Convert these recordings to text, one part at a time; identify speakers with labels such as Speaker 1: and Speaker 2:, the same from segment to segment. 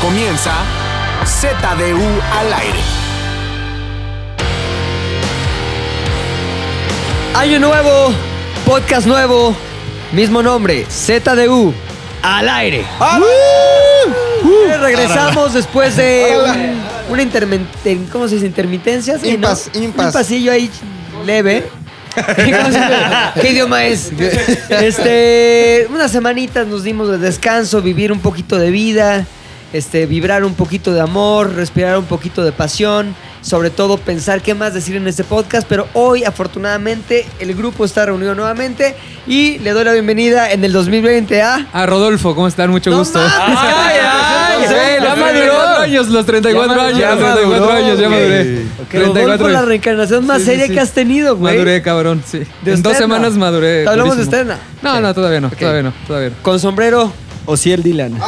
Speaker 1: Comienza ZDU al aire.
Speaker 2: Año nuevo, podcast nuevo, mismo nombre, ZDU, al aire. Uh, regresamos después de un- una intermiten- ¿cómo se dice? intermitencia. sí, ¿no?
Speaker 3: Impas, impas.
Speaker 2: Un pasillo ahí ch- leve. ¿Cómo se llama? ¿Qué idioma es? Este, unas semanitas nos dimos de descanso, vivir un poquito de vida, este, vibrar un poquito de amor, respirar un poquito de pasión, sobre todo pensar qué más decir en este podcast, pero hoy afortunadamente el grupo está reunido nuevamente y le doy la bienvenida en el 2020 a...
Speaker 4: A Rodolfo, ¿cómo están? Mucho
Speaker 2: ¡No
Speaker 4: gusto.
Speaker 2: mames!
Speaker 4: ¡Ay, ay!
Speaker 2: Sí,
Speaker 4: ay,
Speaker 2: ya
Speaker 4: los
Speaker 2: maduró.
Speaker 4: 34 años, los 34 años,
Speaker 2: Ya
Speaker 4: los 34 años, ya
Speaker 2: maduró,
Speaker 4: maduré.
Speaker 2: Que Rodolfo, la reencarnación más
Speaker 4: Sí, sí,
Speaker 2: seria
Speaker 4: sí.
Speaker 2: que has tenido, güey.
Speaker 4: Maduré, cabrón, sí.
Speaker 2: De
Speaker 4: en dos
Speaker 2: Stena.
Speaker 4: semanas maduré.
Speaker 2: ¿Te hablamos de
Speaker 4: durísimo.
Speaker 2: Stena?
Speaker 4: No,
Speaker 2: Ok.
Speaker 4: no, todavía no,
Speaker 2: Ok.
Speaker 4: todavía no, todavía no.
Speaker 2: Con sombrero.
Speaker 5: O si el Dylan.
Speaker 3: ¡Hijo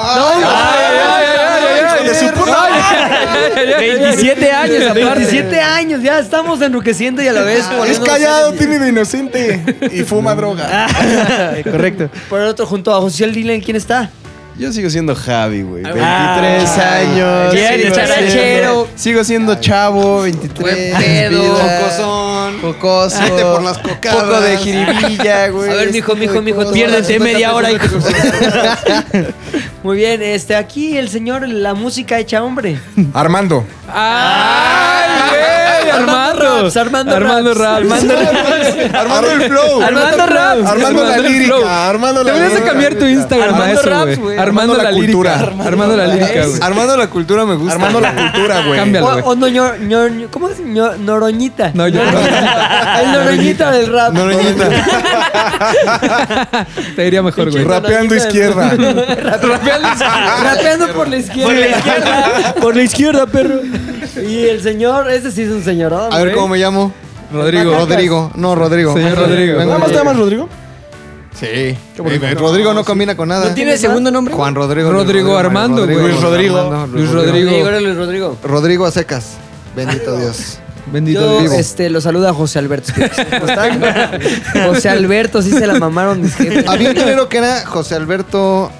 Speaker 3: de su puta madre!
Speaker 2: 27 años, aparte. 27 años, ya estamos enriqueciendo y a la vez
Speaker 4: Ah,
Speaker 3: Es
Speaker 2: poniéndonos-
Speaker 3: callado, tiene de inocente y fuma droga.
Speaker 5: Correcto.
Speaker 2: Por el otro, junto a José el Dylan, ¿quién está?
Speaker 3: Yo sigo siendo Javi, güey. 23
Speaker 5: Ah,
Speaker 3: años.
Speaker 2: bien,
Speaker 3: sigo
Speaker 2: dicharachero.
Speaker 3: siendo- Sigo siendo chavo, 23.
Speaker 2: Buen pedo.
Speaker 3: vida.
Speaker 5: Cocosón.
Speaker 3: Cocoso.
Speaker 5: Vete por las cocadas.
Speaker 3: Ah. Poco de jiribilla, güey.
Speaker 2: A ver, mijo,
Speaker 3: Este
Speaker 2: mijo, mijo,
Speaker 3: cocoso.
Speaker 2: piérdete media hora, hijo.
Speaker 3: Armando.
Speaker 2: Muy bien, este, aquí el señor, la música hecha hombre.
Speaker 3: Armando.
Speaker 4: ¡Ay, güey!
Speaker 2: Armando
Speaker 4: Armando.
Speaker 2: Raps, Armando
Speaker 4: Armando
Speaker 2: Raps.
Speaker 4: Raps. Armando
Speaker 3: Armando el flow.
Speaker 2: Armando Raps.
Speaker 3: Armando la
Speaker 4: Armando el flow.
Speaker 3: lírica. Armando la
Speaker 4: Deberías de
Speaker 3: lírica.
Speaker 4: cambiar tu Instagram a
Speaker 2: Armando
Speaker 4: eso,
Speaker 2: Raps,
Speaker 4: güey.
Speaker 2: güey.
Speaker 4: Armando la lírica. Armando la lírica, güey.
Speaker 3: Armando la cultura me gusta. Armando la cultura, güey.
Speaker 2: O,
Speaker 4: Cámbialo. güey.
Speaker 2: o no, ñor- ñor- ¿cómo es? Ñor- noroñita.
Speaker 4: No, yo
Speaker 2: El noroñita del rap.
Speaker 3: Noroñita.
Speaker 4: Te iría mejor, güey.
Speaker 2: Rap.
Speaker 3: Rapeando izquierda.
Speaker 2: Rapeando por la izquierda. Por la izquierda, por la izquierda, perro. Y el señor, ese sí es un señor. ¿no?
Speaker 3: A ver cómo me llamo.
Speaker 4: Rodrigo.
Speaker 3: Rodrigo. No, Rodrigo.
Speaker 4: Señor Rodrigo.
Speaker 3: Vengo
Speaker 4: Nada más
Speaker 3: de-
Speaker 4: te
Speaker 5: Rodrigo?
Speaker 3: Sí. Eh, Rodrigo no combina con nada.
Speaker 6: ¿No tiene segundo nombre?
Speaker 3: Juan Rodrigo.
Speaker 4: Rodrigo Armando,
Speaker 3: Rodrigo,
Speaker 4: güey.
Speaker 3: Luis Rodrigo.
Speaker 4: Armando, Luis
Speaker 3: Rodrigo.
Speaker 4: Rodrigo.
Speaker 2: Rodrigo, Luis Rodrigo.
Speaker 3: Rodrigo a secas. Bendito Dios.
Speaker 4: Bendito
Speaker 2: Yo
Speaker 4: Dios.
Speaker 2: este, lo saluda José Alberto. Espinosa. ¿Cómo están? José Alberto, sí se la mamaron mis jefes.
Speaker 3: Había un dinero que era José Alberto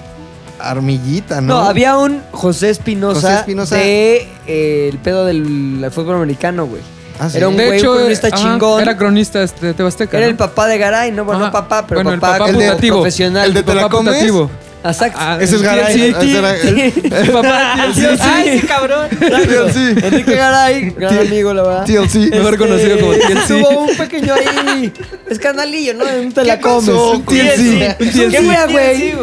Speaker 3: Armillita,
Speaker 2: No,
Speaker 3: ¿no?
Speaker 2: había un José
Speaker 3: José
Speaker 2: Espinosa
Speaker 3: Espinosa.
Speaker 2: de eh, el pedo del fútbol americano, güey.
Speaker 3: Ah, sí.
Speaker 2: Era un
Speaker 4: De
Speaker 2: güey
Speaker 4: hecho,
Speaker 2: cronista
Speaker 4: eh, ajá,
Speaker 2: chingón.
Speaker 4: era cronista este, tebasteca.
Speaker 2: Era
Speaker 4: ¿no?
Speaker 2: el papá de Garay, no, bueno,
Speaker 4: Ajá.
Speaker 2: no papá, pero
Speaker 4: Bueno, el
Speaker 2: papá,
Speaker 4: papá
Speaker 2: como
Speaker 4: putativo.
Speaker 2: profesional.
Speaker 3: El de
Speaker 2: Tipo,
Speaker 3: te la
Speaker 4: Papá
Speaker 3: comes.
Speaker 4: putativo.
Speaker 2: Exacto.
Speaker 4: Ah,
Speaker 3: Ese es Garay.
Speaker 4: Sí,
Speaker 3: Ese era-
Speaker 4: El papá
Speaker 2: Ay, sí, cabrón.
Speaker 3: TLC.
Speaker 2: Enrique Garay, gran amigo, la verdad.
Speaker 3: TLC.
Speaker 4: Mejor conocido como TLC.
Speaker 2: Tuvo un pequeño ahí escandalillo, ¿no? No te la comes.
Speaker 3: pasó
Speaker 2: Un
Speaker 3: con
Speaker 2: TLC.
Speaker 3: TLC?
Speaker 2: ¿Qué wea, güey?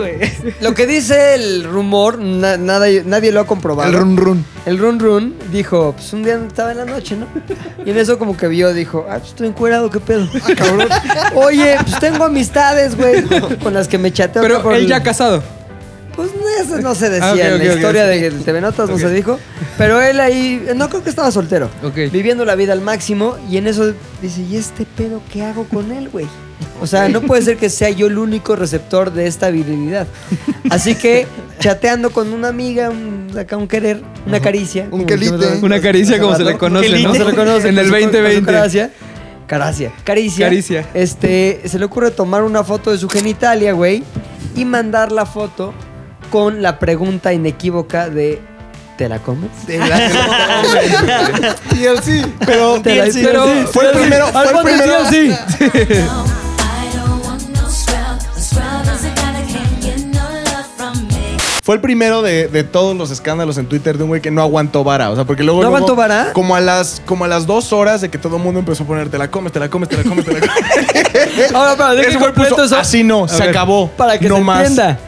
Speaker 2: Lo que dice el rumor, na- nada, nadie lo ha comprobado.
Speaker 3: El run run.
Speaker 2: El Run Run dijo, pues un día estaba en la noche, ¿no? Y en eso como que vio, dijo, ah, pues estoy encuerado, ¿qué pedo?
Speaker 4: Ah,
Speaker 2: cabrón. Oye, pues tengo amistades, güey, con las que me chateo. acá
Speaker 4: Pero
Speaker 2: por
Speaker 4: él
Speaker 2: el-
Speaker 4: ya casado.
Speaker 2: Pues no, eso no se decía
Speaker 4: Ah, ok,
Speaker 2: en la
Speaker 4: ok, ok,
Speaker 2: historia
Speaker 4: ok.
Speaker 2: de TV Notas, no se dijo. Pero él ahí, no creo que estaba soltero.
Speaker 4: Ok.
Speaker 2: Viviendo la vida al máximo y en eso dice, ¿y este pedo qué hago con él, güey? O sea, no puede ser que sea yo el único receptor de esta virilidad. Así que chateando con una amiga, un, acá un querer, una caricia.
Speaker 3: Un quelite.
Speaker 4: Una caricia como se le conoce, ¿no?
Speaker 2: Se le conoce.
Speaker 4: En el
Speaker 2: con su- con su
Speaker 4: 2020.
Speaker 2: Caracia. Caracia. Caricia.
Speaker 4: Caricia.
Speaker 2: Este, se le ocurre tomar una foto de su genitalia, güey, y mandar la foto con la pregunta inequívoca de ¿te la comes?
Speaker 3: TLC. Pero
Speaker 2: ¿Te la
Speaker 4: pero-
Speaker 2: sí, sí,
Speaker 3: fue el
Speaker 2: sí.
Speaker 3: primero- fue el
Speaker 2: Alfonso,
Speaker 3: primero-
Speaker 4: Eh,
Speaker 2: sí, sí.
Speaker 7: I don't want no scrub. A scrub is a guy that can't get no love from me.
Speaker 5: Fue el primero de, de todos los escándalos en Twitter de un güey que no aguantó vara. O sea, porque luego.
Speaker 2: ¿No
Speaker 5: luego,
Speaker 2: aguantó vara?
Speaker 5: Como a, las, como a las dos horas de que todo el mundo empezó a poner, te la comes, te la comes, te la comes, te la comes.
Speaker 2: Ahora, para
Speaker 5: Ese güey puso, así no, se
Speaker 4: ver,
Speaker 5: acabó.
Speaker 2: para que
Speaker 5: no
Speaker 2: se
Speaker 5: más.
Speaker 2: entienda.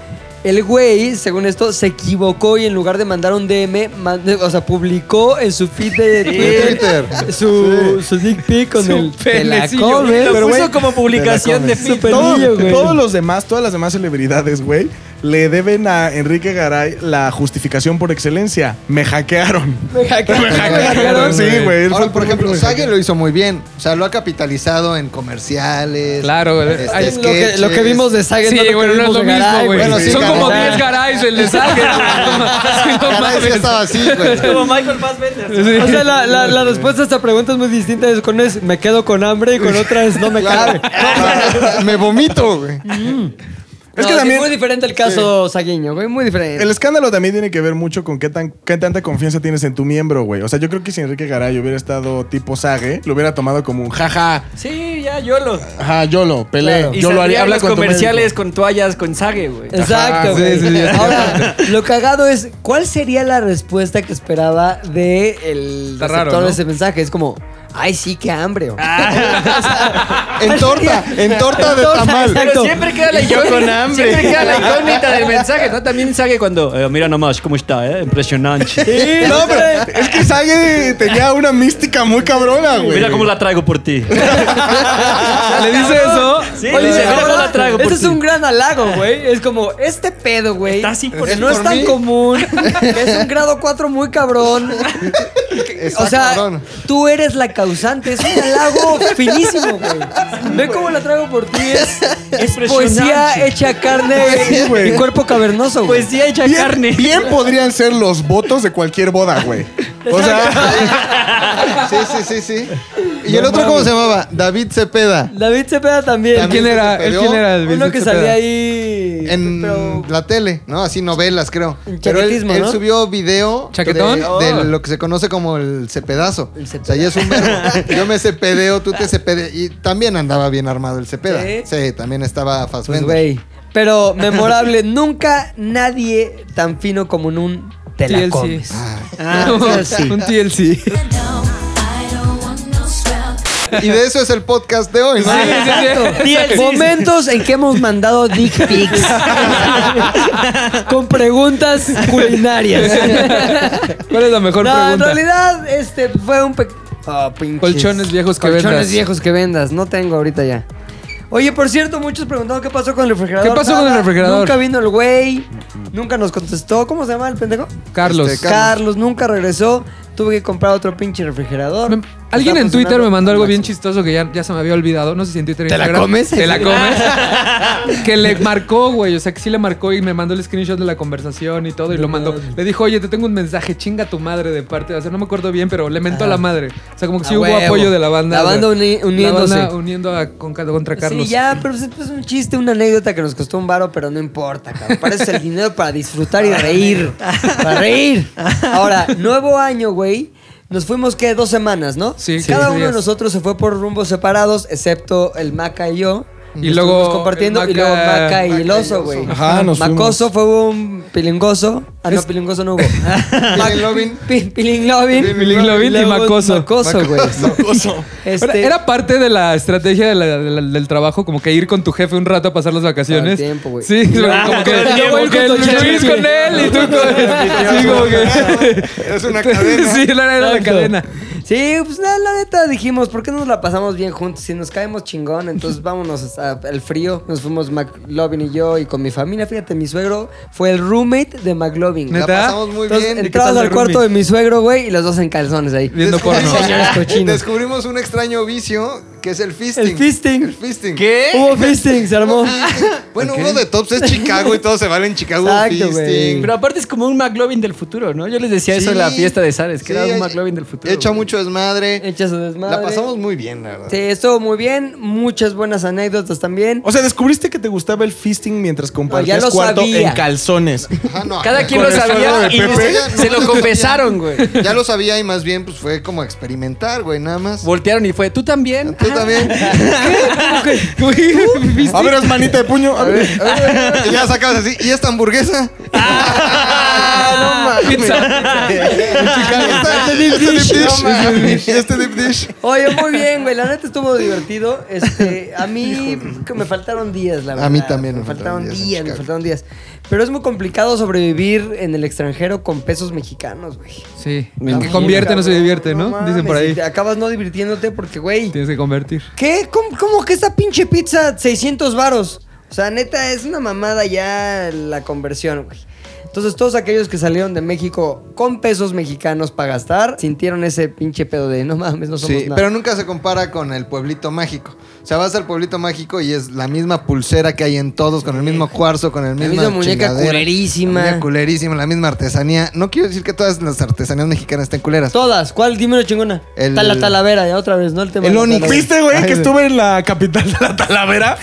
Speaker 2: El güey, según esto, se equivocó y en lugar de mandar un DM, mand- o sea, publicó en su feed de Twitter su, su dick pic con el te la
Speaker 4: penecillo".
Speaker 2: comes.
Speaker 5: Pero, güey,
Speaker 6: como publicación de
Speaker 2: Su
Speaker 5: Todo-
Speaker 2: pelillo, güey.
Speaker 5: todos los demás, todas las demás celebridades, güey, le deben a Enrique Garay la justificación por excelencia. Me hackearon.
Speaker 2: Me hackearon.
Speaker 4: hackearon,
Speaker 5: Sí,
Speaker 4: güey.
Speaker 5: güey. él fue
Speaker 3: Ahora,
Speaker 5: el
Speaker 3: por
Speaker 5: primero
Speaker 3: ejemplo,
Speaker 5: que me
Speaker 3: Sague lo hizo muy bien. O sea, lo ha capitalizado en comerciales.
Speaker 4: Claro, güey.
Speaker 3: este,
Speaker 2: Lo
Speaker 4: Ay,
Speaker 2: que, lo que
Speaker 3: sketches.
Speaker 2: vimos de Sagan no
Speaker 4: Sí,
Speaker 2: lo que
Speaker 4: bueno, no es
Speaker 2: vimos
Speaker 4: lo
Speaker 2: de Garay,
Speaker 4: mismo, güey.
Speaker 3: Bueno, sí,
Speaker 4: Son como
Speaker 3: Garay.
Speaker 4: 10 garays el de Sague.
Speaker 3: Caray, sí estaba así, güey.
Speaker 2: O sea, la, la- la respuesta a esta pregunta es muy distinta. Es con es, me quedo con hambre y con otra es no me cabe.
Speaker 3: Claro. Me vomito, güey.
Speaker 5: Es
Speaker 2: No,
Speaker 5: que
Speaker 2: sí,
Speaker 5: también.
Speaker 2: muy diferente el caso Saguiño, güey, muy diferente.
Speaker 5: El escándalo también tiene que ver mucho con qué, tan, qué tanta confianza tienes en tu miembro, güey. O sea, yo creo que si Enrique Garay hubiera estado tipo Sage, lo hubiera tomado como un jaja,
Speaker 6: Sí, ya, yo lo.
Speaker 5: ajá, yo lo, peleé,
Speaker 6: Y
Speaker 5: yo lo haría.
Speaker 6: saldrían
Speaker 5: Habla
Speaker 6: los
Speaker 5: con tu
Speaker 6: comerciales con toallas, con sague, güey.
Speaker 2: Exacto,
Speaker 4: Ajá, sí,
Speaker 2: güey.
Speaker 4: sí, sí.
Speaker 2: Ahora, lo cagado es, ¿cuál sería la respuesta que esperaba de el
Speaker 4: Está
Speaker 2: receptor
Speaker 4: raro,
Speaker 2: de
Speaker 4: ¿no?
Speaker 2: ese mensaje? Es como, ay, sí, qué hambre. güey".
Speaker 3: En torta, en torta de
Speaker 2: Torta,
Speaker 3: tamal.
Speaker 6: Ah. Pero
Speaker 2: exacto.
Speaker 6: siempre queda la incógnita. Siempre queda la incógnita del mensaje, ¿no? También sague cuando. eh, mira nomás cómo está, ¿eh? Impresionante.
Speaker 5: médico. No, pero es que Sage tenía una mística muy cabrona, güey.
Speaker 6: Mira cómo la traigo por ti.
Speaker 4: ¿Le dice eso?
Speaker 6: Ah, Sí,
Speaker 2: Oye, la
Speaker 6: dice, mira cómo
Speaker 2: verdad,
Speaker 6: la traigo por
Speaker 2: ese
Speaker 6: ti.
Speaker 2: es un gran halago, güey. Es como, este pedo, güey.
Speaker 6: Está así por
Speaker 2: que
Speaker 6: ti,
Speaker 2: no es
Speaker 6: por
Speaker 2: tan
Speaker 6: mí.
Speaker 2: común. que es un grado 4 muy cabrón.
Speaker 3: Está
Speaker 2: O sea,
Speaker 3: cabrón.
Speaker 2: tú eres la causante. Es un halago finísimo, güey. Ve cómo la traigo por ti. Es, es poesía hecha carne
Speaker 5: Sí, güey.
Speaker 2: y cuerpo cavernoso, güey.
Speaker 6: Poesía hecha
Speaker 5: bien,
Speaker 6: carne.
Speaker 5: bien podrían ser los votos de cualquier boda, güey. O sea,
Speaker 3: Sí, sí, sí, sí. ¿Y el otro cómo se llamaba? David Cepeda.
Speaker 2: David Cepeda también.
Speaker 3: También
Speaker 4: ¿Quién
Speaker 3: se
Speaker 4: era?
Speaker 3: superó
Speaker 4: ¿Él quién era? el
Speaker 2: Uno que
Speaker 4: Vicente
Speaker 2: salía
Speaker 4: Cepeda?
Speaker 2: ahí.
Speaker 3: En
Speaker 2: pero-
Speaker 3: la tele, ¿no? Así novelas, creo.
Speaker 2: En
Speaker 3: Pero él,
Speaker 2: chaquetismo,
Speaker 3: él
Speaker 2: ¿no? Oh.
Speaker 3: subió video de,
Speaker 4: ¿Chaquetón?
Speaker 3: de lo que se conoce como el cepedazo.
Speaker 2: El
Speaker 3: O sea, ya es un verbo. Yo me cepedeo, tú te cepede. Y también andaba bien armado el cepeda.
Speaker 2: ¿Sí?
Speaker 3: Sí, también estaba
Speaker 2: Pues,
Speaker 3: Fassbender.
Speaker 2: güey. Pero memorable. Nunca nadie tan fino como en un te la
Speaker 4: TLC.
Speaker 2: comes.
Speaker 4: Un TLC.
Speaker 7: No, I don't want no scrub.
Speaker 3: Y de eso es el podcast de hoy, ¿no?
Speaker 2: Exacto.
Speaker 6: TLC.
Speaker 2: Momentos en que hemos mandado dick pics con preguntas culinarias.
Speaker 4: ¿Cuál es la mejor
Speaker 2: no, en
Speaker 4: pregunta?
Speaker 2: realidad este fue un pe- Ah, pinches.
Speaker 4: Colchones viejos que
Speaker 2: Colchones
Speaker 4: vendas.
Speaker 2: viejos que vendas, no tengo ahorita ya. Oye, por cierto, muchos preguntaron qué pasó con el refrigerador.
Speaker 4: ¿Qué pasó con el refrigerador?
Speaker 2: Nunca vino el güey, nunca nos contestó. ¿Cómo se llama el pendejo?
Speaker 4: Carlos.
Speaker 3: Este,
Speaker 2: Carlos. nunca regresó. Tuve que comprar otro pinche refrigerador.
Speaker 4: Me- Alguien
Speaker 2: Está
Speaker 4: en Twitter
Speaker 2: funcionando
Speaker 4: me mandó algo
Speaker 2: al
Speaker 4: bien
Speaker 2: máximo.
Speaker 4: chistoso que ya, ya se me había olvidado. No sé si en Twitter. ¿Te la comes? Te la comes. que le marcó, güey. O sea, que sí le marcó y me mandó el screenshot de la conversación y todo. Y lo mandó. Le dijo, oye, te tengo un mensaje. Chinga tu madre de parte. O sea, no me acuerdo bien, pero le mentó a la madre. O sea, como que sí
Speaker 2: Ah. A
Speaker 4: hubo
Speaker 2: huevo.
Speaker 4: apoyo de la banda.
Speaker 2: La banda
Speaker 4: güey.
Speaker 2: uni- uniéndose.
Speaker 4: La banda uniendo a, con- contra Carlos.
Speaker 2: Sí, ya, pero es es un chiste, una anécdota que nos costó un varo, pero no importa, cabrón. Para eso es el dinero para disfrutar y reír. Para reír. Ahora, nuevo año, güey. Nos fuimos, ¿qué? Dos semanas, ¿no?
Speaker 4: Sí,
Speaker 2: Cada
Speaker 4: sí,
Speaker 2: uno de
Speaker 4: días.
Speaker 2: nosotros se fue por rumbos separados, excepto el Maca y yo.
Speaker 4: Y
Speaker 2: Estuvimos
Speaker 4: luego
Speaker 2: compartiendo,
Speaker 4: el
Speaker 2: y luego
Speaker 4: Maca-
Speaker 2: Maca y el
Speaker 3: Maca y el
Speaker 2: oso,
Speaker 3: oso.
Speaker 2: güey.
Speaker 5: Ajá, nos
Speaker 2: Macoso fue un pilingoso. Ah, no, pilingoso no hubo.
Speaker 3: Pilinglovin.
Speaker 2: Pi- Pilinglovin.
Speaker 4: Pilinglovin y
Speaker 2: Luego un
Speaker 4: Macoso.
Speaker 2: Macoso, güey.
Speaker 5: oso.
Speaker 2: Este-
Speaker 4: Era- Era parte de la estrategia de la- de la- del trabajo, como que ir con tu jefe un rato a pasar las vacaciones.
Speaker 2: Todo el tiempo, güey.
Speaker 4: Sí, como que,
Speaker 6: todo el tiempo,
Speaker 4: como que
Speaker 6: con tu
Speaker 4: Luis
Speaker 6: jefe.
Speaker 4: con él y tú con... sí, como que...
Speaker 3: Es una cadena.
Speaker 4: Sí, la era la
Speaker 2: Exacto.
Speaker 4: cadena.
Speaker 2: Sí, pues la, la neta dijimos, ¿por qué no nos la pasamos bien juntos? Si nos caemos chingón, entonces vámonos a- al frío. Nos fuimos McLovin y yo y con mi familia. Fíjate, mi suegro fue el roommate de McLovin.
Speaker 3: La
Speaker 4: ¿Neta?
Speaker 3: pasamos muy
Speaker 2: Entonces
Speaker 3: bien.
Speaker 2: entrabas
Speaker 4: tal
Speaker 2: al
Speaker 4: de
Speaker 2: cuarto de
Speaker 4: roomie?
Speaker 2: mi suegro, güey, y los dos en calzones ahí.
Speaker 4: Viendo porno.
Speaker 2: Señores cochinos.
Speaker 3: Descubrimos un extraño vicio que es el fisting.
Speaker 2: El fisting.
Speaker 3: El fisting.
Speaker 6: Eh,
Speaker 2: Hubo fisting, se armó.
Speaker 3: Bueno, uno de tops es Chicago y todos se valen Chicago
Speaker 2: Exacto, güey.
Speaker 3: fisting.
Speaker 6: Pero aparte es como un McLovin del futuro, ¿no? Yo les decía eso en la
Speaker 3: Sí.
Speaker 6: fiesta de Sares, que
Speaker 3: Sí,
Speaker 6: era un
Speaker 3: he-
Speaker 6: McLovin del futuro.
Speaker 3: Echa
Speaker 6: güey.
Speaker 3: mucho desmadre.
Speaker 2: Hecha su desmadre.
Speaker 3: La pasamos muy bien, la verdad.
Speaker 2: Sí, estuvo muy bien. Muchas buenas anécdotas también. Ah,
Speaker 5: O sea, descubriste que te gustaba el fisting mientras compartías
Speaker 2: lo
Speaker 5: cuarto
Speaker 2: sabía.
Speaker 5: en calzones.
Speaker 3: Ajá, no,
Speaker 6: Cada quien
Speaker 5: Con
Speaker 6: lo
Speaker 5: el sueldo
Speaker 6: sabía
Speaker 5: de
Speaker 6: y
Speaker 5: Pepe.
Speaker 6: se- se lo confesaron, güey.
Speaker 3: Ya lo sabía y más bien pues fue como experimentar, güey, nada más.
Speaker 6: Voltearon y fue, ¿tú también?
Speaker 3: Tú también.
Speaker 5: A ver, es manita de puño. A ver.
Speaker 3: Y ya sacabas así. ¿Y esta hamburguesa?
Speaker 4: Ah, pizza.
Speaker 3: Este deep dish. No mames. Este deep dish.
Speaker 2: Oye, muy bien, güey. La neta estuvo divertido. Este, a mí que me faltaron días, la verdad.
Speaker 3: A mí también
Speaker 2: me faltaron días, me faltaron días. Pero es muy complicado sobrevivir en el extranjero con pesos mexicanos, güey.
Speaker 4: Sí,
Speaker 6: Me
Speaker 4: el que
Speaker 6: imagino,
Speaker 4: convierte no se
Speaker 2: Cabrón,
Speaker 4: divierte, ¿no?
Speaker 2: mames,
Speaker 4: Dicen por
Speaker 2: y
Speaker 4: ahí.
Speaker 2: te acabas no divirtiéndote porque, güey,
Speaker 4: Tienes que convertir.
Speaker 2: ¿qué? ¿Cómo, cómo que esta pinche pizza 600 varos? O sea, neta, es una mamada ya la conversión, güey. Entonces, todos aquellos que salieron de México con pesos mexicanos para gastar, sintieron ese pinche pedo de no mames, no somos
Speaker 3: Sí,
Speaker 2: nada.
Speaker 3: pero nunca se compara con el pueblito mágico. O sea, vas al pueblito mágico y es la misma pulsera que hay en todos, con el mismo cuarzo, con el
Speaker 2: La
Speaker 3: mismo.
Speaker 2: misma muñeca culerísima.
Speaker 3: La muñeca culerísima, la misma artesanía. No quiero decir que todas las artesanías mexicanas estén culeras.
Speaker 2: Todas. ¿Cuál? Dime una chingona.
Speaker 3: El-
Speaker 2: Está la talavera, ya otra vez, ¿no? El tema
Speaker 3: El
Speaker 2: de la
Speaker 3: Onix.
Speaker 2: talavera.
Speaker 5: ¿Viste, güey, que estuve en la capital de la Talavera?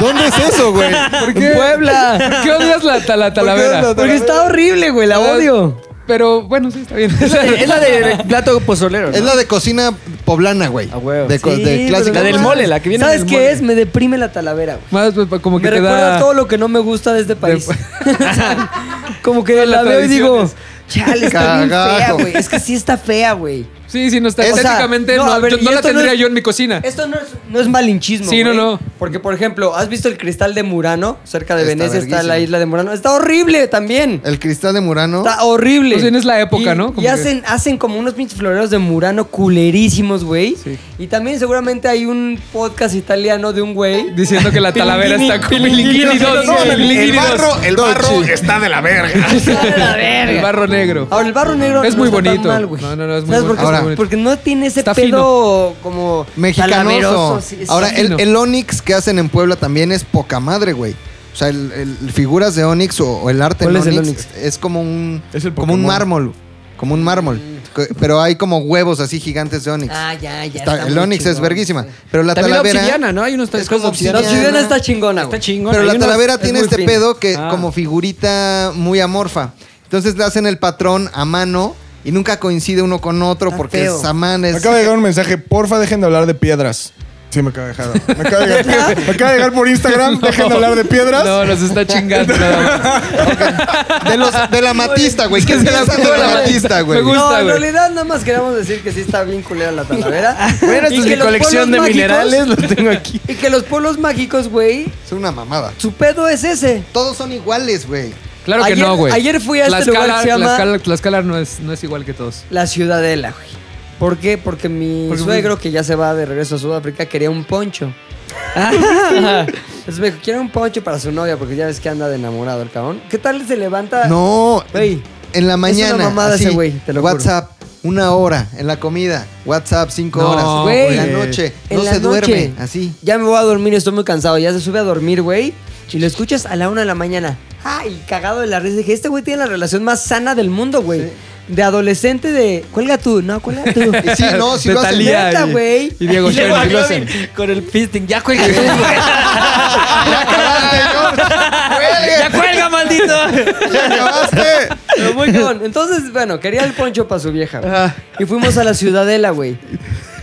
Speaker 3: ¿Dónde es eso, güey?
Speaker 4: ¿Por
Speaker 2: En Puebla.
Speaker 4: ¿Por qué odias la, ta- la
Speaker 5: odias
Speaker 4: talavera?
Speaker 5: la
Speaker 2: Porque está horrible, güey. La odio.
Speaker 4: Pero bueno, sí, está bien.
Speaker 6: Es la de plato pozolero.
Speaker 3: Es la de cocina poblana, güey.
Speaker 6: A huevo.
Speaker 3: De, co-
Speaker 2: Sí,
Speaker 3: de
Speaker 2: pero
Speaker 3: clásica.
Speaker 6: La del
Speaker 2: no
Speaker 6: mole, la que viene
Speaker 2: ¿Sabes
Speaker 6: del
Speaker 2: qué
Speaker 6: mole.
Speaker 2: es? Me deprime la talavera, güey.
Speaker 4: Más pues, como que
Speaker 2: Me
Speaker 4: te
Speaker 2: recuerda
Speaker 4: da...
Speaker 2: todo lo que no me gusta de este país. O sea, como que
Speaker 4: Todas
Speaker 2: la
Speaker 4: las
Speaker 2: veo y digo,
Speaker 4: tradiciones.
Speaker 2: chale, está bien fea,
Speaker 3: Cagajo.
Speaker 2: güey. Es que sí está fea, güey.
Speaker 4: Sí, sí, no está.
Speaker 2: O sea,
Speaker 4: Estéticamente
Speaker 2: no,
Speaker 4: no,
Speaker 2: a ver,
Speaker 4: yo-
Speaker 2: y
Speaker 4: no la
Speaker 2: esto no
Speaker 4: tendría
Speaker 2: es-
Speaker 4: yo en mi cocina.
Speaker 2: Esto no es, no es malinchismo.
Speaker 4: Sí, no,
Speaker 2: güey.
Speaker 4: no.
Speaker 2: Porque, por ejemplo, ¿has visto el cristal de Murano? Cerca de
Speaker 3: Está
Speaker 2: Venecia está la
Speaker 3: verguísima. ¿Eh?
Speaker 2: isla de Murano. Está horrible también.
Speaker 3: El cristal de Murano.
Speaker 2: Está horrible.
Speaker 4: Más bien es Pues la época,
Speaker 2: Y-
Speaker 4: ¿no?
Speaker 2: Y
Speaker 4: Como que-
Speaker 2: hacen, hacen como unos pinches floreros de Murano culerísimos, güey.
Speaker 4: Sí.
Speaker 2: Y también seguramente hay un podcast italiano de un güey.
Speaker 4: Diciendo que la talavera está con
Speaker 2: Pilinguini,
Speaker 4: Pilinguini dos,
Speaker 2: no, el
Speaker 4: Pilinguini dos.
Speaker 5: el barro está de la verga.
Speaker 4: El barro negro.
Speaker 2: Ahora, el barro negro
Speaker 4: Es
Speaker 2: no
Speaker 4: muy
Speaker 2: está tan
Speaker 4: bonito.
Speaker 2: mal, güey.
Speaker 4: No, no, no, es muy
Speaker 2: ¿Sabes por qué?
Speaker 3: es
Speaker 4: bonito,
Speaker 3: muy
Speaker 2: Ahora,
Speaker 4: bonito.
Speaker 2: Porque no tiene ese
Speaker 4: Está
Speaker 2: pedo como
Speaker 3: Mexicanoso.
Speaker 2: talaveroso, sí, sí,
Speaker 3: Ahora,
Speaker 2: sí,
Speaker 3: el,
Speaker 2: no.
Speaker 3: el Onix que hacen en Puebla también es poca madre, güey. O sea, el, el- figuras de Onix o, o el arte
Speaker 2: ¿Cuál
Speaker 3: en
Speaker 2: es el
Speaker 3: Onix,
Speaker 2: Onix?
Speaker 3: es como un
Speaker 5: Es el
Speaker 3: como un
Speaker 5: Pokémon.
Speaker 3: mármol, como un mármol. Que- Pero hay como huevos así gigantes de Onix.
Speaker 2: Mm. Ah, ya, ya.
Speaker 3: Está- el
Speaker 2: muy
Speaker 3: Onix es
Speaker 2: chingón,
Speaker 3: verguísima,
Speaker 2: sí.
Speaker 3: pero la
Speaker 6: También la
Speaker 3: talavera
Speaker 6: obsidiana, ¿no? Hay unos
Speaker 3: es como
Speaker 6: cosas
Speaker 2: La
Speaker 3: Pero
Speaker 6: obsidianas.
Speaker 2: obsidiana
Speaker 3: Diana-
Speaker 2: está chingona, güey.
Speaker 6: Está chingona.
Speaker 3: Pero
Speaker 6: Hay
Speaker 3: la
Speaker 6: unos-
Speaker 3: talavera
Speaker 2: es
Speaker 3: tiene
Speaker 2: muy
Speaker 3: este
Speaker 2: fina.
Speaker 3: pedo que
Speaker 6: Ah.
Speaker 3: como figurita muy amorfa. Entonces le hacen el patrón a mano y nunca coincide uno con otro
Speaker 2: Está
Speaker 3: porque
Speaker 2: feo.
Speaker 3: es a mano, es-
Speaker 5: Acaba de llegar un mensaje, porfa, dejen de hablar de piedras. Sí, me acaba de llegar. Me acaba de llegar, me acaba de llegar por Instagram, dejen de hablar de piedras.
Speaker 4: No, nos está chingando. nada más.
Speaker 3: De, los, de la matista, güey. ¿Qué
Speaker 4: De la-
Speaker 3: piensan de la,
Speaker 4: de la-
Speaker 3: matista, güey?
Speaker 4: Me gusta,
Speaker 2: no, en
Speaker 4: güey.
Speaker 2: realidad nada más queremos decir que sí está bien culera la talavera.
Speaker 6: Bueno,
Speaker 2: Y
Speaker 6: esta es
Speaker 2: que
Speaker 6: mi
Speaker 2: los
Speaker 6: colección de
Speaker 2: pueblos mágicos-
Speaker 6: minerales, lo tengo aquí.
Speaker 2: Y que los pueblos mágicos, güey,
Speaker 3: Es una mamada.
Speaker 2: su pedo es ese.
Speaker 3: Todos son iguales, güey.
Speaker 4: Claro que
Speaker 2: Ayer-
Speaker 4: no, güey.
Speaker 2: ayer fui a este lugar que se llama-
Speaker 4: Tlaxcala, Tlaxcala no, es, no es igual que todos.
Speaker 2: La Ciudadela, güey. ¿Por qué? Porque mi
Speaker 4: Porque-
Speaker 2: suegro, que ya se va de regreso a Sudáfrica, quería un poncho. Ah. Entonces me dijo, quiero un poncho para su novia, porque ya ves que anda de enamorado el cabrón. ¿Qué tal se levanta?
Speaker 3: No,
Speaker 2: Ah. Güey,
Speaker 3: en la mañana.
Speaker 2: una mamada
Speaker 3: así,
Speaker 2: ese güey, te lo juro.
Speaker 3: WhatsApp, una hora en la comida. WhatsApp, cinco
Speaker 4: No,
Speaker 3: horas.
Speaker 2: güey.
Speaker 3: En la noche.
Speaker 2: En
Speaker 3: no
Speaker 2: la
Speaker 3: se duerme.
Speaker 2: noche.
Speaker 3: Así.
Speaker 2: Ya me voy a dormir, estoy muy cansado. Ya se sube a dormir, güey. Y lo escuchas a la una de la mañana. Ay, cagado de la risa. Dije, este güey tiene la relación más sana del mundo, güey. De adolescente de, cuelga tú, no, cuelga tú.
Speaker 3: Y sí, no, sí
Speaker 4: De
Speaker 3: lo hacen.
Speaker 4: Thalía.
Speaker 2: Neta,
Speaker 4: y-
Speaker 2: güey.
Speaker 4: y Diego
Speaker 2: luego
Speaker 4: Schoen,
Speaker 2: a
Speaker 4: sí lo
Speaker 2: Robin Con el fisting, ya cuelga tú, güey.
Speaker 3: ¡Ya acabaste,
Speaker 2: ¡Ya cuelga, maldito!
Speaker 3: yo! ¡Ya acabaste!
Speaker 2: Pero muy cabrón. Entonces, bueno, quería el poncho para su vieja. güey. Y fuimos a la Ciudadela, güey.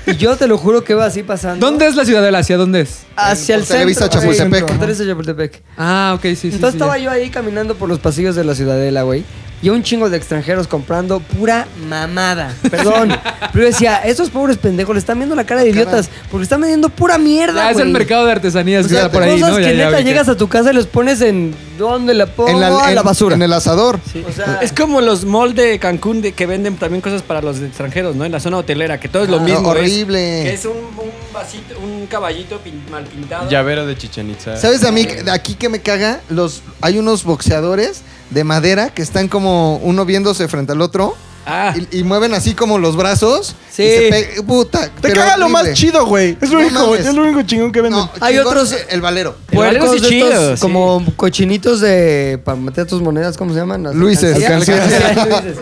Speaker 2: Y yo te lo juro que va así pasando.
Speaker 4: ¿Dónde es la ciudad de Asia? ¿Dónde es?
Speaker 2: Hacia el
Speaker 3: Por Televisa
Speaker 2: centro. güey.
Speaker 3: Chapultepec.
Speaker 2: Por Televisa Chapultepec.
Speaker 4: Ah, ok, sí, sí.
Speaker 2: Entonces
Speaker 4: sí,
Speaker 2: estaba
Speaker 4: ya.
Speaker 2: yo ahí caminando por los pasillos de la Ciudadela, güey. Y un chingo de extranjeros comprando pura mamada. Perdón. Pero yo decía, estos pobres pendejos le están viendo la cara de idiotas porque están vendiendo pura mierda,
Speaker 4: Ah, es el
Speaker 2: güey.
Speaker 4: mercado de artesanías,
Speaker 3: O sea,
Speaker 4: ya, por ahí,
Speaker 2: Cosas
Speaker 4: ¿no?
Speaker 2: que
Speaker 4: Ya, ya
Speaker 2: neta
Speaker 4: vi que-
Speaker 2: llegas a tu casa y los pones en... ¿Dónde la pongo?
Speaker 3: En la,
Speaker 2: a
Speaker 3: en-
Speaker 2: la basura.
Speaker 3: En el asador.
Speaker 2: O sea,
Speaker 6: Es como los malls de Cancún de, que venden también cosas para los extranjeros, ¿no? En la zona hotelera, que todo es lo
Speaker 3: Ah,
Speaker 6: mismo.
Speaker 3: horrible.
Speaker 6: Es, que es un, un vasito, un caballito pin- mal pintado.
Speaker 8: Llavero de Chichen Itza.
Speaker 3: ¿Sabes a mí aquí que me caga? Los hay unos boxeadores de madera que están como uno viéndose frente al otro
Speaker 6: Ah,
Speaker 3: y, y mueven así como los brazos.
Speaker 2: Sí.
Speaker 3: y se pe- puta.
Speaker 5: Te
Speaker 3: pero
Speaker 5: caga lo
Speaker 3: horrible.
Speaker 5: más chido, güey. Es lo
Speaker 3: No
Speaker 5: único,
Speaker 3: mames.
Speaker 5: es lo único chingón que venden.
Speaker 3: No,
Speaker 2: Hay
Speaker 3: chingón,
Speaker 2: otros-
Speaker 3: El valero.
Speaker 6: Algo
Speaker 2: Puercos
Speaker 6: así
Speaker 2: de estos,
Speaker 6: chido, sí.
Speaker 2: como cochinitos de para meter tus monedas, ¿cómo se llaman? Las
Speaker 3: Luises.
Speaker 2: Alcancías, Luises.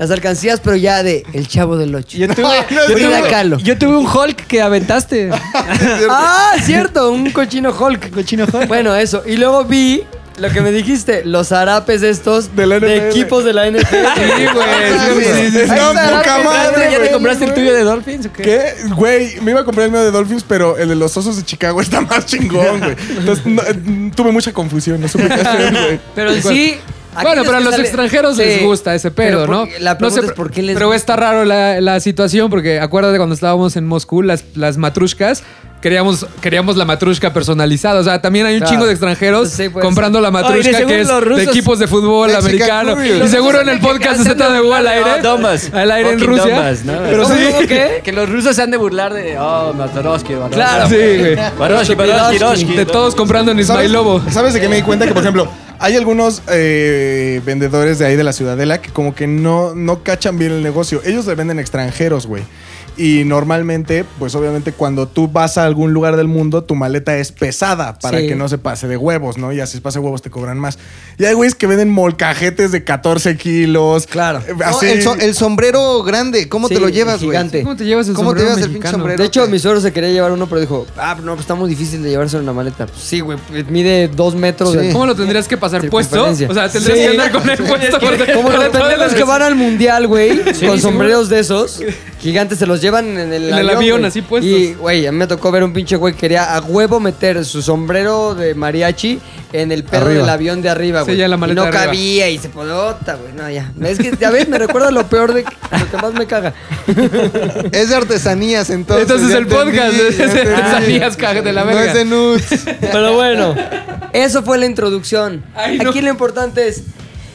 Speaker 2: Las alcancías, pero ya de El Chavo del Ocho.
Speaker 6: yo tuve,
Speaker 3: no es
Speaker 6: yo,
Speaker 2: Frida Kahlo.
Speaker 6: tuve, yo tuve un Hulk que aventaste.
Speaker 2: Ah, cierto, un cochino Hulk. Cochino Hulk. Bueno, eso. Y luego vi lo que me dijiste, los harapes estos
Speaker 5: De la NFL.
Speaker 2: de equipos de la NFL. Sí,
Speaker 5: güey, sí, sí, sí. No, poca madre,
Speaker 6: ¿Ya
Speaker 5: güey.
Speaker 6: te compraste el tuyo de Dolphins o qué?
Speaker 5: ¿Qué? Güey, me iba a comprar el mío de Dolphins, pero el de los osos de Chicago está más chingón, güey. Entonces, no, eh, tuve mucha confusión, no supe qué hacer, güey.
Speaker 2: Pero en sí.
Speaker 4: Bueno, pero a los extranjeros les gusta ese pedo, ¿no?
Speaker 2: La
Speaker 4: no
Speaker 2: pregunta
Speaker 4: sé,
Speaker 2: es por qué les
Speaker 4: Pero está raro la, la situación, porque acuérdate cuando estábamos en Moscú, las, las matrushkas, queríamos, queríamos la matrushka personalizada. O sea, también hay un
Speaker 2: Claro.
Speaker 4: chingo de extranjeros
Speaker 2: Sí, pues.
Speaker 4: comprando la matrushka
Speaker 6: según
Speaker 4: que es
Speaker 6: los
Speaker 4: de
Speaker 6: rusos-
Speaker 4: equipos de fútbol
Speaker 3: Mexican
Speaker 4: americano.
Speaker 3: Curious.
Speaker 4: Y
Speaker 3: Los
Speaker 4: seguro en el
Speaker 6: rusos
Speaker 4: podcast
Speaker 6: que
Speaker 4: de ZDU al aire.
Speaker 6: No, Domas.
Speaker 4: Al aire en
Speaker 6: Fucking
Speaker 4: Rusia.
Speaker 6: Domas, ¿no?
Speaker 4: Pero sí.
Speaker 2: ¿Cómo qué?
Speaker 6: Que los rusos se han de burlar de. Oh, Matorowski, Matorowski.
Speaker 2: Claro,
Speaker 4: Sí, güey.
Speaker 6: Baroski, Baroski, Baroski.
Speaker 4: De todos comprando en
Speaker 5: ¿Sabes,
Speaker 4: Ismailobo.
Speaker 5: ¿Sabes de qué me di cuenta? Que, por ejemplo, hay algunos eh, vendedores de ahí de la Ciudadela que como que no, no cachan bien el negocio. Ellos le venden a extranjeros, güey. Y normalmente, pues obviamente cuando tú vas a algún lugar del mundo, tu maleta es pesada para
Speaker 2: Sí.
Speaker 5: que no se pase de huevos, ¿no? Y así se pase de huevos te cobran más. Y hay güeyes que venden molcajetes de 14 kilos.
Speaker 2: Claro.
Speaker 5: Eh,
Speaker 3: No,
Speaker 5: Así,
Speaker 3: el, so- el sombrero grande, ¿cómo
Speaker 2: Sí,
Speaker 3: te lo llevas, güey?
Speaker 2: gigante.
Speaker 4: ¿Cómo te llevas el
Speaker 3: ¿Cómo te
Speaker 4: sombrero
Speaker 3: llevas el pinche
Speaker 4: mexicano?
Speaker 3: sombrero?
Speaker 2: De hecho, mi suegro se quería llevar uno, pero dijo, ah, no, pues está muy difícil de llevarse en una maleta. Pues sí, güey, pues, mide dos metros.
Speaker 3: Sí.
Speaker 2: de-
Speaker 4: ¿Cómo lo tendrías que pasar puesto? O
Speaker 2: Circunferencia.
Speaker 4: sea, tendrías
Speaker 2: Sí.
Speaker 4: que andar con el puesto. porque-
Speaker 2: Como los
Speaker 4: porque todo el-
Speaker 2: pendejos que van al mundial, güey, con sombreros de esos, gigantes, se los llevan en el
Speaker 4: En el
Speaker 2: avión,
Speaker 4: avión,
Speaker 2: güey.
Speaker 4: así puestos.
Speaker 2: Y, güey, a mí me tocó ver un pinche güey que quería a huevo meter su sombrero de mariachi en el perro
Speaker 3: Arriba.
Speaker 2: del avión de arriba,
Speaker 4: Sí,
Speaker 2: güey.
Speaker 4: ya la
Speaker 2: Y
Speaker 4: maleta
Speaker 2: no
Speaker 4: de arriba.
Speaker 2: cabía y se podota, güey, no, ya. Es que, a ver, me recuerda lo peor de lo que más me caga.
Speaker 3: Es de artesanías, entonces.
Speaker 4: Entonces
Speaker 3: ya
Speaker 4: el podcast
Speaker 3: entendí,
Speaker 4: es
Speaker 3: ya
Speaker 4: de
Speaker 3: entendí.
Speaker 4: artesanías, caga de la
Speaker 3: No es
Speaker 4: verga.
Speaker 3: de nudes.
Speaker 2: Pero bueno, eso fue la introducción.
Speaker 4: Ay, no.
Speaker 2: Aquí lo importante es,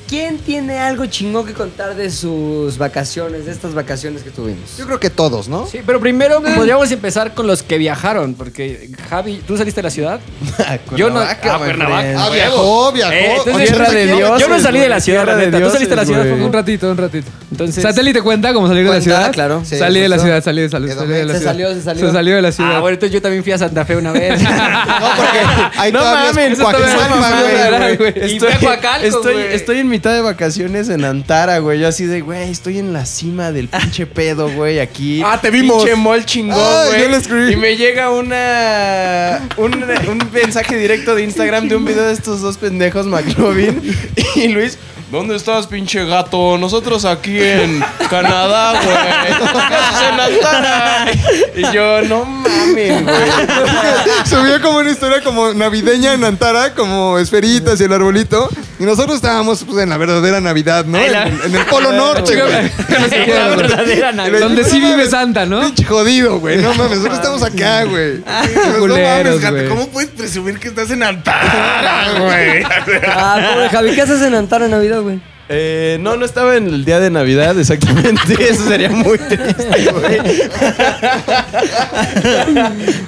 Speaker 2: ¿quién tiene algo chingón que contar de sus vacaciones, de estas vacaciones que tuvimos?
Speaker 3: Yo creo que todos, ¿no?
Speaker 6: Sí, pero primero
Speaker 8: Mm.
Speaker 6: podríamos empezar con los que viajaron, porque Javi, ¿tú saliste de la ciudad? yo no.
Speaker 3: Cuernavaca,
Speaker 6: Ah,
Speaker 3: my
Speaker 6: Cuernavaca.
Speaker 3: friend.
Speaker 6: a
Speaker 3: Ah,
Speaker 6: huevo.
Speaker 3: viajó, viajó.
Speaker 6: Eh, entonces,
Speaker 3: Oye,
Speaker 6: yo-
Speaker 3: ¿tú
Speaker 6: yo-
Speaker 3: sabes
Speaker 6: Yo,
Speaker 3: qué?
Speaker 6: no salí de la ciudad, la neta. ¿Tú saliste de la ciudad,
Speaker 4: Un
Speaker 6: Facundo?
Speaker 4: ratito, un ratito.
Speaker 6: Entonces-
Speaker 4: satélite cuenta como salir de la
Speaker 2: Cuenta,
Speaker 4: ciudad.
Speaker 2: claro.
Speaker 3: Sí,
Speaker 4: salí de la
Speaker 3: justo.
Speaker 4: ciudad, salí de, salí,
Speaker 3: Quedó
Speaker 4: salí de la
Speaker 2: Se
Speaker 4: ciudad.
Speaker 2: salió, se salió.
Speaker 4: Se salió de la ciudad.
Speaker 6: Ah, bueno, entonces yo también fui a Santa Fe una vez.
Speaker 3: No, porque ahí
Speaker 5: No
Speaker 3: todavía es
Speaker 5: mames, eso
Speaker 3: Coajimalpa,
Speaker 5: todavía no
Speaker 3: güey.
Speaker 5: mames,
Speaker 4: güey.
Speaker 6: Y fui a Coacalco,
Speaker 8: estoy,
Speaker 6: güey.
Speaker 8: estoy en mitad de vacaciones en Antara, güey. Yo así de, güey, estoy en la cima del pinche pedo, güey, aquí.
Speaker 5: Ah, te vimos.
Speaker 8: Pinche mall chingón,
Speaker 5: Ah,
Speaker 8: güey.
Speaker 5: yo le escribí.
Speaker 8: Y me llega una un, un mensaje directo de Instagram de un video de estos dos pendejos, McLovin y Luis. ¿Dónde estás, pinche gato? Nosotros aquí en Canadá, güey. ¿Qué haces en Antara? Y yo, no mames, güey.
Speaker 3: Subió como una historia como navideña en Antara, como esferitas y el arbolito. Y nosotros estábamos pues, en la verdadera Navidad, ¿no? En, en el Polo Norte, güey.
Speaker 6: La verdadera Navidad.
Speaker 4: Donde sí vive Santa, ¿no?
Speaker 3: Pinche jodido, güey. No mames, nosotros estamos acá, güey.
Speaker 5: Pues, no
Speaker 4: culeros,
Speaker 5: mames, gato,
Speaker 4: güey.
Speaker 5: ¿cómo puedes presumir que estás en Antara, güey?
Speaker 2: Ah, pobre Javi, ¿qué haces en Antara en Navidad, güey?
Speaker 8: Eh, no, no estaba en el día de Navidad, exactamente. Eso sería muy triste, güey.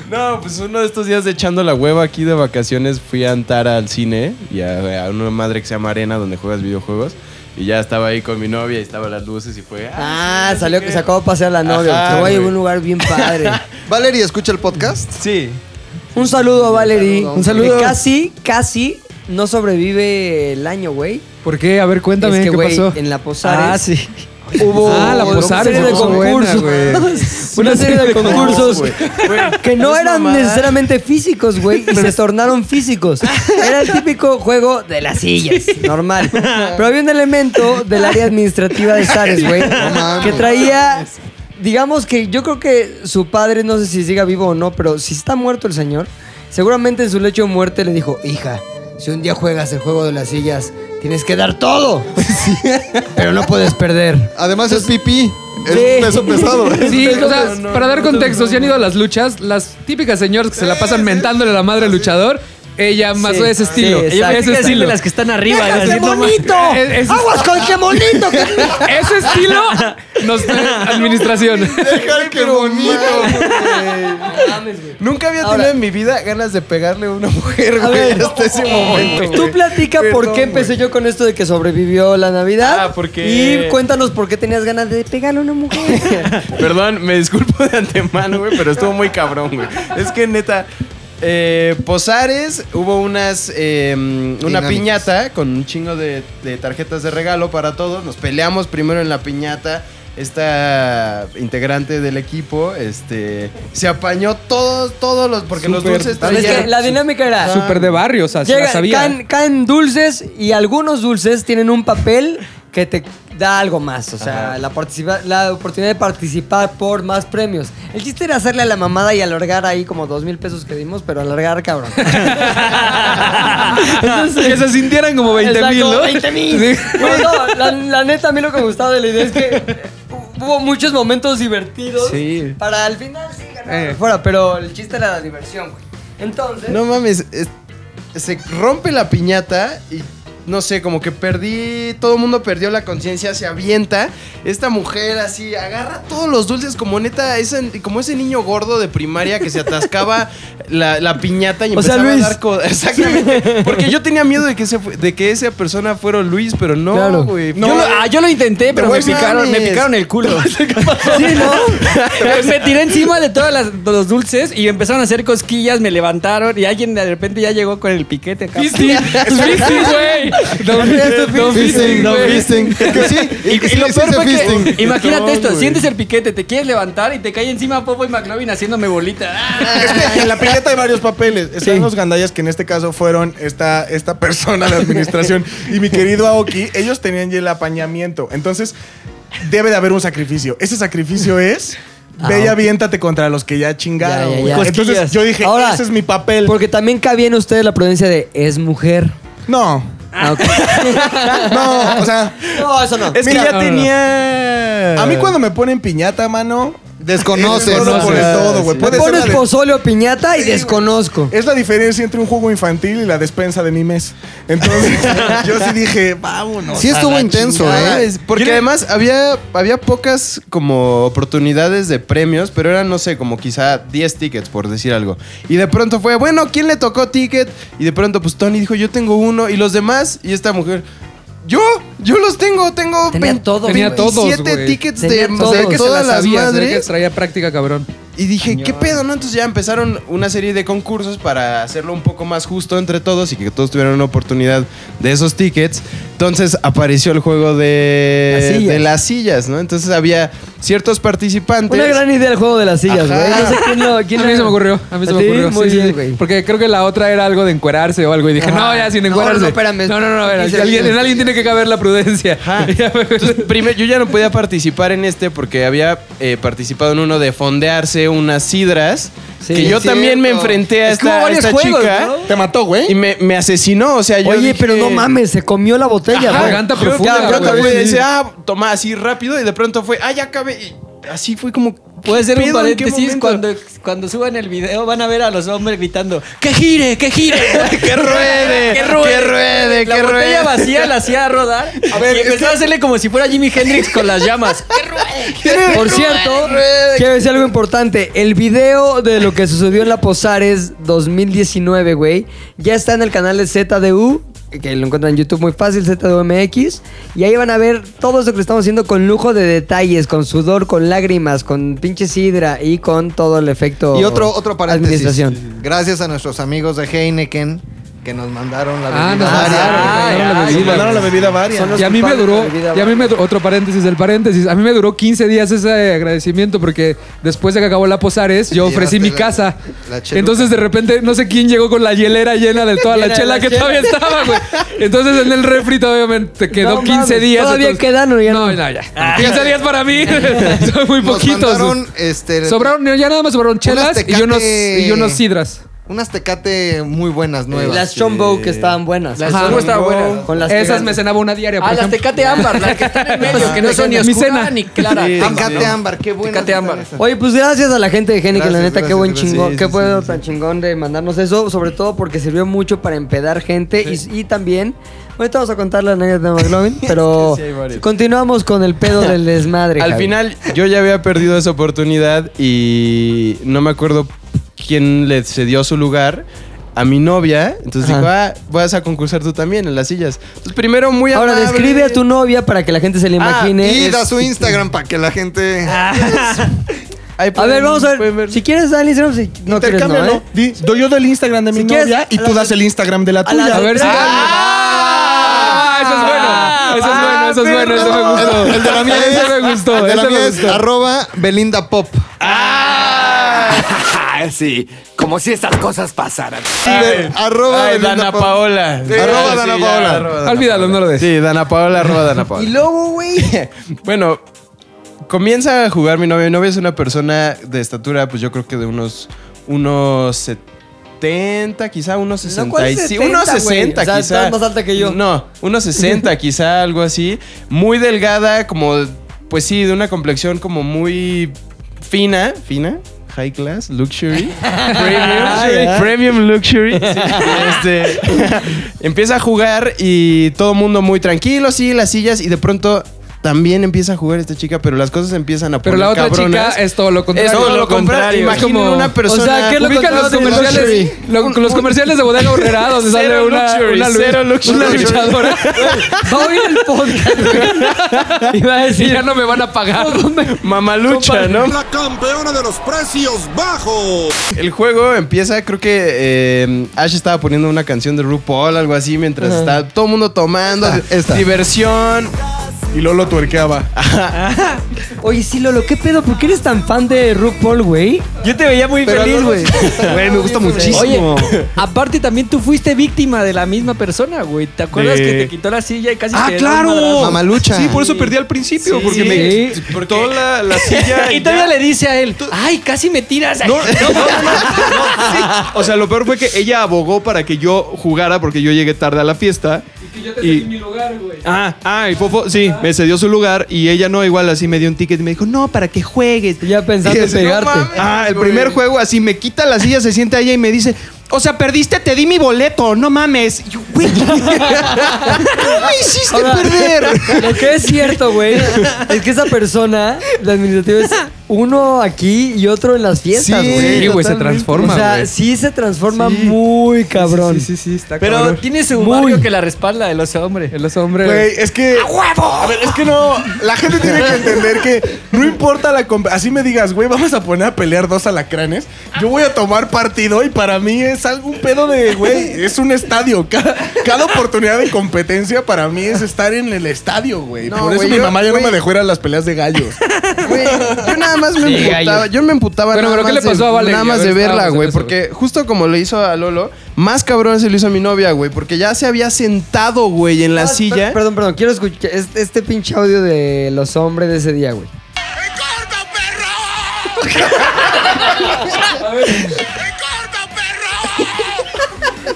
Speaker 8: No, pues uno de estos días de echando la hueva aquí de vacaciones fui a Antara al cine y a, a una madre que se llama Arena donde juegas videojuegos. Y ya estaba ahí con mi novia y estaban las luces y fue.
Speaker 2: Ah, salió que se acabó de pasear la novia.
Speaker 8: Ajá,
Speaker 2: Te voy a llevar a
Speaker 8: güey.
Speaker 2: un lugar bien padre.
Speaker 3: Valeria, escucha el podcast.
Speaker 8: Sí.
Speaker 2: Un saludo a Valerie.
Speaker 3: Un
Speaker 2: Que casi, casi no sobrevive el año, güey.
Speaker 4: ¿Por qué? A ver, cuéntame,
Speaker 2: Es que,
Speaker 4: ¿qué
Speaker 2: güey,
Speaker 4: pasó?
Speaker 2: en la Posada.
Speaker 4: Ah, sí.
Speaker 2: Hubo
Speaker 4: Ah, la
Speaker 2: una
Speaker 4: Posares,
Speaker 2: serie de
Speaker 4: se puso buena,
Speaker 2: concursos. una serie de concursos que no eran necesariamente físicos, güey, y se tornaron físicos. Era el típico juego de las sillas, normal. Pero había un elemento del área administrativa de Sares, güey,
Speaker 3: mames.
Speaker 2: que traía. Digamos que yo creo que su padre, no sé si siga vivo o no, pero si está muerto el señor, seguramente en su lecho de muerte le dijo: Hija, si un día juegas el juego de las sillas, tienes que dar todo. Pero no puedes perder.
Speaker 3: Además es pipí. Es
Speaker 2: Sí.
Speaker 3: peso pesado.
Speaker 4: Sí, o sea, para dar contexto, si han ido a las luchas, las típicas señoras que se la pasan mentándole a la madre al luchador, ella más
Speaker 2: Sí,
Speaker 4: de ese
Speaker 2: sí,
Speaker 4: estilo.
Speaker 2: exacto.
Speaker 4: ese
Speaker 2: Típicas
Speaker 4: estilo.
Speaker 6: las que están arriba. así,
Speaker 2: ¡Qué
Speaker 6: no mames.
Speaker 2: bonito!
Speaker 4: Es- es-
Speaker 2: ¡Aguas con qué bonito! que-
Speaker 4: Ese estilo nos administración.
Speaker 3: Dejar que bonito.
Speaker 8: Nunca había
Speaker 2: Ahora-
Speaker 8: tenido en mi vida ganas de pegarle a una mujer,
Speaker 2: A
Speaker 8: güey,
Speaker 2: ver. eh,
Speaker 8: hasta ese momento.
Speaker 2: Tú
Speaker 8: güey.
Speaker 2: platica por
Speaker 8: Perdón,
Speaker 2: qué empecé yo con esto de que sobrevivió la Navidad.
Speaker 8: Ah, porque-
Speaker 2: Y cuéntanos por qué tenías ganas de pegarle a una mujer.
Speaker 8: Perdón, me disculpo de antemano, güey, pero estuvo muy cabrón, güey. Es que neta. eh, Posares, hubo unas eh, una
Speaker 3: Dinámicas.
Speaker 8: piñata con un chingo de, de tarjetas de regalo para todos. Nos peleamos primero en la piñata. Esta integrante del equipo, este, se apañó todos, todos los, porque los
Speaker 4: Súper.
Speaker 8: dulces
Speaker 2: Es que
Speaker 8: traían-
Speaker 2: la dinámica era.
Speaker 4: Súper de barrio, o sea, se la
Speaker 2: llega-
Speaker 4: sabía.
Speaker 2: caen, caen dulces y algunos dulces tienen un papel que te da algo más. O sea, la, participa- la oportunidad de participar por más premios. El chiste era hacerle a la mamada y alargar ahí como dos mil pesos que dimos, pero alargar, cabrón.
Speaker 4: que se sintieran como 20 mil, ¿no?
Speaker 2: Exacto, 20,000. Bueno, no, la, la neta, a mí lo que me gustaba de la idea es que hubo muchos momentos divertidos.
Speaker 8: Sí.
Speaker 2: Para al final sí ganar
Speaker 4: Eh.
Speaker 2: fuera, pero el chiste era la diversión, güey. Entonces,
Speaker 8: No mames, es- se rompe la piñata y no sé, como que perdí, todo el mundo perdió la conciencia, se avienta. Esta mujer así agarra todos los dulces, como neta, ese- como ese niño gordo de primaria que se atascaba la, la piñata y
Speaker 2: O sea,
Speaker 8: empezaba
Speaker 2: Luis.
Speaker 8: a dar co- Exactamente. Porque yo tenía miedo de que, ese fu- de que esa persona fuera Luis, pero no,
Speaker 2: Claro.
Speaker 8: güey.
Speaker 6: yo, lo, ah, yo lo intenté, pero me
Speaker 8: güey,
Speaker 6: picaron, me
Speaker 8: mames.
Speaker 6: picaron el culo. Me- me tiré encima de todos los dulces y empezaron a hacer cosquillas, me levantaron y alguien de repente ya llegó con el piquete acá.
Speaker 4: Fisting, fisting, güey. Don fisting,
Speaker 3: Fisting, no
Speaker 4: güey.
Speaker 3: fisting. Que sí,
Speaker 6: Y,
Speaker 3: que
Speaker 6: y
Speaker 3: sí
Speaker 6: lo
Speaker 3: le
Speaker 6: peor
Speaker 3: hice
Speaker 6: fue que-
Speaker 3: fisting.
Speaker 6: imagínate esto, sientes el piquete, te quieres levantar y te cae encima Popo y McLovin haciéndome bolita. ¡Ah!
Speaker 5: Es que en la piñata hay varios papeles. Están los gandallas que en este caso fueron esta, esta persona de administración y mi querido Aoki. Ellos tenían ya el apañamiento. Entonces, debe de haber un sacrificio. Ese sacrificio es. Ve y aviéntate contra los que ya chingaron.
Speaker 2: Ya, ya,
Speaker 5: güey.
Speaker 2: ya.
Speaker 5: Entonces
Speaker 6: Cosquillas.
Speaker 5: yo dije,
Speaker 2: Ahora-
Speaker 5: ese es mi papel.
Speaker 2: Porque también cabía en ustedes la prudencia de es mujer.
Speaker 5: No,
Speaker 2: Ah, ok.
Speaker 5: no, o sea,
Speaker 2: no, eso no.
Speaker 8: Es que
Speaker 5: Mira,
Speaker 8: ya
Speaker 5: no, no, no.
Speaker 8: tenía.
Speaker 5: a mí cuando me ponen piñata, mano,
Speaker 3: Desconoces.
Speaker 5: no lo pones todo, güey.
Speaker 2: Me
Speaker 5: Puede ser
Speaker 2: pones
Speaker 5: la de-
Speaker 2: pozole o piñata y desconozco.
Speaker 5: Es la diferencia entre un juego infantil y la despensa de mi mes. Entonces, yo sí dije, vámonos.
Speaker 3: Sí estuvo intenso,
Speaker 8: Ah,
Speaker 3: ¿eh?
Speaker 8: es- Porque además había, había pocas como oportunidades de premios, pero eran, no sé, como quizá 10 tickets, por decir algo. Y de pronto fue, bueno, ¿quién le tocó ticket? Y de pronto, pues Tony dijo, yo tengo uno, y los demás, y esta mujer. Yo, yo los tengo, tengo
Speaker 2: Tenía
Speaker 8: 20,
Speaker 2: todo,
Speaker 4: Tenía Este, güey. todos,
Speaker 8: 27
Speaker 4: güey.
Speaker 8: tickets
Speaker 2: Tenía
Speaker 8: de,
Speaker 2: todo.
Speaker 8: de
Speaker 2: Se ve que se
Speaker 8: todas
Speaker 4: la
Speaker 8: las
Speaker 4: sabía, se ve que
Speaker 8: madres.
Speaker 4: traía práctica, cabrón.
Speaker 8: Y dije, ¿qué pedo, no? Entonces ya empezaron una serie de concursos para hacerlo un poco más justo entre todos y que todos tuvieran una oportunidad de esos tickets. Entonces apareció el juego de,
Speaker 2: Las sillas.
Speaker 8: de las sillas, ¿no? Entonces había ciertos participantes.
Speaker 2: Una gran idea el juego de las sillas,
Speaker 8: Ajá.
Speaker 2: güey. No sé quién lo. quién
Speaker 4: A mí
Speaker 2: lo-
Speaker 4: se me ocurrió, a mí se me
Speaker 2: ti?
Speaker 4: ocurrió.
Speaker 2: Muy
Speaker 4: sí,
Speaker 2: bien,
Speaker 4: sí.
Speaker 2: güey.
Speaker 4: Porque creo que la otra era algo de encuerarse o algo. Y dije,
Speaker 2: Ajá.
Speaker 4: no, ya sin
Speaker 2: No,
Speaker 4: encuerarse.
Speaker 2: no, espérame.
Speaker 4: No, no, no, a ver,
Speaker 2: Quince
Speaker 4: alguien, en
Speaker 2: minutos.
Speaker 4: alguien tiene que caber la prudencia. Ya, güey.
Speaker 8: Primero, yo ya no podía participar en este porque había eh, participado en uno de fondearse unas sidras.
Speaker 2: Sí,
Speaker 8: que yo
Speaker 2: es
Speaker 8: también me
Speaker 2: cierto.
Speaker 8: enfrenté a
Speaker 6: Es como
Speaker 8: esta, a
Speaker 6: varios
Speaker 8: esta
Speaker 6: juegos,
Speaker 8: chica.
Speaker 6: ¿no?
Speaker 5: Te mató,
Speaker 8: Y
Speaker 5: güey.
Speaker 8: me, me asesinó, o sea, yo
Speaker 2: Oye,
Speaker 8: dije-
Speaker 2: pero no mames, se comió la botella, güey.
Speaker 4: Garganta
Speaker 8: Creo que
Speaker 4: profunda.
Speaker 8: de pronto
Speaker 4: güey.
Speaker 8: fue, dice, ah, toma así rápido y de pronto fue, ah, ya acabé. Y así fue como.
Speaker 6: Puede ser un
Speaker 8: ¿Pedo? ¿En qué
Speaker 6: paréntesis
Speaker 8: momento?
Speaker 6: cuando, cuando suban el video van a ver a los hombres gritando ¡Que gire! ¡Que gire!
Speaker 8: ¡Que ruede!
Speaker 6: ¡Que ruede!
Speaker 8: ¡Que ruede!
Speaker 6: La
Speaker 8: ¡Que
Speaker 6: botella
Speaker 8: ruede!
Speaker 6: vacía la hacía rodar y empezó a hacerle como si fuera Jimi Hendrix con las llamas.
Speaker 2: Por cierto, quiero decir algo importante. El video de lo que sucedió en la Posares 2019, güey, ya está en el canal de ZDU, que lo encuentran en YouTube muy fácil, ZDUMX. Y ahí van a ver todo eso que estamos haciendo con lujo de detalles, con sudor, con lágrimas, con pinche sidra y con todo el efecto.
Speaker 9: Y otro, otro paréntesis.
Speaker 2: Administración.
Speaker 9: Gracias a nuestros amigos de Heineken que nos mandaron la
Speaker 4: Ah, nos
Speaker 9: bebida.
Speaker 4: mandaron,
Speaker 6: Ah,
Speaker 4: nos mandaron la
Speaker 6: ya,
Speaker 4: bebida,
Speaker 5: Me mandaron la
Speaker 4: güey.
Speaker 5: bebida varia.
Speaker 2: Son los
Speaker 4: Y a mí me
Speaker 2: culpables de
Speaker 4: duró,
Speaker 2: la bebida,
Speaker 4: y a mí
Speaker 2: güey.
Speaker 4: me duró, otro paréntesis del paréntesis, a mí me duró 15 días ese agradecimiento porque después de que acabó la Posares, yo
Speaker 9: Te
Speaker 4: ofrecí mi
Speaker 9: llevaste la-
Speaker 4: casa.
Speaker 9: la cheluca.
Speaker 4: Entonces de repente no sé quién llegó con la hielera llena de toda la
Speaker 2: Llena de
Speaker 4: chela
Speaker 2: la
Speaker 4: que
Speaker 2: chela.
Speaker 4: todavía estaba, güey. Entonces en el refri todavía me- te quedó
Speaker 2: No
Speaker 4: 15
Speaker 2: mames,
Speaker 4: días.
Speaker 2: todavía
Speaker 4: entonces-
Speaker 2: quedan, ¿o ya
Speaker 4: no,
Speaker 2: no?
Speaker 4: no, ya. 15 días para mí. Son muy
Speaker 9: Nos
Speaker 4: poquitos.
Speaker 9: mandaron, este,
Speaker 4: Sobraron, ya nada más sobraron chelas y
Speaker 9: Tecate-
Speaker 4: unos, y unos sidras.
Speaker 9: unas tecate muy
Speaker 3: Eh,
Speaker 9: buenas nuevas.
Speaker 2: Las Chombo que estaban buenas.
Speaker 6: Las
Speaker 2: Ajá.
Speaker 6: Chombo estaban buenas.
Speaker 2: Con las
Speaker 4: Esas
Speaker 2: que-
Speaker 4: me cenaba una diaria, por
Speaker 6: Ah, las
Speaker 4: ejemplo.
Speaker 6: Tecate Ámbar, las que están en medio, que no son ni
Speaker 4: Mi
Speaker 6: oscura
Speaker 4: cena.
Speaker 6: ni clara.
Speaker 9: Tecate ámbar, qué buenas.
Speaker 6: Tecate ámbar.
Speaker 9: están esas.
Speaker 2: Oye, pues gracias a la gente de Heineken, la
Speaker 9: Gracias,
Speaker 2: neta, qué
Speaker 9: gracias,
Speaker 2: buen
Speaker 9: gracias.
Speaker 2: chingón,
Speaker 9: Sí,
Speaker 2: qué
Speaker 9: sí,
Speaker 2: pedo
Speaker 9: sí, sí.
Speaker 2: tan chingón de mandarnos eso, sobre todo porque sirvió mucho para empedar gente y- y, también. Ahorita vamos a contar la anécdota de McLovin, pero
Speaker 8: sí hay varios.
Speaker 2: continuamos con el pedo del desmadre.
Speaker 8: Al
Speaker 2: Javi.
Speaker 8: final, yo ya había perdido esa oportunidad y no me acuerdo quién le cedió su lugar. A mi novia, entonces
Speaker 2: Ajá.
Speaker 8: dijo, ah, vas a concursar tú también en las sillas. Entonces, primero, muy
Speaker 2: Ahora
Speaker 8: amable.
Speaker 2: describe a tu novia para que la gente se le
Speaker 8: Ah,
Speaker 2: imagine.
Speaker 9: Y da su Instagram para que la gente.
Speaker 4: Ah.
Speaker 8: Ahí
Speaker 2: A
Speaker 8: pueden-
Speaker 2: ver, vamos a ver.
Speaker 8: pueden
Speaker 2: Si quieres, dale Instagram. Si no quieres, no,
Speaker 5: Intercámbialo.
Speaker 2: ¿eh?
Speaker 5: Di, doy yo del Instagram de mi
Speaker 2: Si
Speaker 5: novia
Speaker 2: quieres,
Speaker 5: y
Speaker 2: a
Speaker 5: tú
Speaker 2: la-
Speaker 5: das el Instagram de la
Speaker 2: a la
Speaker 5: tuya.
Speaker 4: A ver si. ¡Ah! Eso es bueno. Eso es bueno, eso es bueno, eso me gustó.
Speaker 3: Ah, El- el de la mía
Speaker 4: Ese
Speaker 3: es-
Speaker 4: me gustó.
Speaker 5: Ah,
Speaker 3: el de la
Speaker 4: ese me
Speaker 3: mía es
Speaker 4: gustó.
Speaker 9: Arroba Belinda Pop.
Speaker 5: Ah.
Speaker 1: Ah, sí, como si estas cosas pasaran.
Speaker 3: Be- Arroba
Speaker 8: Ay,
Speaker 3: Belinda
Speaker 8: Dana
Speaker 3: Pop.
Speaker 8: Paola.
Speaker 3: Sí, arroba Dana
Speaker 8: ya,
Speaker 3: Paola.
Speaker 8: arroba Dana
Speaker 4: Olvídalo, no lo des.
Speaker 8: Sí, Dana Paola, arroba Dana Paola.
Speaker 2: Y luego, güey.
Speaker 8: Bueno, comienza a jugar mi novia. Mi novia es una persona de estatura, pues yo creo que de unos, unos 70, quizá unos
Speaker 2: No, ¿cuál
Speaker 8: 65.
Speaker 2: 70,
Speaker 8: unos 60,
Speaker 2: güey? O sea,
Speaker 8: quizá.
Speaker 2: estás más alta que yo.
Speaker 8: No, unos 60, quizá algo así. Muy delgada, como, pues sí, de una complexión como muy fina. ¿Fina?
Speaker 5: High Class, Luxury. Premium, Premium Luxury.
Speaker 8: Este, empieza a jugar y todo el mundo muy tranquilo, sí, las sillas, y de pronto también empieza a jugar esta chica, pero las cosas empiezan a
Speaker 4: Pero
Speaker 8: poner
Speaker 4: la otra
Speaker 8: cabronas.
Speaker 4: chica es todo lo contrario.
Speaker 8: Es todo lo contrario.
Speaker 4: Es como-
Speaker 8: Imaginen una persona-
Speaker 4: O sea, ¿qué es lo
Speaker 8: Ubican
Speaker 4: contrario? Los
Speaker 8: los de
Speaker 4: comerciales,
Speaker 8: luxury.
Speaker 4: lo- los comerciales de bodega horrera donde sale
Speaker 8: Cero
Speaker 4: una,
Speaker 8: luxury,
Speaker 4: una, lu-
Speaker 8: cero luxury.
Speaker 4: una luchadora.
Speaker 2: Va a oír el podcast. güey. Y va a
Speaker 4: y
Speaker 2: decir,
Speaker 4: ya no me van a pagar.
Speaker 8: Mamalucha, ¿no?
Speaker 10: La campeona de los precios bajos.
Speaker 8: El juego empieza, creo que eh, Ash estaba poniendo una canción de RuPaul, algo así, mientras está todo el mundo tomando, diversión.
Speaker 5: Y Lolo tuerqueaba.
Speaker 2: oye, sí, Lolo, ¿qué pedo? ¿Por qué eres tan fan de RuPaul, güey?
Speaker 6: Yo te veía muy feliz, güey.
Speaker 9: Güey, me gusta muchísimo.
Speaker 6: Oye, aparte también tú fuiste víctima de la misma persona, güey. ¿Te acuerdas
Speaker 5: De-
Speaker 6: que te quitó la silla y casi
Speaker 5: ¡Ah,
Speaker 6: te dio un madrazo?
Speaker 5: claro!
Speaker 9: Mamalucha.
Speaker 5: Sí, por eso perdí al principio,
Speaker 6: Sí,
Speaker 5: porque
Speaker 6: sí.
Speaker 5: me toda la, la silla.
Speaker 6: Y todavía le dice a él, ay, casi me tiras.
Speaker 5: No, no, no, no, no, sí. O sea, lo peor fue que ella abogó para que yo jugara porque yo llegué tarde a la fiesta. Y que yo te cedí mi lugar, güey. Ah, ah, y Fofo, sí, me cedió su lugar y ella no, igual así me dio un ticket y me dijo, no, para que juegues.
Speaker 2: Ya pensaste
Speaker 5: Y así, no
Speaker 2: pegarte.
Speaker 5: mames, ah, el primer juego así me quita la silla, se sienta ella y me dice, o sea, perdiste, te di mi boleto, no mames. Y yo, güey, ¿qué me hiciste
Speaker 2: Ahora-
Speaker 5: perder?
Speaker 2: Lo que es cierto, güey, es que esa persona, la administrativa, es uno aquí y otro en las fiestas,
Speaker 5: Sí,
Speaker 2: güey.
Speaker 4: Sí, güey, se
Speaker 5: totalmente.
Speaker 4: transforma,
Speaker 2: o sea,
Speaker 4: güey.
Speaker 2: sí se transforma
Speaker 4: Sí.
Speaker 2: muy cabrón.
Speaker 4: Sí, sí, sí, sí, está
Speaker 6: Pero
Speaker 4: cabrón.
Speaker 6: tiene su
Speaker 4: Muy.
Speaker 6: barrio que la respalda de los hombres.
Speaker 4: Los hombres...
Speaker 5: Güey, es que. A ver, es que no. La gente tiene que entender que no importa la. comp- Así me digas, güey, vamos a poner a pelear dos alacranes. Yo voy a tomar partido y para mí es algo un pedo de, güey, es un estadio. Cada, cada oportunidad de competencia para mí es estar en el estadio, güey.
Speaker 9: No,
Speaker 5: Por eso
Speaker 9: güey,
Speaker 5: mi
Speaker 9: yo-
Speaker 5: mamá ya no
Speaker 9: güey.
Speaker 5: me dejó ir a las peleas de gallos.
Speaker 9: Güey, yo nada más me emputaba. Yo me emputaba
Speaker 4: Bueno,
Speaker 9: nada,
Speaker 4: pero ¿qué
Speaker 9: más
Speaker 4: le pasó
Speaker 9: de,
Speaker 4: a Valeria?
Speaker 9: nada más
Speaker 4: A ver,
Speaker 9: de verla,
Speaker 4: estábamos en
Speaker 9: güey.
Speaker 4: eso,
Speaker 9: Porque justo como le hizo a Lolo, más cabrón se lo hizo a mi novia, güey. Porque ya se había sentado, güey, en la
Speaker 2: Ah,
Speaker 9: silla.
Speaker 2: per- Perdón, perdón, quiero escuchar este, este pinche audio de los hombres de ese día, güey.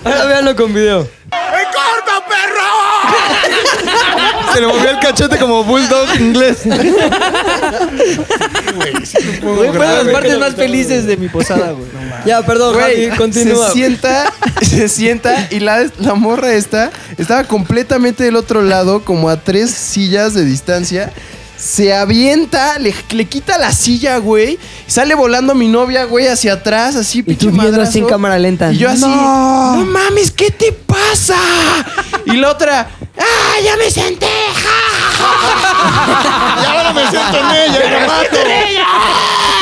Speaker 2: Ahora véanlo con video.
Speaker 3: Se le movió el cachete como bulldog inglés.
Speaker 6: Güey, fue de las partes más felices de mi posada, güey.
Speaker 2: Ya, perdón,
Speaker 9: Güey,
Speaker 2: Javi, continúa.
Speaker 9: se sienta, se sienta y la, la morra esta estaba completamente del otro lado, como a tres sillas de distancia. Se avienta, le, le quita la silla, güey. Sale volando mi novia, güey, hacia atrás, así,
Speaker 2: y
Speaker 9: pinche
Speaker 2: tú viendo
Speaker 9: madrazo.
Speaker 2: así en cámara lenta.
Speaker 9: Y yo así,
Speaker 2: ¡No!
Speaker 9: no, mames, ¿qué te pasa? Y la otra, ¡ah, ya me senté!
Speaker 3: Y ahora me siento en ella y lo mato.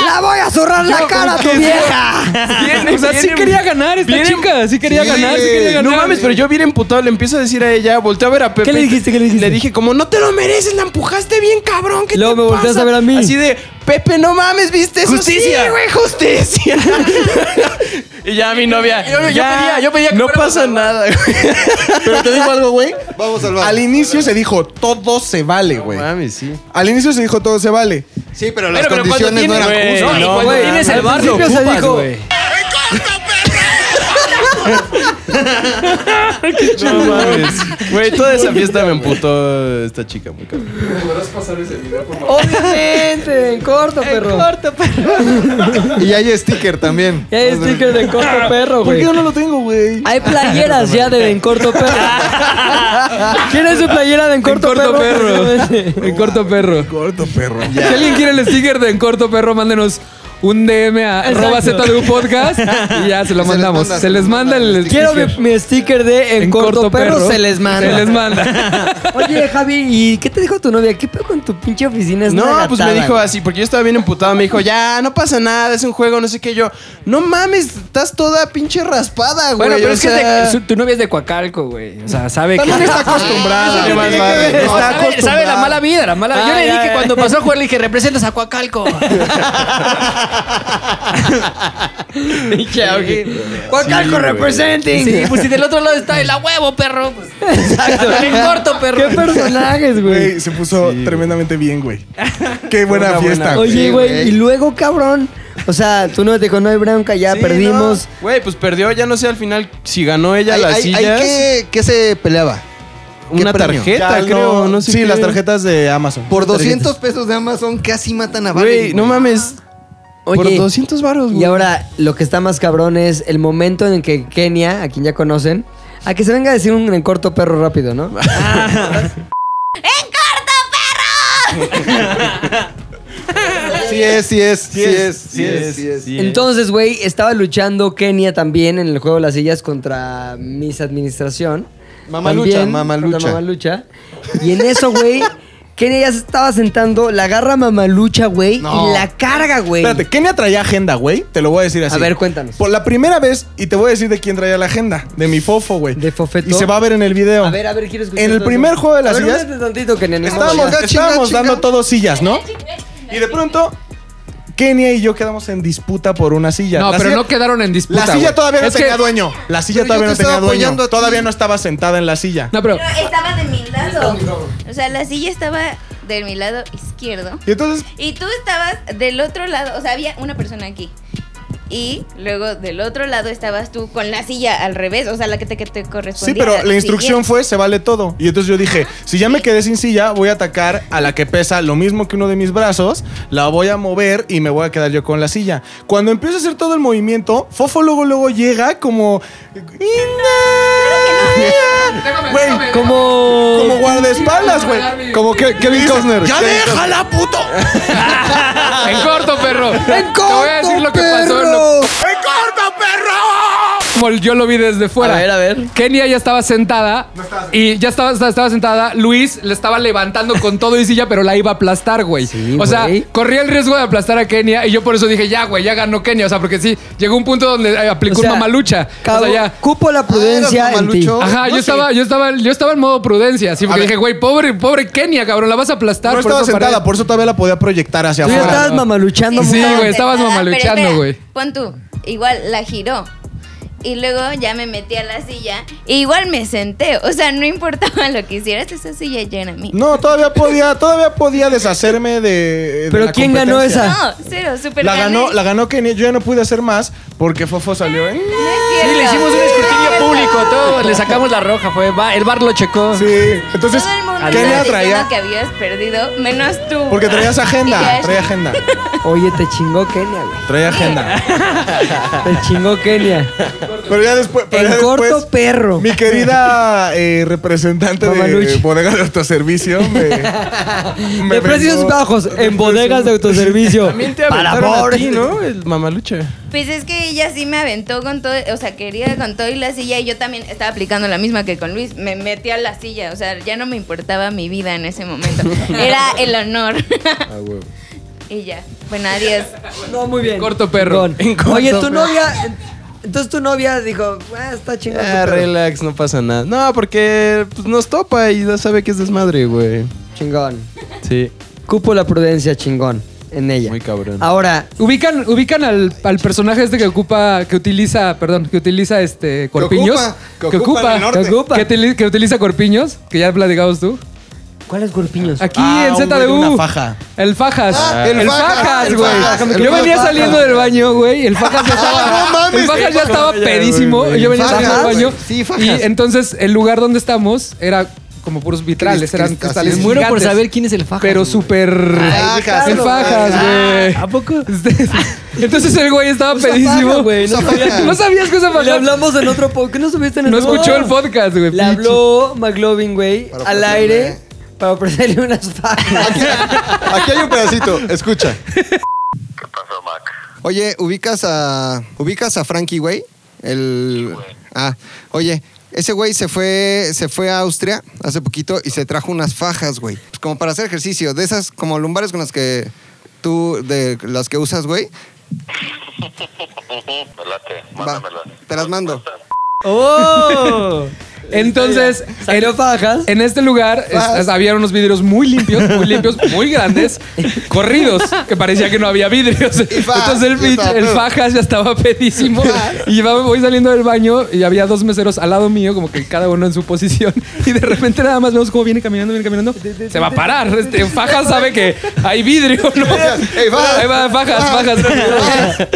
Speaker 2: ¡La voy a zurrar la cara, tu vieja!
Speaker 4: Ah, o sea, sí quería ganar esta chica. Sí quería ganar, sí quería ganar.
Speaker 9: No mames, pero yo bien emputado le empiezo a decir a ella, volteo a ver a Pepe.
Speaker 2: ¿Qué le dijiste? ¿Qué le dijiste?
Speaker 9: Le dije como, no te lo mereces, la empujaste bien, cabrón, ¿qué
Speaker 2: Luego
Speaker 9: te
Speaker 2: me volteas
Speaker 9: pasa?"
Speaker 2: a ver a mí.
Speaker 9: Así de, Pepe, no mames, ¿viste eso?
Speaker 6: Justicia.
Speaker 9: Sí, güey, justicia.
Speaker 6: Y ya mi novia.
Speaker 9: Yo, yo
Speaker 6: ya,
Speaker 9: pedía, yo pedía que
Speaker 6: No
Speaker 9: fuéramos
Speaker 6: pasa
Speaker 9: a-
Speaker 6: nada.
Speaker 5: Pero te digo algo, güey.
Speaker 3: Vamos al Ah,
Speaker 5: Al inicio se dijo, todo se vale, güey.
Speaker 9: Mames, sí.
Speaker 5: Al inicio se dijo, todo se vale.
Speaker 3: Sí, pero las
Speaker 6: pero cuando
Speaker 3: condiciones no
Speaker 6: tienes-
Speaker 3: eran
Speaker 6: güey,
Speaker 3: justas.
Speaker 6: no, y cuando
Speaker 2: güey,
Speaker 6: tienes
Speaker 2: al
Speaker 6: el bar, lo
Speaker 2: principio se
Speaker 6: ocupas,
Speaker 2: dijo-
Speaker 6: güey.
Speaker 8: No mames. Güey, toda esa fiesta me emputó esta chica, muy cabrón.
Speaker 2: Obviamente, en corto, perro.
Speaker 3: Y hay sticker también.
Speaker 2: Ya hay stickers de en corto, perro, güey.
Speaker 5: Yo no lo tengo, güey.
Speaker 2: Hay playeras ya de en corto, perro.
Speaker 9: Ah,
Speaker 2: ¿Quién es su playera de en corto,
Speaker 4: corto
Speaker 2: perro?
Speaker 4: En corto perro.
Speaker 5: Corto, perro.
Speaker 4: Si alguien quiere el sticker de En Corto Perro, mándenos un DM a
Speaker 2: Exacto.
Speaker 4: arroba ZDU Podcast y ya se lo
Speaker 3: les
Speaker 4: mandamos.
Speaker 3: manda,
Speaker 4: se les manda el
Speaker 2: Quiero mi,
Speaker 4: sticker.
Speaker 2: mi sticker de en, corto, perro, se les manda.
Speaker 4: Se les manda.
Speaker 2: Oye, Javi, ¿y qué te dijo tu novia? ¿Qué pedo con tu pinche oficina? Es
Speaker 9: No,
Speaker 2: una
Speaker 9: pues me
Speaker 2: gatada,
Speaker 9: dijo
Speaker 2: güey.
Speaker 9: así, porque yo estaba bien emputado. Me dijo, ya, no pasa nada, es un juego, no sé qué. Yo, no mames, estás toda pinche raspada, güey.
Speaker 6: Bueno, pero
Speaker 9: o
Speaker 6: es que es de-
Speaker 9: sea,
Speaker 6: su- tu novia es de Coacalco, güey. O sea, sabe
Speaker 5: También
Speaker 6: que...
Speaker 5: está
Speaker 3: Ah,
Speaker 5: acostumbrada.
Speaker 9: Eso no
Speaker 5: más
Speaker 9: tiene que
Speaker 5: vale.
Speaker 9: ver.
Speaker 5: No,
Speaker 9: Está
Speaker 6: sabe, sabe la mala vida, la mala vida. Yo
Speaker 2: Ah,
Speaker 6: le
Speaker 2: ya,
Speaker 6: dije
Speaker 2: ya.
Speaker 6: cuando pasó a jugar, le dije, representas a Coacalco.
Speaker 2: Coacalco representing.
Speaker 6: Sí, pues si del otro lado está el a huevo, perro. pues, En corto, perro.
Speaker 2: Qué personajes, güey.
Speaker 5: Güey, se puso tremendamente bien, güey. Qué buena fiesta.
Speaker 2: Oye,
Speaker 5: güey.
Speaker 9: Sí,
Speaker 2: güey,
Speaker 9: güey.
Speaker 2: y luego, cabrón. O sea, tú no te dijo, no hay bronca, ya
Speaker 9: Sí,
Speaker 2: perdimos.
Speaker 9: no. Güey, pues perdió, ya no sé al final si ganó ella
Speaker 3: Hay-
Speaker 9: las
Speaker 3: hay- hay
Speaker 9: sillas.
Speaker 3: que- ¿Qué se peleaba? ¿Qué
Speaker 9: Una
Speaker 3: premio?
Speaker 9: tarjeta,
Speaker 5: Ya,
Speaker 9: creo, no sé
Speaker 5: Sí,
Speaker 9: qué.
Speaker 5: las tarjetas de Amazon.
Speaker 3: Por 200 pesos de Amazon casi matan a Valen.
Speaker 9: Güey, no mames. Por 200 varos, güey.
Speaker 2: Y ahora, lo que está más cabrón es el momento en que Kenia, a quien ya conocen, a que se venga a decir un en corto perro rápido, ¿no?
Speaker 3: Sí es, sí es, sí es, sí es, sí es.
Speaker 2: Entonces, güey, estaba luchando Kenia también en el juego de las sillas contra Miss Administración.
Speaker 3: Mamalucha,
Speaker 2: También
Speaker 3: mamalucha.
Speaker 2: contra Mamalucha. Y en eso, güey, Kenia ya se estaba sentando, la agarra a Mamalucha, güey, y la carga, güey.
Speaker 5: Espérate, Kenia traía agenda, güey. Te lo voy a decir así.
Speaker 2: A ver, cuéntanos.
Speaker 5: Por la primera vez, y te voy a decir de quién traía la agenda. De mi fofo, güey.
Speaker 2: De Fofeto.
Speaker 5: Y se va a ver en el video.
Speaker 2: A ver, a ver, quiero escuchar.
Speaker 5: En el
Speaker 2: todo
Speaker 5: primer
Speaker 2: eso.
Speaker 5: juego de las
Speaker 2: A ver,
Speaker 5: sillas-
Speaker 2: espérate tantito, Kenia. ni
Speaker 5: Estábamos,
Speaker 2: modo, ya.
Speaker 5: estábamos dando todos sillas, ¿no? Y de pronto, Kenia y yo quedamos en disputa por una silla.
Speaker 4: No,
Speaker 5: La
Speaker 4: pero
Speaker 5: silla-
Speaker 4: no quedaron en disputa.
Speaker 5: La silla
Speaker 4: güey.
Speaker 5: todavía no
Speaker 4: Es que-
Speaker 5: tenía dueño. La silla
Speaker 3: Pero yo
Speaker 5: todavía
Speaker 3: te
Speaker 5: no tenía
Speaker 3: estaba
Speaker 5: dueño.
Speaker 3: apoyando a ti.
Speaker 5: Todavía no estaba sentada en la silla.
Speaker 4: No, pero.
Speaker 11: Pero estaba de mi lado. O sea, la silla estaba de mi lado izquierdo.
Speaker 5: Y entonces,
Speaker 11: Y tú estabas del otro lado. O sea, había una persona aquí. Y luego del otro lado estabas tú con la silla al revés. O sea, la que te, que te
Speaker 5: sí,
Speaker 11: correspondía.
Speaker 5: pero la instrucción
Speaker 11: siguiente.
Speaker 5: fue, se vale todo. Y entonces yo dije, si ya me quedé sin silla, voy a atacar a la que pesa lo mismo que uno de mis brazos, la voy a mover y me voy a quedar yo con la silla. Cuando empiezo a hacer todo el movimiento, Fofo luego luego llega como...
Speaker 11: ¿eh?
Speaker 5: Güey,
Speaker 2: Como.
Speaker 5: como guardaespaldas, güey.
Speaker 3: Como que Kevin Costner.
Speaker 5: ¡Ya
Speaker 3: Kevin
Speaker 5: déjala, puto!
Speaker 4: En corto, perro.
Speaker 3: ¡En
Speaker 4: Te voy a
Speaker 3: corto,
Speaker 4: decir lo que pasó.
Speaker 3: perro!
Speaker 4: lo- Como yo lo vi desde fuera.
Speaker 2: A ver, a ver.
Speaker 4: Kenia ya estaba sentada. y ya estaba, estaba- estaba sentada. Luis le estaba levantando con todo y silla, pero la iba a aplastar, güey.
Speaker 2: Sí,
Speaker 4: o sea,
Speaker 2: güey.
Speaker 4: corría el riesgo de aplastar a Kenia. Y yo por eso dije, ya, güey, ya ganó Kenia. O sea, porque sí, llegó un punto donde eh,
Speaker 2: O
Speaker 4: aplicó
Speaker 2: sea,
Speaker 4: una malucha. O
Speaker 2: cabo-
Speaker 4: sea, ya.
Speaker 2: Cupo la prudencia
Speaker 3: Ah, eras
Speaker 2: en ti.
Speaker 3: mamalucho.
Speaker 4: Ajá,
Speaker 5: No
Speaker 4: yo,
Speaker 5: sé.
Speaker 4: estaba, yo estaba, yo estaba en modo prudencia, sí, porque dije, güey, pobre, pobre Kenia, cabrón, la vas a aplastar.
Speaker 5: No
Speaker 4: por
Speaker 5: estaba
Speaker 4: esa pared".
Speaker 5: sentada, por eso todavía la podía proyectar hacia
Speaker 2: Tú ya
Speaker 5: afuera.
Speaker 2: estabas mamaluchando
Speaker 4: Sí,
Speaker 2: mucho.
Speaker 4: güey, estabas
Speaker 11: sentada,
Speaker 4: mamaluchando,
Speaker 11: pero espera,
Speaker 4: güey.
Speaker 11: Pon tú. Igual la giró. Y luego ya me metí a la silla. E igual me senté. O sea, no importaba lo que hicieras, esa silla ya era mía.
Speaker 5: No, todavía podía, todavía podía deshacerme de. de
Speaker 2: Pero
Speaker 5: la
Speaker 2: ¿quién ganó
Speaker 5: competencia.
Speaker 2: esa?
Speaker 11: No, cero, súper
Speaker 5: La ganó,
Speaker 11: gané.
Speaker 5: la ganó Kenia. Yo ya no pude hacer más porque Fofo salió en.
Speaker 11: No es
Speaker 6: Sí, le
Speaker 11: cierto.
Speaker 6: hicimos un escrutinio público a todos. Le sacamos la roja, fue. va- el bar lo checó.
Speaker 5: Sí. Entonces,
Speaker 11: Todo el mundo
Speaker 5: Kenia
Speaker 11: diciendo
Speaker 5: traía.
Speaker 11: que habías perdido, menos tú.
Speaker 5: Porque traías agenda.
Speaker 11: Y
Speaker 5: Traía
Speaker 11: Ash-
Speaker 5: agenda.
Speaker 2: Oye, te chingó Kenia, güey.
Speaker 5: Traía agenda.
Speaker 2: Te chingó Kenia.
Speaker 5: Pero ya después. pero ya
Speaker 2: En
Speaker 5: después,
Speaker 2: corto perro.
Speaker 5: Mi querida eh, representante de
Speaker 2: Mamaluchi.
Speaker 5: bodega de autoservicio me. me
Speaker 2: de precios
Speaker 5: vendió-
Speaker 2: bajos en bodegas de autoservicio.
Speaker 8: También te
Speaker 2: Para
Speaker 8: aventaron a
Speaker 2: pobres.
Speaker 8: ti, ¿no? El mamaluche.
Speaker 11: Pues es que ella sí me aventó con todo, o sea, quería con todo y la silla y yo también estaba aplicando la misma que con Luis, me metí a la silla, o sea, ya no me importaba mi vida en ese momento, era el honor. y ya, bueno, adiós.
Speaker 2: No, muy bien.
Speaker 4: Corto perro.
Speaker 2: Perdón.
Speaker 8: En corto
Speaker 2: Oye, tu
Speaker 8: perro.
Speaker 2: novia. Entonces tu novia dijo, ah, está chingón. tu
Speaker 9: Ah,
Speaker 2: perro".
Speaker 9: relax, no pasa nada. No, porque pues, nos topa y ya sabe que es desmadre, güey.
Speaker 2: Chingón.
Speaker 9: Sí,
Speaker 2: Cupo la prudencia, chingón. En ella.
Speaker 9: muy cabrón.
Speaker 2: Ahora,
Speaker 4: Ubican, ubican al, al personaje este que ocupa, que utiliza, perdón, que utiliza este corpiños.
Speaker 3: ocupa, que ocupa en el norte.
Speaker 4: que, ocupa. Que, utili- que utiliza corpiños, que ya platicabas tú.
Speaker 2: ¿cuáles golpiños?
Speaker 4: Aquí
Speaker 5: Ah,
Speaker 4: en
Speaker 5: un güey de
Speaker 4: ZDU.
Speaker 5: una faja.
Speaker 4: El Fajas.
Speaker 3: Ah,
Speaker 4: el,
Speaker 3: el Fajas,
Speaker 4: Fajas,
Speaker 3: el Fajas, el
Speaker 4: güey. Yo
Speaker 3: Fajas. Ah,
Speaker 4: venía saliendo del baño, güey. El Fajas ya estaba.
Speaker 3: No mames,
Speaker 4: el Fajas ya estaba pedísimo. Yo venía
Speaker 3: Fajas,
Speaker 4: saliendo del baño.
Speaker 3: güey. Sí, Fajas.
Speaker 4: y entonces el lugar donde estamos era como puros vitrales,
Speaker 3: Cris-
Speaker 4: eran
Speaker 3: cris-
Speaker 4: cristales.
Speaker 3: así es.
Speaker 6: Muero por
Speaker 4: gigantes.
Speaker 6: saber quién es el faja.
Speaker 4: Pero súper.
Speaker 3: Fajas, Ah,
Speaker 4: El
Speaker 3: no
Speaker 4: Fajas,
Speaker 3: mames.
Speaker 4: güey. ¿A poco? Este, Entonces el güey estaba pedísimo.
Speaker 2: güey, no
Speaker 4: No
Speaker 3: sabía.
Speaker 4: sabías- no sabías que esa
Speaker 2: Le
Speaker 4: faja.
Speaker 2: hablamos en otro podcast. ¿Qué no subiste en el
Speaker 4: No escuchó el
Speaker 2: podcast?
Speaker 4: podcast, güey.
Speaker 2: Le habló McLovin, güey,
Speaker 3: Para
Speaker 2: al
Speaker 3: ofrecerle-
Speaker 2: aire para ofrecerle unas fajas.
Speaker 3: Aquí hay un pedacito, escucha. ¿Qué pasó, Mac? Oye, ubicas a. ¿Ubicas a Frankie, güey? El. ah, oye. Ese güey se fue, se fue a Austria hace poquito y se trajo unas fajas, güey. Pues como para hacer ejercicio, de esas como lumbares con las que tú, de las que usas, güey. Va, te las mando.
Speaker 2: ¡Oh!
Speaker 4: Entonces,
Speaker 2: Salió fajas.
Speaker 4: En este lugar es- es- había unos vidrios muy limpios, muy limpios, muy grandes, corridos, que parecía que no había vidrios.
Speaker 3: fajas,
Speaker 4: Entonces el,
Speaker 3: y
Speaker 4: pinche-
Speaker 3: estaba
Speaker 4: el
Speaker 3: pedo.
Speaker 4: fajas ya estaba pedísimo. Y llevaba- voy saliendo del baño y había dos meseros al lado mío, como que cada uno en su posición. Y de repente nada más vemos cómo viene caminando, viene caminando. Se va a parar. Este, fajas sabe que hay vidrio, ¿no?
Speaker 3: "Ey, fajas,
Speaker 4: Ahí va, fajas, fajas.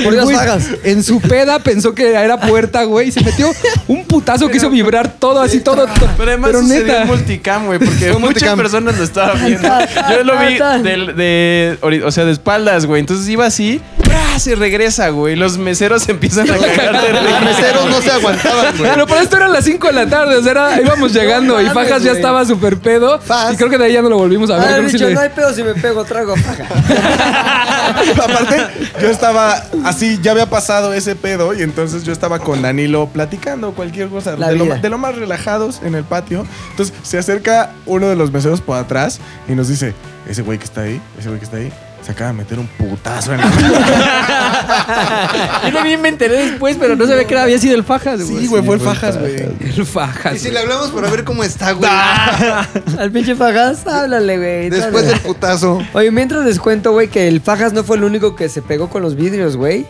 Speaker 2: Por Dios,
Speaker 4: Güey,
Speaker 2: fajas.
Speaker 4: En su peda pensó que era puerta, güey, y se metió un putazo que hizo vibrar todo, así todo. todo.
Speaker 8: Pero además sucedió en multicam, güey, porque muchas
Speaker 3: multicam.
Speaker 8: personas lo estaban viendo. Yo lo vi del- de, ori- o sea, de espaldas, güey. Entonces iba así, ¡bra! ¡Ah! Se regresa, güey. Los meseros empiezan a cagar de risa.
Speaker 3: Los meseros no se aguantaban, güey.
Speaker 4: Pero para esto eran las 5 de la tarde, o sea, era- íbamos llegando y Fajas ya estaba súper pedo. Y creo que de ahí ya no lo volvimos a ver.
Speaker 2: Ah,
Speaker 4: creo que sí
Speaker 2: dicho,
Speaker 4: le-
Speaker 2: no hay pedo si me pego, trago faja.
Speaker 5: Aparte, yo estaba así, ya había pasado ese pedo y entonces yo estaba con Danilo platicando cualquier cosa,
Speaker 2: La
Speaker 5: de lo,
Speaker 2: vida.
Speaker 5: de lo más relajados en el patio. Entonces se acerca uno de los meseros por atrás y nos dice, ese güey que está ahí, ese güey que está ahí, se acaba de meter un putazo en la
Speaker 6: Yo también me enteré después, pero no sabía que era- había sido el Fajas, güey.
Speaker 5: Sí, güey, fue el fajas, güey.
Speaker 4: El Fajas.
Speaker 3: Y si le hablamos para ver cómo está, güey.
Speaker 2: Ah. Al pinche Fajas, háblale, güey.
Speaker 3: Después del putazo.
Speaker 2: Oye, mientras les cuento, güey, que el Fajas no fue el único que se pegó con los vidrios, güey.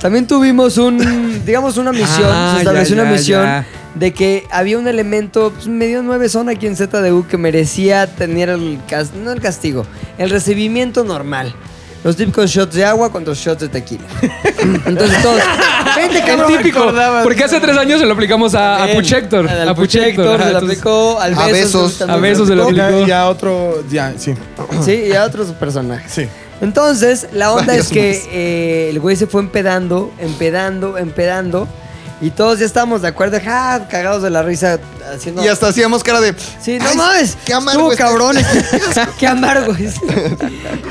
Speaker 2: También tuvimos un, digamos, una misión,
Speaker 4: Ah,
Speaker 2: se estableció
Speaker 4: ya,
Speaker 2: una
Speaker 4: ya,
Speaker 2: misión
Speaker 4: ya.
Speaker 2: de que había un elemento pues, medio nueve zona aquí en ZDU que merecía tener el, cas- no el castigo, el recibimiento normal. Los típicos shots de agua contra los shots de tequila. Entonces todos, vente
Speaker 4: El
Speaker 2: cabrón.
Speaker 4: típico, porque hace tres años se lo aplicamos a, a
Speaker 2: Bien,
Speaker 4: Puchector.
Speaker 2: al
Speaker 4: A Puchector.
Speaker 2: Puchector, se lo
Speaker 4: ajá, entonces-
Speaker 2: aplicó, al
Speaker 3: A
Speaker 2: Besos,
Speaker 3: Besos.
Speaker 2: también
Speaker 4: A Besos se lo
Speaker 2: aplicó.
Speaker 5: Y
Speaker 4: aplicó.
Speaker 5: a otro, ya, sí.
Speaker 2: Sí, y a otros personajes.
Speaker 5: Sí.
Speaker 2: Entonces, la onda
Speaker 3: Varios
Speaker 2: es que
Speaker 3: más.
Speaker 2: eh, el güey se fue empedando, empedando, empedando. Y todos ya estábamos de acuerdo, ja, cagados de la risa, haciendo.
Speaker 3: Y hasta hacíamos cara de.
Speaker 2: Sí, no
Speaker 3: "Ay,
Speaker 2: mames.
Speaker 3: Qué amargo.
Speaker 2: Estuvo
Speaker 3: está".
Speaker 2: cabrón. qué amargo. es.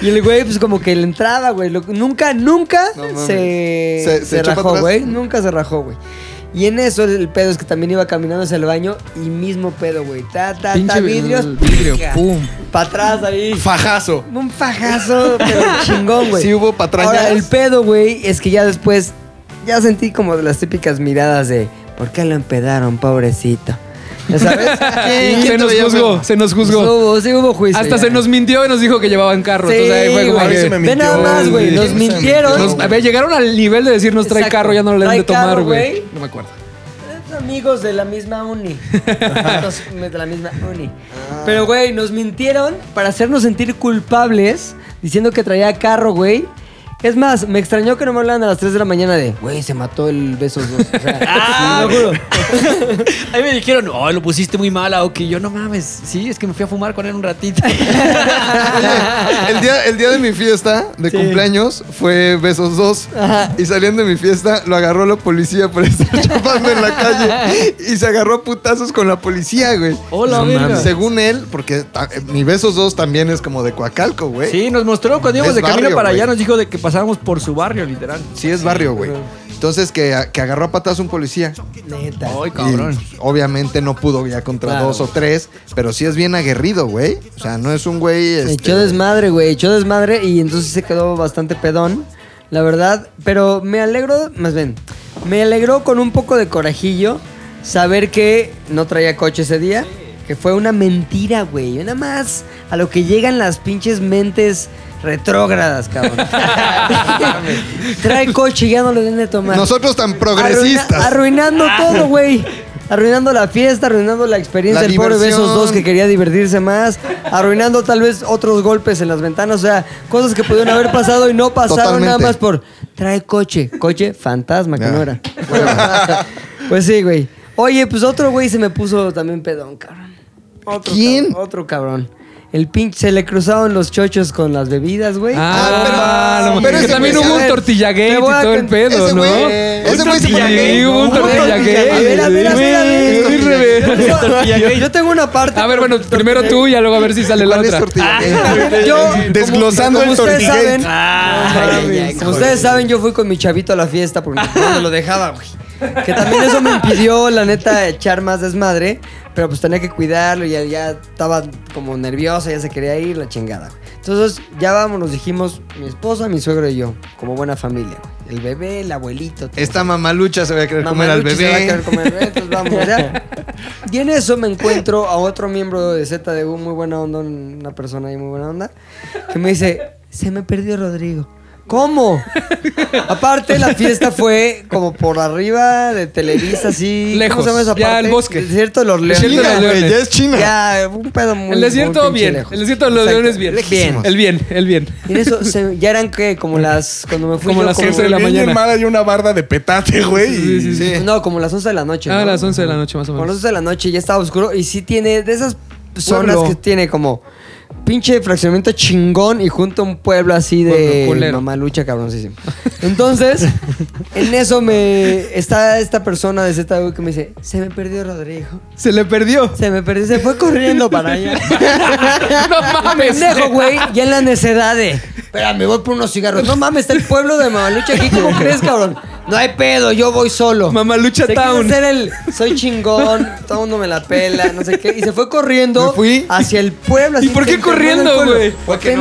Speaker 2: y el güey, pues como que le entraba, güey. Lo- Nunca, nunca
Speaker 3: No mames.
Speaker 2: se,
Speaker 3: Se-
Speaker 2: se
Speaker 3: se echó para
Speaker 2: rajó,
Speaker 3: atrás.
Speaker 2: güey. Nunca se rajó, güey. Y en eso el pedo es que también iba caminando hacia el baño y mismo pedo, güey. Ta, ta, ta,
Speaker 4: Pinche
Speaker 2: vidrios.
Speaker 4: vidrio, pum.
Speaker 2: Para atrás ahí.
Speaker 5: Fajazo.
Speaker 2: Un fajazo, pero chingón, güey.
Speaker 3: Sí hubo patrañas.
Speaker 2: Ahora, el pedo, güey, es que ya después, ya sentí como las típicas miradas de, ¿por qué lo empedaron, pobrecito? ¿Ya sabes?
Speaker 3: ¿Quién-
Speaker 4: Se
Speaker 3: quién te
Speaker 4: nos
Speaker 3: veía
Speaker 4: juzgó,
Speaker 3: enfermo?
Speaker 4: se nos
Speaker 2: Sí pues
Speaker 4: juzgó.
Speaker 2: hubo, sí hubo juicio.
Speaker 4: Hasta
Speaker 2: ya.
Speaker 4: se nos mintió y nos dijo que llevaban carro.
Speaker 2: Sí,
Speaker 4: Entonces ahí fue como
Speaker 2: güey.
Speaker 5: A mí se me
Speaker 4: que.
Speaker 2: Ve nada
Speaker 5: mintió,
Speaker 2: más, güey,
Speaker 5: güey.
Speaker 2: nos
Speaker 5: Sí, me
Speaker 2: mintieron.
Speaker 4: Nos- a ver, llegaron al nivel de decirnos trae
Speaker 2: Exacto.
Speaker 4: carro, ya no le
Speaker 2: Trae
Speaker 4: deben de tomar,
Speaker 2: carro,
Speaker 4: güey.
Speaker 2: güey.
Speaker 4: No me acuerdo.
Speaker 2: Amigos de la misma uni. Los- de la misma uni. Pero, güey, nos mintieron para hacernos sentir culpables diciendo que traía carro, güey. Es más, me extrañó que no me hablaran a las 3 de la mañana de, güey, se mató el besos dos. O sea,
Speaker 6: Ah,
Speaker 2: te lo juro.
Speaker 6: Ahí me dijeron, oh, lo pusiste muy mal, ok. Yo no mames. Sí, es que me fui a fumar con él un ratito.
Speaker 3: Oye, el, día, el día de mi fiesta de cumpleaños fue Besos 2. Y saliendo de mi fiesta, lo agarró la policía por estar chapando en la calle. Y se agarró a putazos con la policía, güey.
Speaker 6: Hola,
Speaker 3: No
Speaker 6: verga.
Speaker 3: mames. Según él, porque ta- eh, mi Besos 2 también es como de Coacalco, güey.
Speaker 6: Sí, nos mostró cuando íbamos
Speaker 3: Es
Speaker 6: de camino
Speaker 3: barrio,
Speaker 6: para allá,
Speaker 3: güey.
Speaker 6: nos dijo de que pasábamos por su barrio, literal.
Speaker 3: Sí, es barrio, güey. Entonces, que, que agarró a patadas un policía.
Speaker 2: Neta.
Speaker 6: Ay, cabrón.
Speaker 3: Y, obviamente no pudo ya contra
Speaker 2: Claro.
Speaker 3: dos o tres, pero sí es bien aguerrido, güey. O sea, no es un güey.
Speaker 2: Se
Speaker 3: este,
Speaker 2: Echó desmadre, güey. Echó desmadre y entonces se quedó bastante pedón, la verdad. Pero me alegro, más bien, me alegró con un poco de corajillo saber que no traía coche ese día. Que fue una mentira, güey. Nada más a lo que llegan las pinches mentes retrógradas, cabrón. Trae coche, ya no lo deben de tomar.
Speaker 3: Nosotros tan
Speaker 2: Arruina-
Speaker 3: progresistas.
Speaker 2: arruinando
Speaker 4: Ah.
Speaker 2: todo, güey. Arruinando la fiesta, arruinando la experiencia
Speaker 3: La
Speaker 2: del pobre
Speaker 3: diversión.
Speaker 2: Besos 2 que quería divertirse más, arruinando tal vez otros golpes en las ventanas, o sea, cosas que pudieron haber pasado y no pasaron
Speaker 3: Totalmente.
Speaker 2: nada más por trae coche, coche fantasma que
Speaker 3: Ya.
Speaker 2: no era. pues sí, güey. Oye, pues otro güey se me puso también pedón, cabrón. Otro
Speaker 3: ¿Quién?
Speaker 2: cabrón, otro cabrón. El pinche se le cruzaron los chochos con las bebidas, güey.
Speaker 4: Ah,
Speaker 3: pero-
Speaker 4: no,
Speaker 3: pero
Speaker 4: que
Speaker 3: ese
Speaker 4: también
Speaker 3: güey,
Speaker 4: hubo
Speaker 3: a
Speaker 4: un
Speaker 3: ver,
Speaker 4: tortillagate
Speaker 2: te
Speaker 4: y
Speaker 2: voy a
Speaker 4: todo el
Speaker 2: con-
Speaker 4: pedo,
Speaker 3: ese
Speaker 4: ¿no?
Speaker 3: güey- ese
Speaker 4: Un
Speaker 3: güey se
Speaker 4: tortillagate,
Speaker 3: pone-
Speaker 4: Hubo un
Speaker 3: Hubo
Speaker 4: tortillagate.
Speaker 2: A ver, a ver, a ver, a ver.
Speaker 4: Güey, revés.
Speaker 2: Yo- yo, yo tengo una parte.
Speaker 4: A ver, bueno, primero tú y ya luego a ver si sale la
Speaker 3: ¿Cuál es
Speaker 4: otra.
Speaker 3: tortilla?
Speaker 2: Yo,
Speaker 5: Desglosando
Speaker 2: como
Speaker 5: el
Speaker 2: ustedes
Speaker 5: tortillate.
Speaker 2: saben- Como ustedes saben, yo fui con mi chavito a la fiesta porque mi papá no me lo dejaba, güey. Que también eso me impidió, la neta, echar más desmadre. Pero pues tenía que cuidarlo y ya, ya estaba como nerviosa, ya se quería ir, la chingada, güey. Entonces ya vamos, nos dijimos mi esposa, mi suegro y yo, como buena familia, güey. El bebé, el abuelito. todo.
Speaker 3: Esta mamalucha se va a querer comer al
Speaker 2: Mamaluchi se va a querer
Speaker 3: bebé.
Speaker 2: comer al bebé, entonces vamos allá. Y en eso me encuentro a otro miembro de ZDU, muy buena onda, un- una persona ahí muy buena onda, que me dice, se me perdió Rodrigo. ¿Cómo? Aparte, la fiesta fue como por arriba de Televisa, así. ¿cómo
Speaker 4: Lejos,
Speaker 2: se llama esa
Speaker 4: ya
Speaker 2: parte?
Speaker 4: el bosque.
Speaker 2: Desierto de los Leones.
Speaker 4: Desierto de los
Speaker 2: Ya,
Speaker 4: Leones.
Speaker 3: güey, ya es China.
Speaker 2: Ya, un pedo muy
Speaker 4: Ah, El desierto
Speaker 2: muy pinche
Speaker 4: bien,
Speaker 2: lejos.
Speaker 4: el desierto de los
Speaker 2: Exacto.
Speaker 4: leones bien.
Speaker 2: Bien.
Speaker 4: El bien, el bien.
Speaker 2: Y en eso se- ya eran que como las. Cuando me fui
Speaker 4: Como
Speaker 2: yo,
Speaker 4: las once de la
Speaker 5: Bien
Speaker 4: mañana.
Speaker 5: mal hay una barda de petate, güey.
Speaker 4: Sí,
Speaker 5: y-
Speaker 4: sí, sí.
Speaker 2: No, como las 11 de la noche.
Speaker 4: Ah,
Speaker 2: ¿no?
Speaker 4: a las 11 de la noche más o
Speaker 2: Con las
Speaker 4: menos.
Speaker 2: 11 de la noche ya estaba oscuro y sí tiene de esas zonas
Speaker 4: Pueblo.
Speaker 2: que tiene como pinche fraccionamiento chingón y junto a un pueblo así de
Speaker 4: Pueblo culero.
Speaker 2: mamalucha cabroncísimo. Entonces, en eso me está esta persona de ZDU que me dice, se me perdió Rodrigo.
Speaker 4: Se le perdió.
Speaker 2: Se me perdió, se fue corriendo para allá.
Speaker 4: no mames.
Speaker 2: Pendejo, güey, ya en la necedad de. Espérame, voy por unos cigarros. No mames, está el pueblo de Mamalucha aquí. ¿Cómo crees, cabrón? No hay pedo, yo voy solo.
Speaker 4: Mamalucha
Speaker 2: Se quiso
Speaker 4: Town.
Speaker 2: hacer el soy chingón, todo el mundo me la pela, no sé qué. Y se fue corriendo hacia el pueblo.
Speaker 4: ¿Y
Speaker 2: así,
Speaker 4: por qué
Speaker 2: intentando
Speaker 4: corriendo,
Speaker 2: el pueblo.
Speaker 4: güey?
Speaker 2: Porque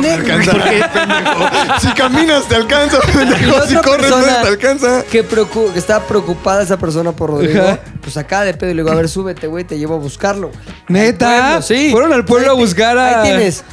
Speaker 3: Si caminas, te alcanza,
Speaker 2: y
Speaker 3: pendejo. Si
Speaker 2: otra
Speaker 3: corres, no
Speaker 2: persona
Speaker 3: te alcanza.
Speaker 2: Que, preocu- que estaba preocupada esa persona por Rodrigo.
Speaker 4: Ajá.
Speaker 2: Pues acá de pedo y le digo, a ver, súbete, güey, te llevo a buscarlo. güey.
Speaker 4: Neta.
Speaker 2: Al pueblo, sí.
Speaker 4: Fueron al pueblo a
Speaker 2: Ahí te-
Speaker 4: buscar a.
Speaker 2: Ahí tienes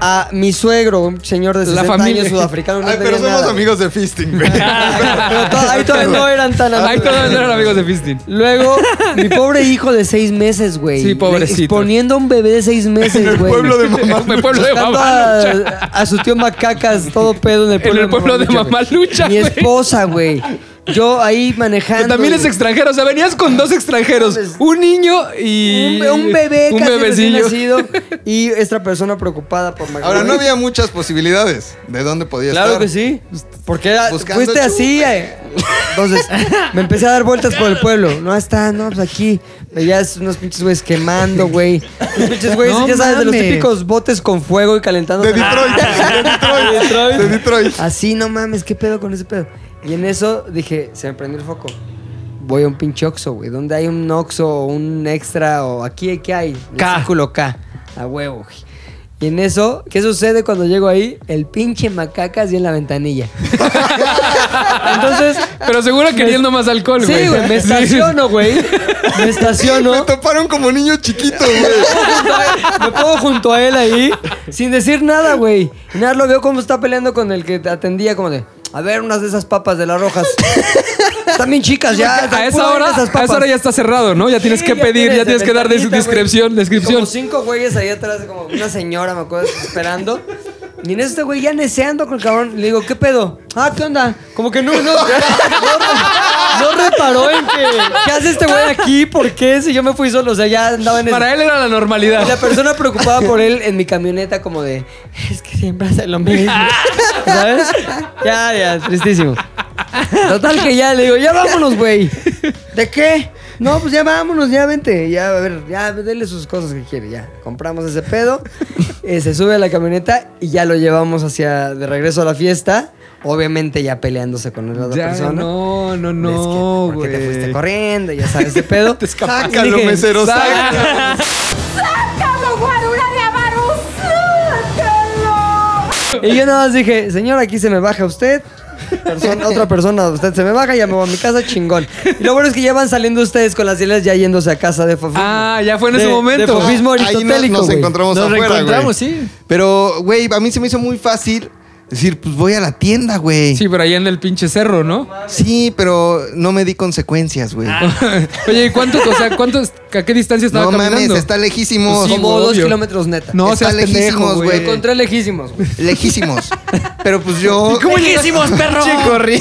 Speaker 2: a mi suegro, un señor de
Speaker 4: La
Speaker 2: 60
Speaker 4: familia.
Speaker 2: años sudafricano. No
Speaker 3: Ay, pero
Speaker 2: tenía
Speaker 3: somos
Speaker 2: nada.
Speaker 3: amigos de fisting, güey.
Speaker 2: Pero to- ahí todavía no eran tan
Speaker 4: Ahí
Speaker 2: amigos.
Speaker 4: todos eran amigos de Fistin.
Speaker 2: Luego, mi pobre hijo de seis meses, güey.
Speaker 4: Sí, pobrecito.
Speaker 2: Le- Exponiendo a un bebé de seis meses, güey.
Speaker 3: Pueblo de mamá.
Speaker 4: El pueblo de
Speaker 2: Buscando
Speaker 4: Mamalucha.
Speaker 2: a, a su tío Macacas, todo pedo en el
Speaker 4: En
Speaker 2: pueblo,
Speaker 4: el pueblo de
Speaker 2: Mamalucha, güey.
Speaker 4: Mamalucha.
Speaker 2: Mi
Speaker 4: güey.
Speaker 2: esposa, güey. Yo ahí manejando.
Speaker 4: Que también es
Speaker 2: güey.
Speaker 4: extranjero. O sea, venías con dos extranjeros. Un niño y.
Speaker 2: Pues, Un, be- un bebé
Speaker 4: Un
Speaker 2: casi recién
Speaker 4: bebecillo.
Speaker 2: nacido y esta persona preocupada por Macaco.
Speaker 3: Ahora, no había muchas posibilidades de dónde podía
Speaker 2: Claro
Speaker 3: estar.
Speaker 2: que sí. Porque era-
Speaker 3: Buscando
Speaker 2: fuiste
Speaker 3: chupe.
Speaker 2: así. eh. Entonces, me empecé a dar vueltas por el pueblo. No, está, no, pues aquí. Veías unos pinches güeyes quemando, güey. Unos pinches güeyes,
Speaker 4: No
Speaker 2: ya sabes, de los
Speaker 4: mames.
Speaker 2: típicos botes con fuego y calentando.
Speaker 3: De Detroit, de Detroit, de Detroit.
Speaker 2: Así, no mames, ¿qué pedo con ese pedo? Y en eso dije, se me prendió el foco. Voy a un pinche Oxxo, güey. ¿Dónde hay un Oxxo o un extra o aquí, qué hay? El
Speaker 4: K.
Speaker 2: Círculo K. A huevo, güey. Y en eso, ¿qué sucede cuando llego ahí? El pinche macacas y en la ventanilla. Entonces,
Speaker 4: Pero seguro queriendo más alcohol, güey.
Speaker 2: sí, güey, me estaciono, güey. Me
Speaker 3: Me
Speaker 2: estaciono.
Speaker 3: toparon como niño chiquito, güey.
Speaker 2: Me pongo junto a él ahí, sin decir nada, güey. Y nada, lo veo como está peleando con el que te atendía, como de, a ver, unas de esas papas de las rojas. Están bien chicas ya.
Speaker 4: a
Speaker 2: puro
Speaker 4: esa
Speaker 2: ver
Speaker 4: hora,
Speaker 2: esas
Speaker 4: a esa hora ya está cerrado, ¿no? Ya tienes
Speaker 2: Sí,
Speaker 4: que pedir, ya tienes que dar des-
Speaker 2: ventanita, güey.
Speaker 4: descripción, descripción.
Speaker 2: Como cinco güeyes ahí atrás, como una señora, me acuerdo, esperando. Y en eso este güey ya neceando con el cabrón. Le digo, ¿qué pedo? Ah, ¿qué onda? Como que no, no, no, re- no reparó en que, ¿qué hace este güey aquí? ¿Por qué? Si yo me fui solo, o sea, ya andaba en el...
Speaker 4: Para él era la
Speaker 2: Y la
Speaker 4: normalidad.
Speaker 2: persona preocupada por él en mi camioneta como de, es que siempre hace lo mismo. ¿Sabes? Ya, ya, tristísimo. Total que ya le digo, ya vámonos, güey. ¿De qué? No, pues ya vámonos, ya vente. Ya, a ver, ya, denle sus cosas que quiere, ya. Compramos ese pedo. eh, se sube a la camioneta y ya lo llevamos hacia, de regreso a la fiesta. Obviamente ya peleándose con la otra
Speaker 4: Ya,
Speaker 2: persona.
Speaker 4: no, no,
Speaker 2: Es que,
Speaker 4: no,
Speaker 2: ¿Por qué
Speaker 4: güey.
Speaker 2: te fuiste corriendo? Ya sabes ese pedo.
Speaker 4: Te escapaste.
Speaker 3: Sácalo,
Speaker 2: Dije,
Speaker 3: mesero,
Speaker 4: Sácalo.
Speaker 3: sácalo.
Speaker 2: Y yo nada más dije, señor, aquí se me baja usted. Persona- otra persona, usted se me baja, ya me voy a mi casa, chingón. Y lo bueno es que ya van saliendo ustedes con las hileras ya yéndose a casa de Fofismo.
Speaker 4: Ah, ya fue en
Speaker 2: De-
Speaker 4: ese
Speaker 2: de
Speaker 4: momento.
Speaker 2: fofismo
Speaker 3: Ahí no-
Speaker 2: aristotélico,
Speaker 3: nos
Speaker 2: güey.
Speaker 3: encontramos
Speaker 6: Nos
Speaker 3: afuera,
Speaker 6: reencontramos,
Speaker 3: güey.
Speaker 6: sí.
Speaker 3: Pero, güey, a mí se me hizo muy fácil decir, pues voy a la tienda, güey. Sí.
Speaker 4: Sí, pero allá en el pinche cerro, ¿no?
Speaker 3: pero no me di consecuencias, güey.
Speaker 4: Oye, ¿y cuánto, o sea, cuánto, a qué distancia estaba
Speaker 3: no mames,
Speaker 4: caminando?
Speaker 3: está lejísimos.
Speaker 4: Pues sí,
Speaker 2: Como dos
Speaker 4: obvio.
Speaker 2: kilómetros neta.
Speaker 4: No,
Speaker 3: está
Speaker 4: seas pendejo,
Speaker 3: lejísimos,
Speaker 2: Me
Speaker 4: güey.
Speaker 3: güey.
Speaker 2: encontré lejísimos, güey.
Speaker 3: Lejísimos. Pero pues yo.
Speaker 6: ¡Buenísimos, perro!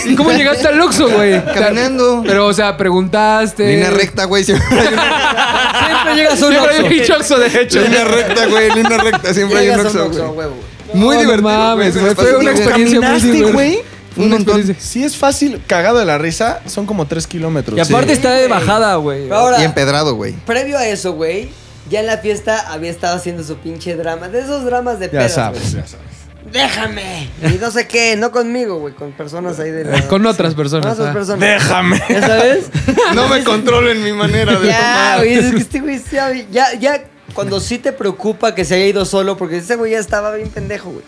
Speaker 4: ¿Y ¿Cómo llegaste al Oxxo, güey?
Speaker 3: Caminando.
Speaker 4: Pero, o sea, preguntaste.
Speaker 3: Línea recta, güey. Siempre hay una
Speaker 2: Siempre Ah, llegas a un
Speaker 4: Siempre hay
Speaker 2: Oxxo.
Speaker 4: un pinche Oxxo, de hecho.
Speaker 3: línea recta, güey. Línea recta. Siempre hay un
Speaker 2: Llegas a un
Speaker 3: Oxxo,
Speaker 2: Oxxo,
Speaker 3: güey.
Speaker 2: huevo.
Speaker 3: Muy
Speaker 4: No, no
Speaker 3: divertido.
Speaker 4: mames,
Speaker 3: se
Speaker 4: güey,
Speaker 3: me
Speaker 4: fue
Speaker 3: pasó
Speaker 4: una
Speaker 3: bien.
Speaker 4: experiencia muy
Speaker 3: Caminaste,
Speaker 4: divertida.
Speaker 3: güey.
Speaker 4: Una
Speaker 3: Un montón.
Speaker 4: experiencia.
Speaker 5: Si es fácil, cagado de la risa, son como tres kilómetros.
Speaker 6: Y aparte está de bajada, güey.
Speaker 2: Pero Ahora,
Speaker 3: Y empedrado, güey.
Speaker 2: previo a eso, güey, ya en la fiesta había estado haciendo su pinche drama. De esos dramas de pedas,
Speaker 5: Ya sabes,
Speaker 2: güey.
Speaker 5: ya sabes.
Speaker 2: ¡Déjame! Y no sé qué, no conmigo, güey, con personas ahí de la...
Speaker 4: Con otras
Speaker 2: Con
Speaker 4: personas.
Speaker 2: otras
Speaker 4: ah.
Speaker 2: personas.
Speaker 5: Déjame.
Speaker 2: ¿Ya sabes?
Speaker 3: No me controlo en mi manera de
Speaker 2: Ya,
Speaker 3: tomar.
Speaker 2: güey, es que este güey ya, ya, ya cuando sí te preocupa que se haya ido solo, porque ese güey ya estaba bien pendejo, güey.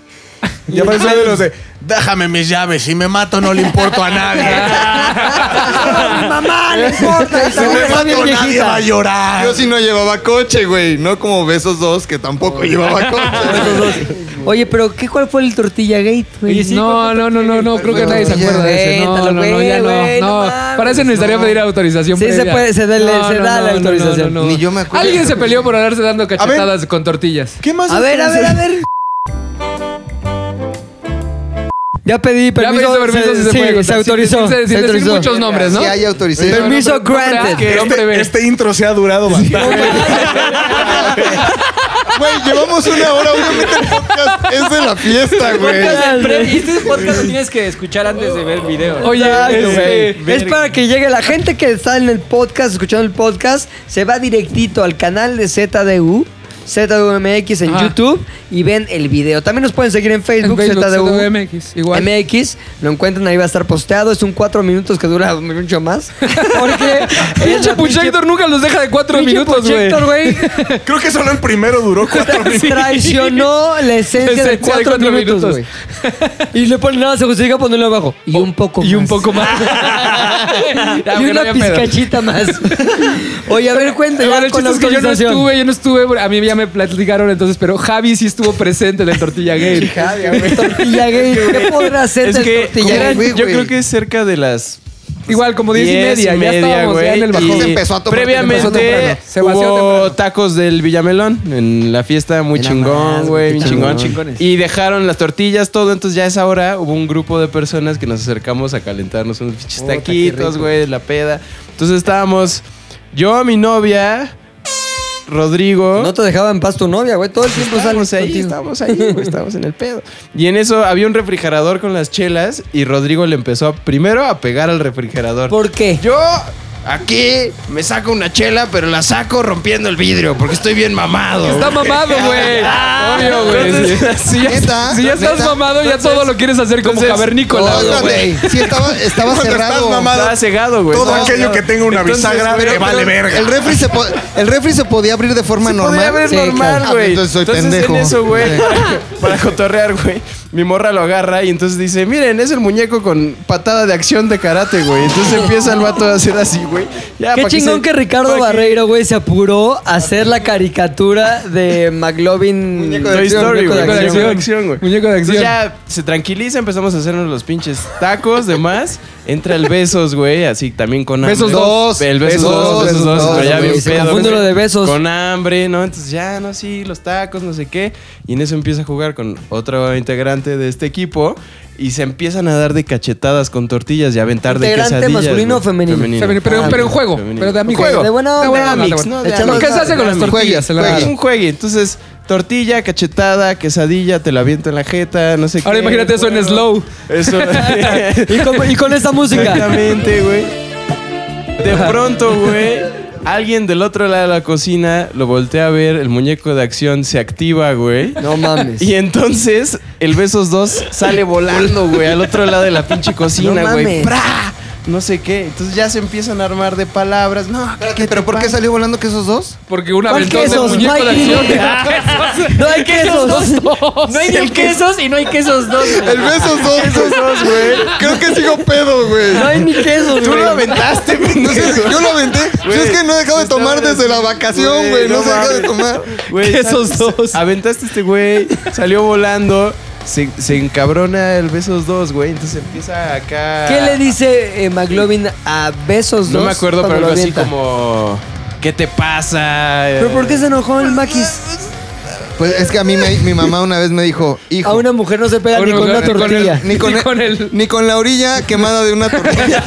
Speaker 5: Ya parece de los de, déjame mis llaves, si me mato no le importo a nadie.
Speaker 2: ¡Ah, mi mamá, no importa!
Speaker 3: Si me
Speaker 2: está bien
Speaker 3: mato, nadie
Speaker 2: viejita.
Speaker 5: va a llorar.
Speaker 3: Yo sí no llevaba coche, güey. No como besos dos, que tampoco llevaba coche.
Speaker 2: Oye, pero ¿qué, ¿cuál fue el Tortilla Gate, güey?
Speaker 4: Oye, no, no, no, no, no, creo que nadie se
Speaker 3: Oye,
Speaker 4: acuerda de ese. No,
Speaker 2: véntalo,
Speaker 4: no, no, no, ya
Speaker 2: güey, güey, no
Speaker 4: no. No,
Speaker 2: mames,
Speaker 4: para eso necesitaría
Speaker 2: no.
Speaker 4: pedir autorización.
Speaker 2: Sí, se
Speaker 4: previa.
Speaker 2: puede, se da el- se da la autorización.
Speaker 3: Ni yo me acuerdo.
Speaker 4: Alguien se peleó por andarse dando cachetadas con tortillas.
Speaker 5: ¿Qué más?
Speaker 2: A ver, a ver, a ver. Ya pedí
Speaker 4: Ya pediste
Speaker 2: permiso.
Speaker 4: permiso, sí se
Speaker 2: sí,
Speaker 4: puede
Speaker 2: se
Speaker 4: contar. Sin-
Speaker 2: autorizó.
Speaker 4: sin- sin
Speaker 2: se
Speaker 4: decir
Speaker 2: autorizó.
Speaker 4: muchos nombres, ¿no?
Speaker 3: Si hay autorización.
Speaker 2: Permiso
Speaker 4: No, no, no, no,
Speaker 2: granted. Este,
Speaker 4: que el hombre
Speaker 5: Este,
Speaker 4: ve.
Speaker 5: este intro se ha durado bastante.
Speaker 3: Güey, llevamos una hora, obviamente el podcast es de la fiesta, güey.
Speaker 6: Y este podcast lo tienes que escuchar antes de ver el video.
Speaker 2: Oye,
Speaker 6: Exacto,
Speaker 2: este,
Speaker 6: güey.
Speaker 2: es para que llegue la gente que está en el podcast, escuchando el podcast, se va directito al canal de ZDU. ZDUMX en
Speaker 4: Ajá.
Speaker 2: YouTube y ven el video. También nos pueden seguir en Facebook,
Speaker 4: Facebook,
Speaker 2: ZDU
Speaker 4: ZDUMX, igual.
Speaker 2: MX, lo encuentran ahí, va a estar posteado. Es un cuatro minutos que dura mucho más. Porque es la
Speaker 4: Pinche Puchector nunca los deja de cuatro
Speaker 2: pinche
Speaker 4: minutos, güey.
Speaker 2: Puchector, güey.
Speaker 5: Creo que solo el primero duró cuatro minutos.
Speaker 2: Traicionó la esencia de cuatro, minutos, güey. Y le ponen nada, se justifica ponerlo abajo. Y un poco más.
Speaker 4: Y un poco más.
Speaker 2: y
Speaker 4: Aunque no
Speaker 2: una
Speaker 4: haya pedo.
Speaker 2: pizcachita más. Oye, a ver, cuenta ya
Speaker 4: Bueno, el
Speaker 2: con
Speaker 4: chiste es que yo no
Speaker 2: autorización.
Speaker 4: estuve, yo no estuve, a mí ya me platicaron entonces, pero Javi sí estuvo presente en el Tortilla Gate.
Speaker 2: Tortilla gay, ¿qué podrá hacer
Speaker 8: Es
Speaker 2: del
Speaker 8: que
Speaker 2: tortilla
Speaker 8: eran-
Speaker 2: gay?
Speaker 8: yo creo que es cerca de las
Speaker 4: Igual, como pues, diez y media, ya estábamos ya en el bajón.
Speaker 8: y
Speaker 4: Se
Speaker 3: empezó a tomar
Speaker 4: temprano. Se
Speaker 8: Previamente
Speaker 4: vació temprano.
Speaker 8: hubo tacos del Villamelón en la fiesta, muy
Speaker 2: Mira
Speaker 8: chingón,
Speaker 2: más,
Speaker 8: güey,
Speaker 2: qué
Speaker 8: bien
Speaker 2: chingón.
Speaker 8: chingón. Y dejaron las tortillas, todo. Entonces ya a esa hora hubo un grupo de personas que nos acercamos a calentarnos unos
Speaker 4: Oh,
Speaker 8: pinches
Speaker 2: Puta, qué
Speaker 8: taquitos,
Speaker 2: rico.
Speaker 8: güey, la peda. Entonces estábamos yo, mi novia, Rodrigo.
Speaker 2: No Pues te dejaba en paz tu novia, güey. Todo el tiempo
Speaker 8: Estábamos
Speaker 2: sales
Speaker 8: ahí,
Speaker 2: contigo.
Speaker 8: estábamos ahí, güey, estábamos en el pedo. Y en eso había un refrigerador con las chelas y Rodrigo le empezó a- primero a pegar al refrigerador.
Speaker 2: ¿Por qué?
Speaker 8: Yo aquí me saco una chela, pero la saco rompiendo el vidrio porque estoy bien mamado.
Speaker 4: Está
Speaker 8: güey.
Speaker 4: mamado, güey. Obvio, güey.
Speaker 8: Entonces,
Speaker 4: sí. Si ya,
Speaker 3: neta,
Speaker 4: si ya estás
Speaker 3: neta.
Speaker 4: mamado, ya todo lo quieres hacer como
Speaker 8: entonces-
Speaker 4: cavernícola,
Speaker 3: No,
Speaker 4: güey.
Speaker 3: espérate, sí estaba, estaba
Speaker 5: Cuando estás
Speaker 3: cerrado.
Speaker 5: mamado,
Speaker 8: Estaba cegado, güey.
Speaker 5: Todo
Speaker 8: Estaba
Speaker 5: aquello
Speaker 8: cegado.
Speaker 5: que tenga una
Speaker 8: Entonces,
Speaker 5: bisagra
Speaker 8: pero-
Speaker 5: me vale
Speaker 8: pero-
Speaker 5: verga.
Speaker 3: el refri, se po- el refri se podía abrir de forma normal.
Speaker 8: Podría haber
Speaker 3: Sí,
Speaker 8: normal,
Speaker 3: claro.
Speaker 8: güey.
Speaker 3: Ah, entonces soy pendejo.
Speaker 8: en eso, güey, para cotorrear, güey, mi morra lo agarra y entonces dice, miren, es el muñeco con patada de acción de karate, güey. Entonces empieza el vato a hacer así, güey. Ya,
Speaker 2: Qué
Speaker 8: para
Speaker 2: chingón
Speaker 8: se-
Speaker 2: que, Ricardo
Speaker 8: para que-
Speaker 2: Barreiro, güey, se apuró a hacer la caricatura de McLovin.
Speaker 8: Toy
Speaker 2: Muñeco
Speaker 8: Story, güey.
Speaker 2: de
Speaker 8: Muñeco de
Speaker 2: acción. Pues
Speaker 8: acción, güey.
Speaker 4: Muñeco de
Speaker 8: Entonces
Speaker 4: acción.
Speaker 8: ya se tranquiliza, empezamos a hacernos los pinches tacos, demás. Entra el besos, güey, así también con hambre.
Speaker 4: Besos dos.
Speaker 8: El besos,
Speaker 3: Besos
Speaker 8: dos,
Speaker 3: dos,
Speaker 8: besos dos,
Speaker 3: besos
Speaker 8: pero ya
Speaker 3: dos,
Speaker 8: bien
Speaker 3: güey,
Speaker 2: se
Speaker 8: pedo,
Speaker 2: Pues confunde
Speaker 8: güey.
Speaker 2: lo de besos.
Speaker 8: Con hambre, ¿no? Entonces ya, no, sí, los tacos, no sé qué. Y en eso empieza a jugar con otro integrante de este equipo. Y se empiezan a dar de cachetadas con tortillas y aventar de
Speaker 2: ¿Integrante
Speaker 8: quesadillas.
Speaker 2: masculino
Speaker 8: güey.
Speaker 2: o femenino?
Speaker 4: Ah, Femenino, pero- pero en juego, pero de amigo.
Speaker 2: De buena
Speaker 4: De buena
Speaker 2: onda.
Speaker 4: onda,
Speaker 8: mix,
Speaker 4: de buena
Speaker 8: ¿no?
Speaker 4: onda.
Speaker 8: De
Speaker 4: Lo que se
Speaker 8: amistad,
Speaker 4: hace con las
Speaker 3: juegue,
Speaker 4: tortillas, en la
Speaker 3: juegue.
Speaker 4: verdad.
Speaker 8: Un juegue. Entonces, tortilla, cachetada, quesadilla, te la aviento en la jeta, no sé qué.
Speaker 4: Ahora imagínate eso en
Speaker 8: Bueno,
Speaker 4: slow.
Speaker 8: Eso.
Speaker 2: Y con, y con esta música.
Speaker 8: Exactamente, güey. De pronto, güey, alguien del otro lado de la cocina lo voltea a ver, el muñeco de acción se activa, güey.
Speaker 2: No mames.
Speaker 8: Y entonces el Besos 2 sale volando, güey, al otro lado de la pinche cocina,
Speaker 2: No
Speaker 8: güey.
Speaker 2: mames.
Speaker 8: ¡Pra! No sé qué. Entonces ya se empiezan a armar de palabras. No,
Speaker 3: Espérate, ¿Pero por qué salió volando que esos dos?
Speaker 4: Porque una
Speaker 2: ¿Cuál
Speaker 4: aventón de
Speaker 2: quesos?
Speaker 4: muñeco
Speaker 2: No
Speaker 4: de
Speaker 2: hay-
Speaker 4: acción.
Speaker 8: Ah,
Speaker 2: No hay quesos.
Speaker 6: No hay ni quesos y no hay quesos dos. güey.
Speaker 3: El besos dos. Esos dos, güey. Creo que sigo pedo, güey.
Speaker 2: No hay ni quesos,
Speaker 8: Tú
Speaker 2: güey.
Speaker 8: lo aventaste,
Speaker 3: No sé, yo lo aventé. Yo es que no he dejado de tomar desde la vacación, güey. No, se deja de tomar.
Speaker 8: Güey,
Speaker 4: Besos
Speaker 8: sal-
Speaker 4: dos.
Speaker 8: Aventaste este güey, salió volando, se, se encabrona el besos dos, güey. Entonces empieza acá.
Speaker 2: ¿Qué le dice eh, McLovin a Besos
Speaker 8: No
Speaker 2: dos
Speaker 8: me acuerdo, pero
Speaker 2: cuando
Speaker 8: algo
Speaker 2: lo
Speaker 8: así
Speaker 2: avienta?
Speaker 8: como. ¿Qué te pasa?
Speaker 2: ¿Pero por qué se enojó el Maquis?
Speaker 3: Pues es que a mí me- mi mamá una vez me dijo, hijo,
Speaker 2: A una mujer no se pega ni
Speaker 4: Bueno,
Speaker 2: con una
Speaker 4: con el-
Speaker 2: tortilla.
Speaker 3: ni, con
Speaker 4: ni
Speaker 3: el-
Speaker 4: con el-
Speaker 3: ni con la orilla quemada de una tortilla.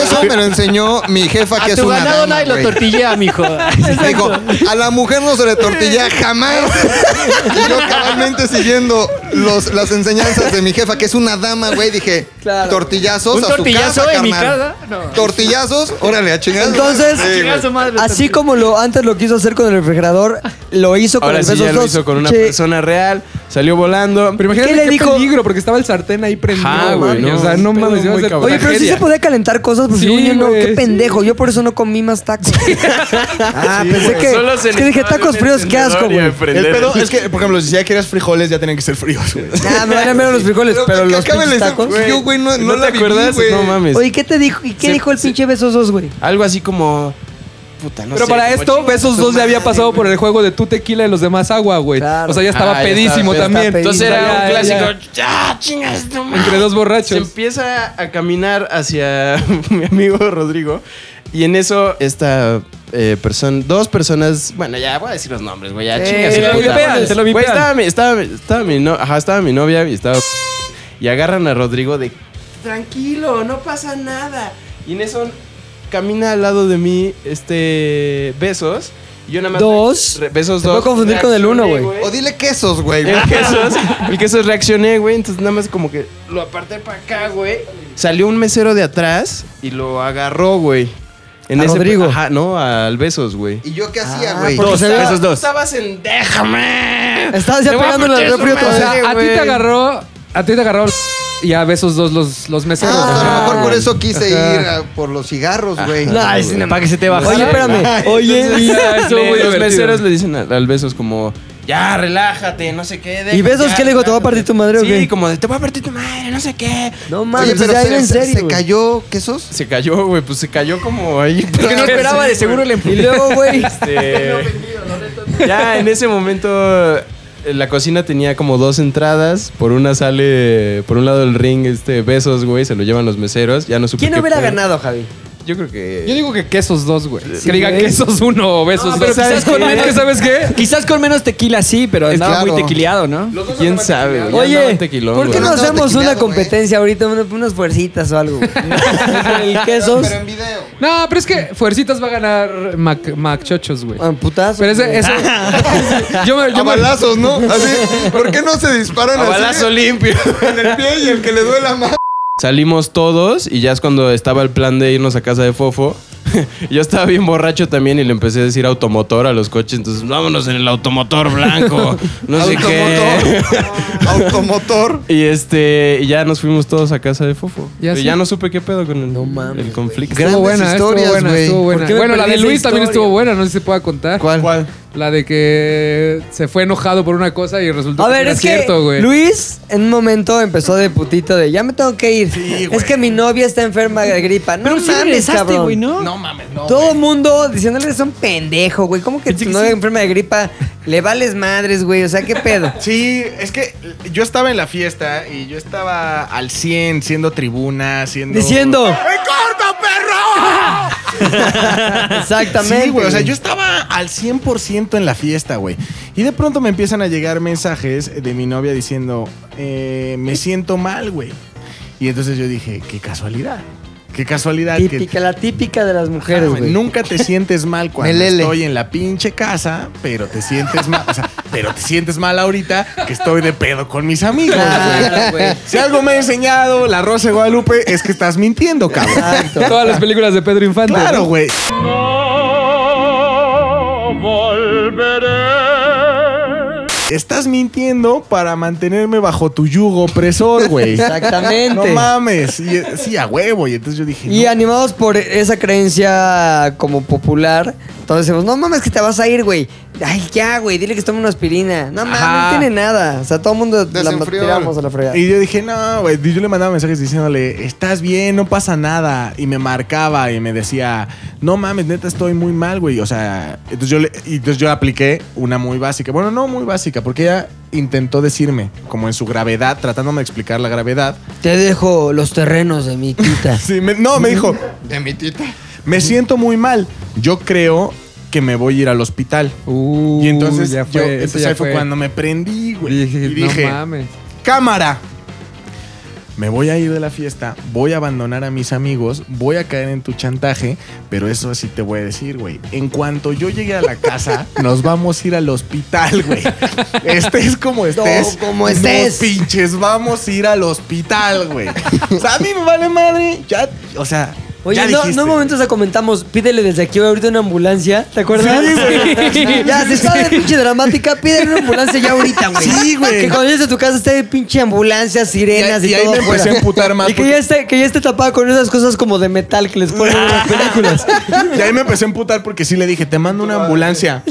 Speaker 3: Eso me lo enseñó mi jefa que
Speaker 6: A
Speaker 3: es
Speaker 6: tu
Speaker 3: una
Speaker 6: ganado
Speaker 3: dama,
Speaker 6: nadie lo
Speaker 3: güey.
Speaker 6: tortillea, mijo.
Speaker 3: Me Dijo, a la mujer no se le tortilla jamás. Y yo cabalmente siguiendo los, las enseñanzas de mi jefa, que es una dama, güey, dije,
Speaker 2: Claro.
Speaker 3: tortillazos
Speaker 6: Un
Speaker 3: a su
Speaker 6: tortillazo
Speaker 3: casa,
Speaker 6: en mi
Speaker 3: carnal.
Speaker 6: casa. No.
Speaker 3: Tortillazos, órale, a chingar.
Speaker 2: Entonces,
Speaker 3: Sí, güey.
Speaker 2: así como lo antes lo quiso hacer con el refrigerador, lo hizo con
Speaker 8: Ahora
Speaker 2: el
Speaker 8: sí
Speaker 2: Besos
Speaker 8: ya lo
Speaker 2: dos.
Speaker 8: hizo con una
Speaker 2: Che,
Speaker 8: persona real, salió volando.
Speaker 4: Pero imagínate
Speaker 2: ¿Qué le
Speaker 4: qué
Speaker 2: dijo?
Speaker 4: peligro, porque estaba el sartén ahí prendido.
Speaker 8: Ajá, güey,
Speaker 4: güey.
Speaker 8: no,
Speaker 4: o sea,
Speaker 8: es
Speaker 4: no
Speaker 8: un pedo
Speaker 4: mames, iba a
Speaker 8: muy
Speaker 4: ser-
Speaker 8: cabrón.
Speaker 2: Oye, pero sí se podía calentar cosas, pues
Speaker 4: Sí,
Speaker 2: según yo no,
Speaker 4: güey,
Speaker 2: qué
Speaker 4: sí.
Speaker 2: pendejo. Yo por eso no comí más tacos. ah, pensé
Speaker 8: güey.
Speaker 2: que.
Speaker 8: Solo se
Speaker 2: es que dije
Speaker 8: necesitaba
Speaker 2: tacos
Speaker 8: un
Speaker 2: fríos, qué asco, güey.
Speaker 8: encendedor y
Speaker 5: El
Speaker 8: prender.
Speaker 5: pedo es que, por ejemplo, si ya querías frijoles, ya tenían que ser fríos, güey.
Speaker 2: Nah, me valen menos los frijoles, pero,
Speaker 3: que
Speaker 2: los
Speaker 3: acabe
Speaker 2: pinches
Speaker 3: la-
Speaker 2: tacos.
Speaker 3: Yo, güey, no, no,
Speaker 8: ¿No,
Speaker 3: la
Speaker 8: te acuerdas?
Speaker 3: viví, güey.
Speaker 8: No mames.
Speaker 2: Oye, ¿qué te dijo? ¿Y qué
Speaker 8: Se-
Speaker 2: dijo el
Speaker 8: se-
Speaker 2: pinche Besos dos, güey?
Speaker 8: Algo así como. Puta, no
Speaker 4: Pero
Speaker 8: sé,
Speaker 4: para
Speaker 8: como
Speaker 4: esto,
Speaker 8: chingas
Speaker 4: Besos
Speaker 8: tu
Speaker 4: dos ya había
Speaker 8: madre,
Speaker 4: pasado
Speaker 8: güey.
Speaker 4: por el juego de tu tequila y los demás agua, güey.
Speaker 2: Claro.
Speaker 4: O sea, ya estaba
Speaker 8: Ah, ya
Speaker 4: pedísimo
Speaker 8: estaba-
Speaker 2: ya
Speaker 4: también.
Speaker 2: estaba
Speaker 8: Entonces
Speaker 2: pedísimo.
Speaker 8: era un
Speaker 4: Ya, ya,
Speaker 8: clásico. ¡Ah, chingas, no mames!
Speaker 4: Entre dos
Speaker 8: Se
Speaker 4: borrachos.
Speaker 8: empieza a caminar hacia mi amigo Rodrigo. Y en eso, esta eh, persona, dos personas, bueno, ya voy a decir los nombres, güey, ya
Speaker 2: Sí,
Speaker 8: chingas.
Speaker 2: te lo
Speaker 8: su puta
Speaker 4: vipean,
Speaker 8: madre.
Speaker 4: te lo
Speaker 8: Güey,
Speaker 4: vipean.
Speaker 8: estaba, mi- estaba, mi- estaba mi no- ajá, estaba mi novia y estaba. Y agarran a Rodrigo de. Tranquilo, no pasa nada. Y en eso camina al lado de mí, este. Besos. Y yo nada más.
Speaker 2: Dos.
Speaker 8: re- Besos
Speaker 2: Te
Speaker 8: dos.
Speaker 2: puedo confundir con el uno, güey.
Speaker 8: Reaccioné,
Speaker 3: O dile quesos, güey.
Speaker 8: El queso, el queso reaccioné, güey. Entonces nada más como que lo aparté para acá, güey. Salió un mesero de atrás y lo agarró, güey. En
Speaker 9: ¿A Rodrigo?
Speaker 8: Ajá, no, al besos, güey.
Speaker 3: ¿Y yo qué hacía,
Speaker 8: Ah,
Speaker 3: güey?
Speaker 8: porque
Speaker 3: Estaba-
Speaker 8: estaba-
Speaker 3: Estabas
Speaker 8: en déjame.
Speaker 2: Estabas ya
Speaker 8: Te voy a
Speaker 2: pegándole al
Speaker 8: partir su
Speaker 2: refri otra
Speaker 4: O
Speaker 2: vez.
Speaker 4: sea, a ti
Speaker 8: güey.
Speaker 4: te agarró. A ti te agarró. Y a besos dos los, los meseros.
Speaker 3: Ah, a lo mejor por eso quise
Speaker 4: Ajá.
Speaker 3: ir a por los cigarros, güey.
Speaker 2: Nah, es una-
Speaker 6: Para que se te baje.
Speaker 2: Oye, espérame. Oye, y-
Speaker 8: Le- los
Speaker 4: divertido.
Speaker 8: meseros le dicen al, al besos como, ya, relájate, no sé qué.
Speaker 2: ¿Y besos qué le digo? ¿Te voy a partir tu madre o
Speaker 8: Sí,
Speaker 2: qué?
Speaker 8: como de, te voy a partir tu madre, no sé qué.
Speaker 2: No
Speaker 3: Oye,
Speaker 2: mames,
Speaker 3: pero
Speaker 2: ya era
Speaker 3: se,
Speaker 2: en
Speaker 3: se-
Speaker 2: serio.
Speaker 3: se
Speaker 2: güey.
Speaker 3: cayó quesos.
Speaker 8: Se cayó, güey, pues se cayó como ahí.
Speaker 6: que no esperaba, de seguro le
Speaker 2: Y luego, güey.
Speaker 8: Este, ya en ese momento eh, la cocina tenía como dos entradas. Por una sale, por un lado el ring, este besos, güey, se lo llevan los meseros. Ya no supe
Speaker 2: ¿Quién
Speaker 8: qué
Speaker 2: hubiera
Speaker 8: fue.
Speaker 2: ganado, Javi?
Speaker 8: Yo creo que.
Speaker 4: Yo digo que quesos dos, güey.
Speaker 2: Sí,
Speaker 4: que diga
Speaker 2: güey.
Speaker 4: quesos uno o besos
Speaker 6: No,
Speaker 4: dos.
Speaker 6: pero quizás con
Speaker 4: Es que,
Speaker 6: menos-
Speaker 4: ¿sabes qué?
Speaker 6: Quizás con menos tequila sí, pero
Speaker 3: Es
Speaker 6: andaba muy
Speaker 3: claro.
Speaker 6: tequileado, ¿no?
Speaker 8: ¿Quién sabe? güey? Ya
Speaker 2: Oye,
Speaker 8: andaba tequilón,
Speaker 2: ¿por qué
Speaker 8: güey.
Speaker 2: no
Speaker 3: Andaba
Speaker 2: hacemos
Speaker 3: tequileado,
Speaker 2: una
Speaker 3: güey.
Speaker 2: competencia ahorita? una- unas fuercitas o algo. güey? el quesos.
Speaker 3: Pero en video.
Speaker 4: No, pero es que Fuercitas va a ganar Mac, Macchochos, güey.
Speaker 2: ah, putazo.
Speaker 4: Pero ese,
Speaker 2: güey.
Speaker 4: ese yo me,
Speaker 3: A
Speaker 4: yo me-
Speaker 3: balazos, ¿no? Así, ¿por qué no se disparan
Speaker 8: A
Speaker 3: así?
Speaker 8: balazo limpio.
Speaker 3: En el pie y el que le duela más.
Speaker 8: Salimos todos y ya es cuando estaba el plan de irnos a casa de Fofo. Yo estaba bien borracho también y le empecé a decir automotor a los coches. Entonces, vámonos en el automotor blanco. No sé qué.
Speaker 3: Pues, Automotor.
Speaker 8: Y este, y ya nos fuimos todos a casa de Fofo.
Speaker 4: Ya
Speaker 8: Pero
Speaker 4: sí.
Speaker 8: ya no supe qué pedo con el,
Speaker 2: mames,
Speaker 8: el conflicto.
Speaker 4: Estuvo buena,
Speaker 3: historias,
Speaker 4: estuvo buena,
Speaker 3: güey.
Speaker 4: estuvo buena.
Speaker 2: ¿Por qué me
Speaker 4: Bueno, la
Speaker 2: perdí
Speaker 4: de
Speaker 2: esa
Speaker 4: Luis también
Speaker 2: historia?
Speaker 4: estuvo buena, no sé si se pueda contar.
Speaker 3: ¿Cuál?
Speaker 4: La de que se fue enojado por una cosa y resultó
Speaker 2: A
Speaker 4: que
Speaker 2: ver,
Speaker 4: era
Speaker 2: es que
Speaker 4: cierto, güey.
Speaker 2: Luis en un momento empezó de putito de ya me tengo que ir. es que mi novia está enferma de gripa. No
Speaker 6: Pero sí
Speaker 2: mames,
Speaker 6: regresaste,
Speaker 2: cabrón.
Speaker 6: güey, ¿no?
Speaker 8: mames, no.
Speaker 2: Todo el mundo diciéndole es un pendejo, güey. ¿Cómo que tu novia enferma de gripa le vales madres, güey? O sea, ¿qué pedo?
Speaker 5: Sí, es que yo estaba en la fiesta y yo estaba al 100, siendo tribuna, siendo.
Speaker 2: Diciendo,
Speaker 10: ¡Me corto, perro!
Speaker 2: exactamente.
Speaker 5: Sí, güey. O sea, yo estaba al 100% en la fiesta, güey. Y de pronto me empiezan a llegar mensajes de mi novia diciendo, eh, me siento mal, güey. Y entonces yo dije, qué casualidad. Qué casualidad que...
Speaker 2: Típica, la típica de las mujeres,
Speaker 5: Ah, güey,
Speaker 2: güey.
Speaker 5: Nunca te sientes mal cuando
Speaker 3: Melele.
Speaker 5: estoy en la pinche casa, pero te sientes mal, o sea, pero te sientes mal ahorita que estoy de pedo con mis amigos, güey.
Speaker 2: Claro, güey.
Speaker 5: Si algo me ha enseñado la Rosa de Guadalupe es que estás mintiendo, cabrón.
Speaker 2: Exacto.
Speaker 4: Todas las películas de Pedro Infante.
Speaker 5: Claro,
Speaker 4: ¿no?
Speaker 5: güey. Estás mintiendo para mantenerme bajo tu yugo opresor, güey. No
Speaker 2: Exactamente.
Speaker 5: mames. Y, eh, sí, a huevo. Y entonces yo dije.
Speaker 2: Y
Speaker 5: no.
Speaker 2: animados por esa creencia como popular, entonces decimos, no mames que te vas a ir, güey. Ay, ya, güey, dile que tome una aspirina. No mames,
Speaker 4: Ajá.
Speaker 2: no tiene nada. O sea, todo el mundo la
Speaker 3: Desenfrió.
Speaker 2: tiramos a la fregada.
Speaker 5: Y yo dije, no, güey. Y Yo le mandaba mensajes diciéndole, estás bien, no pasa nada. Y me marcaba y me decía, no mames, neta, estoy muy mal, güey. O sea, entonces yo, le- y entonces yo apliqué una muy básica. Bueno, no muy básica, porque ella intentó decirme, como en su gravedad, tratándome de explicar la gravedad.
Speaker 2: Te dejo los terrenos de mi quita.
Speaker 5: Sí, me- no, me dijo,
Speaker 3: De mi tita.
Speaker 5: me siento muy mal. Yo creo que me voy a ir al hospital.
Speaker 4: Uh,
Speaker 5: y entonces,
Speaker 4: ya
Speaker 5: yo-
Speaker 4: fue, eso
Speaker 5: entonces
Speaker 4: ya
Speaker 5: ahí fue
Speaker 4: fue.
Speaker 5: cuando me prendí, güey.
Speaker 4: Y dije,
Speaker 5: Y dije,
Speaker 4: no mames.
Speaker 5: cámara. Me voy a ir de la fiesta, voy a abandonar a mis amigos, voy a caer en tu chantaje, pero eso sí te voy a decir, güey. En cuanto yo llegue a la casa, nos vamos a ir al hospital, güey. Estés como estés.
Speaker 2: No, como estés.
Speaker 5: Nos pinches, vamos a ir al hospital, güey. O sea, a mí me vale madre. Ya, o sea,
Speaker 2: Oye,
Speaker 5: ya
Speaker 2: no,
Speaker 5: dijiste.
Speaker 2: no un momento se comentamos, pídele desde aquí ahorita una ambulancia, ¿te acuerdas? ya, si está de pinche dramática, pídele una ambulancia ya ahorita, güey.
Speaker 5: Sí, güey.
Speaker 2: Que cuando llegues a tu casa esté de pinche ambulancia, sirenas y,
Speaker 5: Y ahí- y ahí
Speaker 2: todo
Speaker 5: me empecé
Speaker 2: afuera.
Speaker 5: a emputar más
Speaker 2: Y que
Speaker 5: porque-
Speaker 2: ya, esté, que ya esté tapada con esas cosas como de metal que les ponen en
Speaker 5: Ah,
Speaker 2: las películas.
Speaker 5: Y ahí me empecé a emputar porque sí le dije, te mando una ambulancia.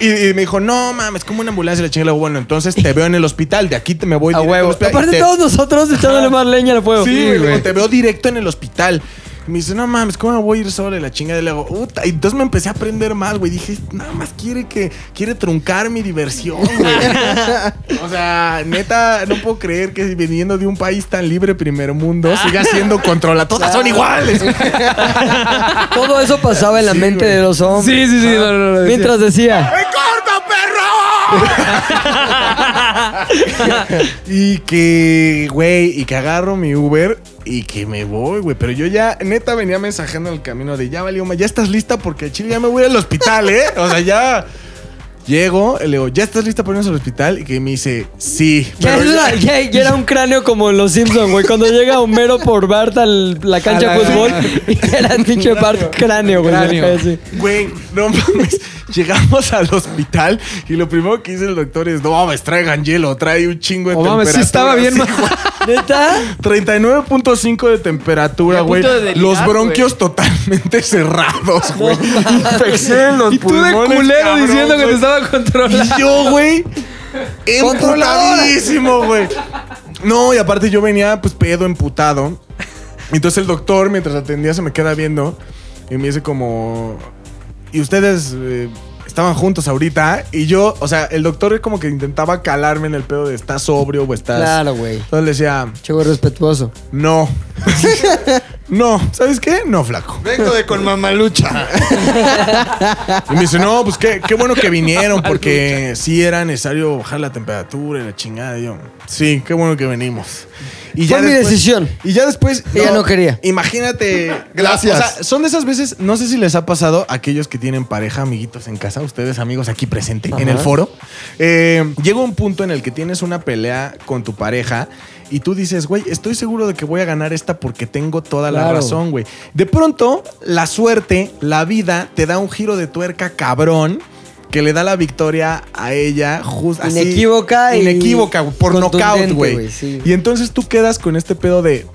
Speaker 5: Y, y me dijo, no mames, como una ambulancia. Le chingue la bueno, entonces te veo en el hospital. De aquí te me voy
Speaker 2: A
Speaker 5: directo al
Speaker 2: huevo.
Speaker 5: hospital.
Speaker 2: Aparte,
Speaker 5: Te-
Speaker 2: todos nosotros echándole más leña al fuego.
Speaker 5: Sí, güey. le digo,
Speaker 4: güey.
Speaker 5: Te veo directo en el hospital. Y me dice, no mames, ¿cómo me voy a ir sola? Y la chinga de le hago, puta. Y entonces me empecé a aprender más, güey. Dije, nada más quiere que, quiere truncar mi diversión, güey. o sea, neta, no puedo creer que viniendo de un país tan libre, primer mundo, siga siendo controla. Todas son iguales.
Speaker 2: Todo eso pasaba en la
Speaker 5: Sí,
Speaker 2: mente
Speaker 5: güey.
Speaker 2: de los hombres.
Speaker 4: Sí, sí, sí. no, no, no, decía.
Speaker 2: Mientras decía.
Speaker 10: ¡Me corto, perro!
Speaker 5: y que, güey, y que agarro mi Uber y que me voy, güey. Pero yo ya, neta, venía mensajando en el camino de ya valió, ma, ya estás lista porque al chile ya me voy al hospital, ¿eh? O sea, ya. Llego, le digo, ¿ya estás lista para irnos al hospital? Y que me dice, sí.
Speaker 12: Ya,
Speaker 5: pero
Speaker 12: era, ya- ya era un cráneo como en los Simpsons, güey. Cuando llega Homero por Bart a la cancha
Speaker 5: A
Speaker 12: de
Speaker 5: la-
Speaker 12: fútbol, y era el pinche Bart cráneo, güey.
Speaker 5: Cráneo.
Speaker 12: así.
Speaker 5: Güey, no mames. Llegamos al hospital y lo primero que dice el doctor es: No mames, traigan hielo, trae un chingo de
Speaker 4: Oh,
Speaker 5: temperatura.
Speaker 4: mames, sí estaba bien,
Speaker 5: Sí,
Speaker 4: ma-
Speaker 5: güey.
Speaker 12: ¿Neta?
Speaker 5: 39.5 de temperatura,
Speaker 4: Y a punto de
Speaker 5: güey.
Speaker 4: delirar,
Speaker 5: los bronquios totalmente cerrados, güey. Infección en los
Speaker 4: Y tú de
Speaker 5: pulmones,
Speaker 4: culero
Speaker 5: cabrón,
Speaker 4: diciendo que
Speaker 5: güey.
Speaker 4: te estaba controlando.
Speaker 5: Y yo, güey,
Speaker 4: Controladora.
Speaker 5: emputadísimo, güey. No, y aparte yo venía, pues, pedo, emputado. Entonces el doctor, mientras atendía, se me queda viendo y me dice como... Y ustedes eh, estaban juntos ahorita y yo, o sea, el doctor como que intentaba calarme en el pedo de estás sobrio o estás...
Speaker 2: Claro, güey.
Speaker 5: Entonces le decía,
Speaker 2: Chico respetuoso.
Speaker 5: no. no, ¿sabes qué? No, flaco.
Speaker 3: Vengo de con mamalucha.
Speaker 5: Y me dice, no, pues qué, qué bueno que vinieron, porque sí era necesario bajar la temperatura y la chingada. Y yo, sí, qué bueno que venimos. Y
Speaker 2: Fue mi decisión.
Speaker 5: Y ya después.
Speaker 2: Ella no quería.
Speaker 5: Imagínate.
Speaker 3: Gracias.
Speaker 5: O sea, son de esas veces, no sé si les ha pasado a aquellos que tienen pareja, amiguitos en casa, ustedes, amigos aquí presente en el foro. Eh, llega un punto en el que tienes una pelea con tu pareja. Y tú dices, güey, estoy seguro de que voy a ganar esta porque tengo toda la
Speaker 12: Claro.
Speaker 5: razón, güey. De pronto, la suerte, la vida, te da un giro de tuerca cabrón que le da la victoria a ella justo así.
Speaker 2: Inequívoca y
Speaker 5: Inequívoca, güey, por
Speaker 2: contundente,
Speaker 5: knockout, güey.
Speaker 2: güey, sí.
Speaker 5: Y entonces tú quedas con este pedo de,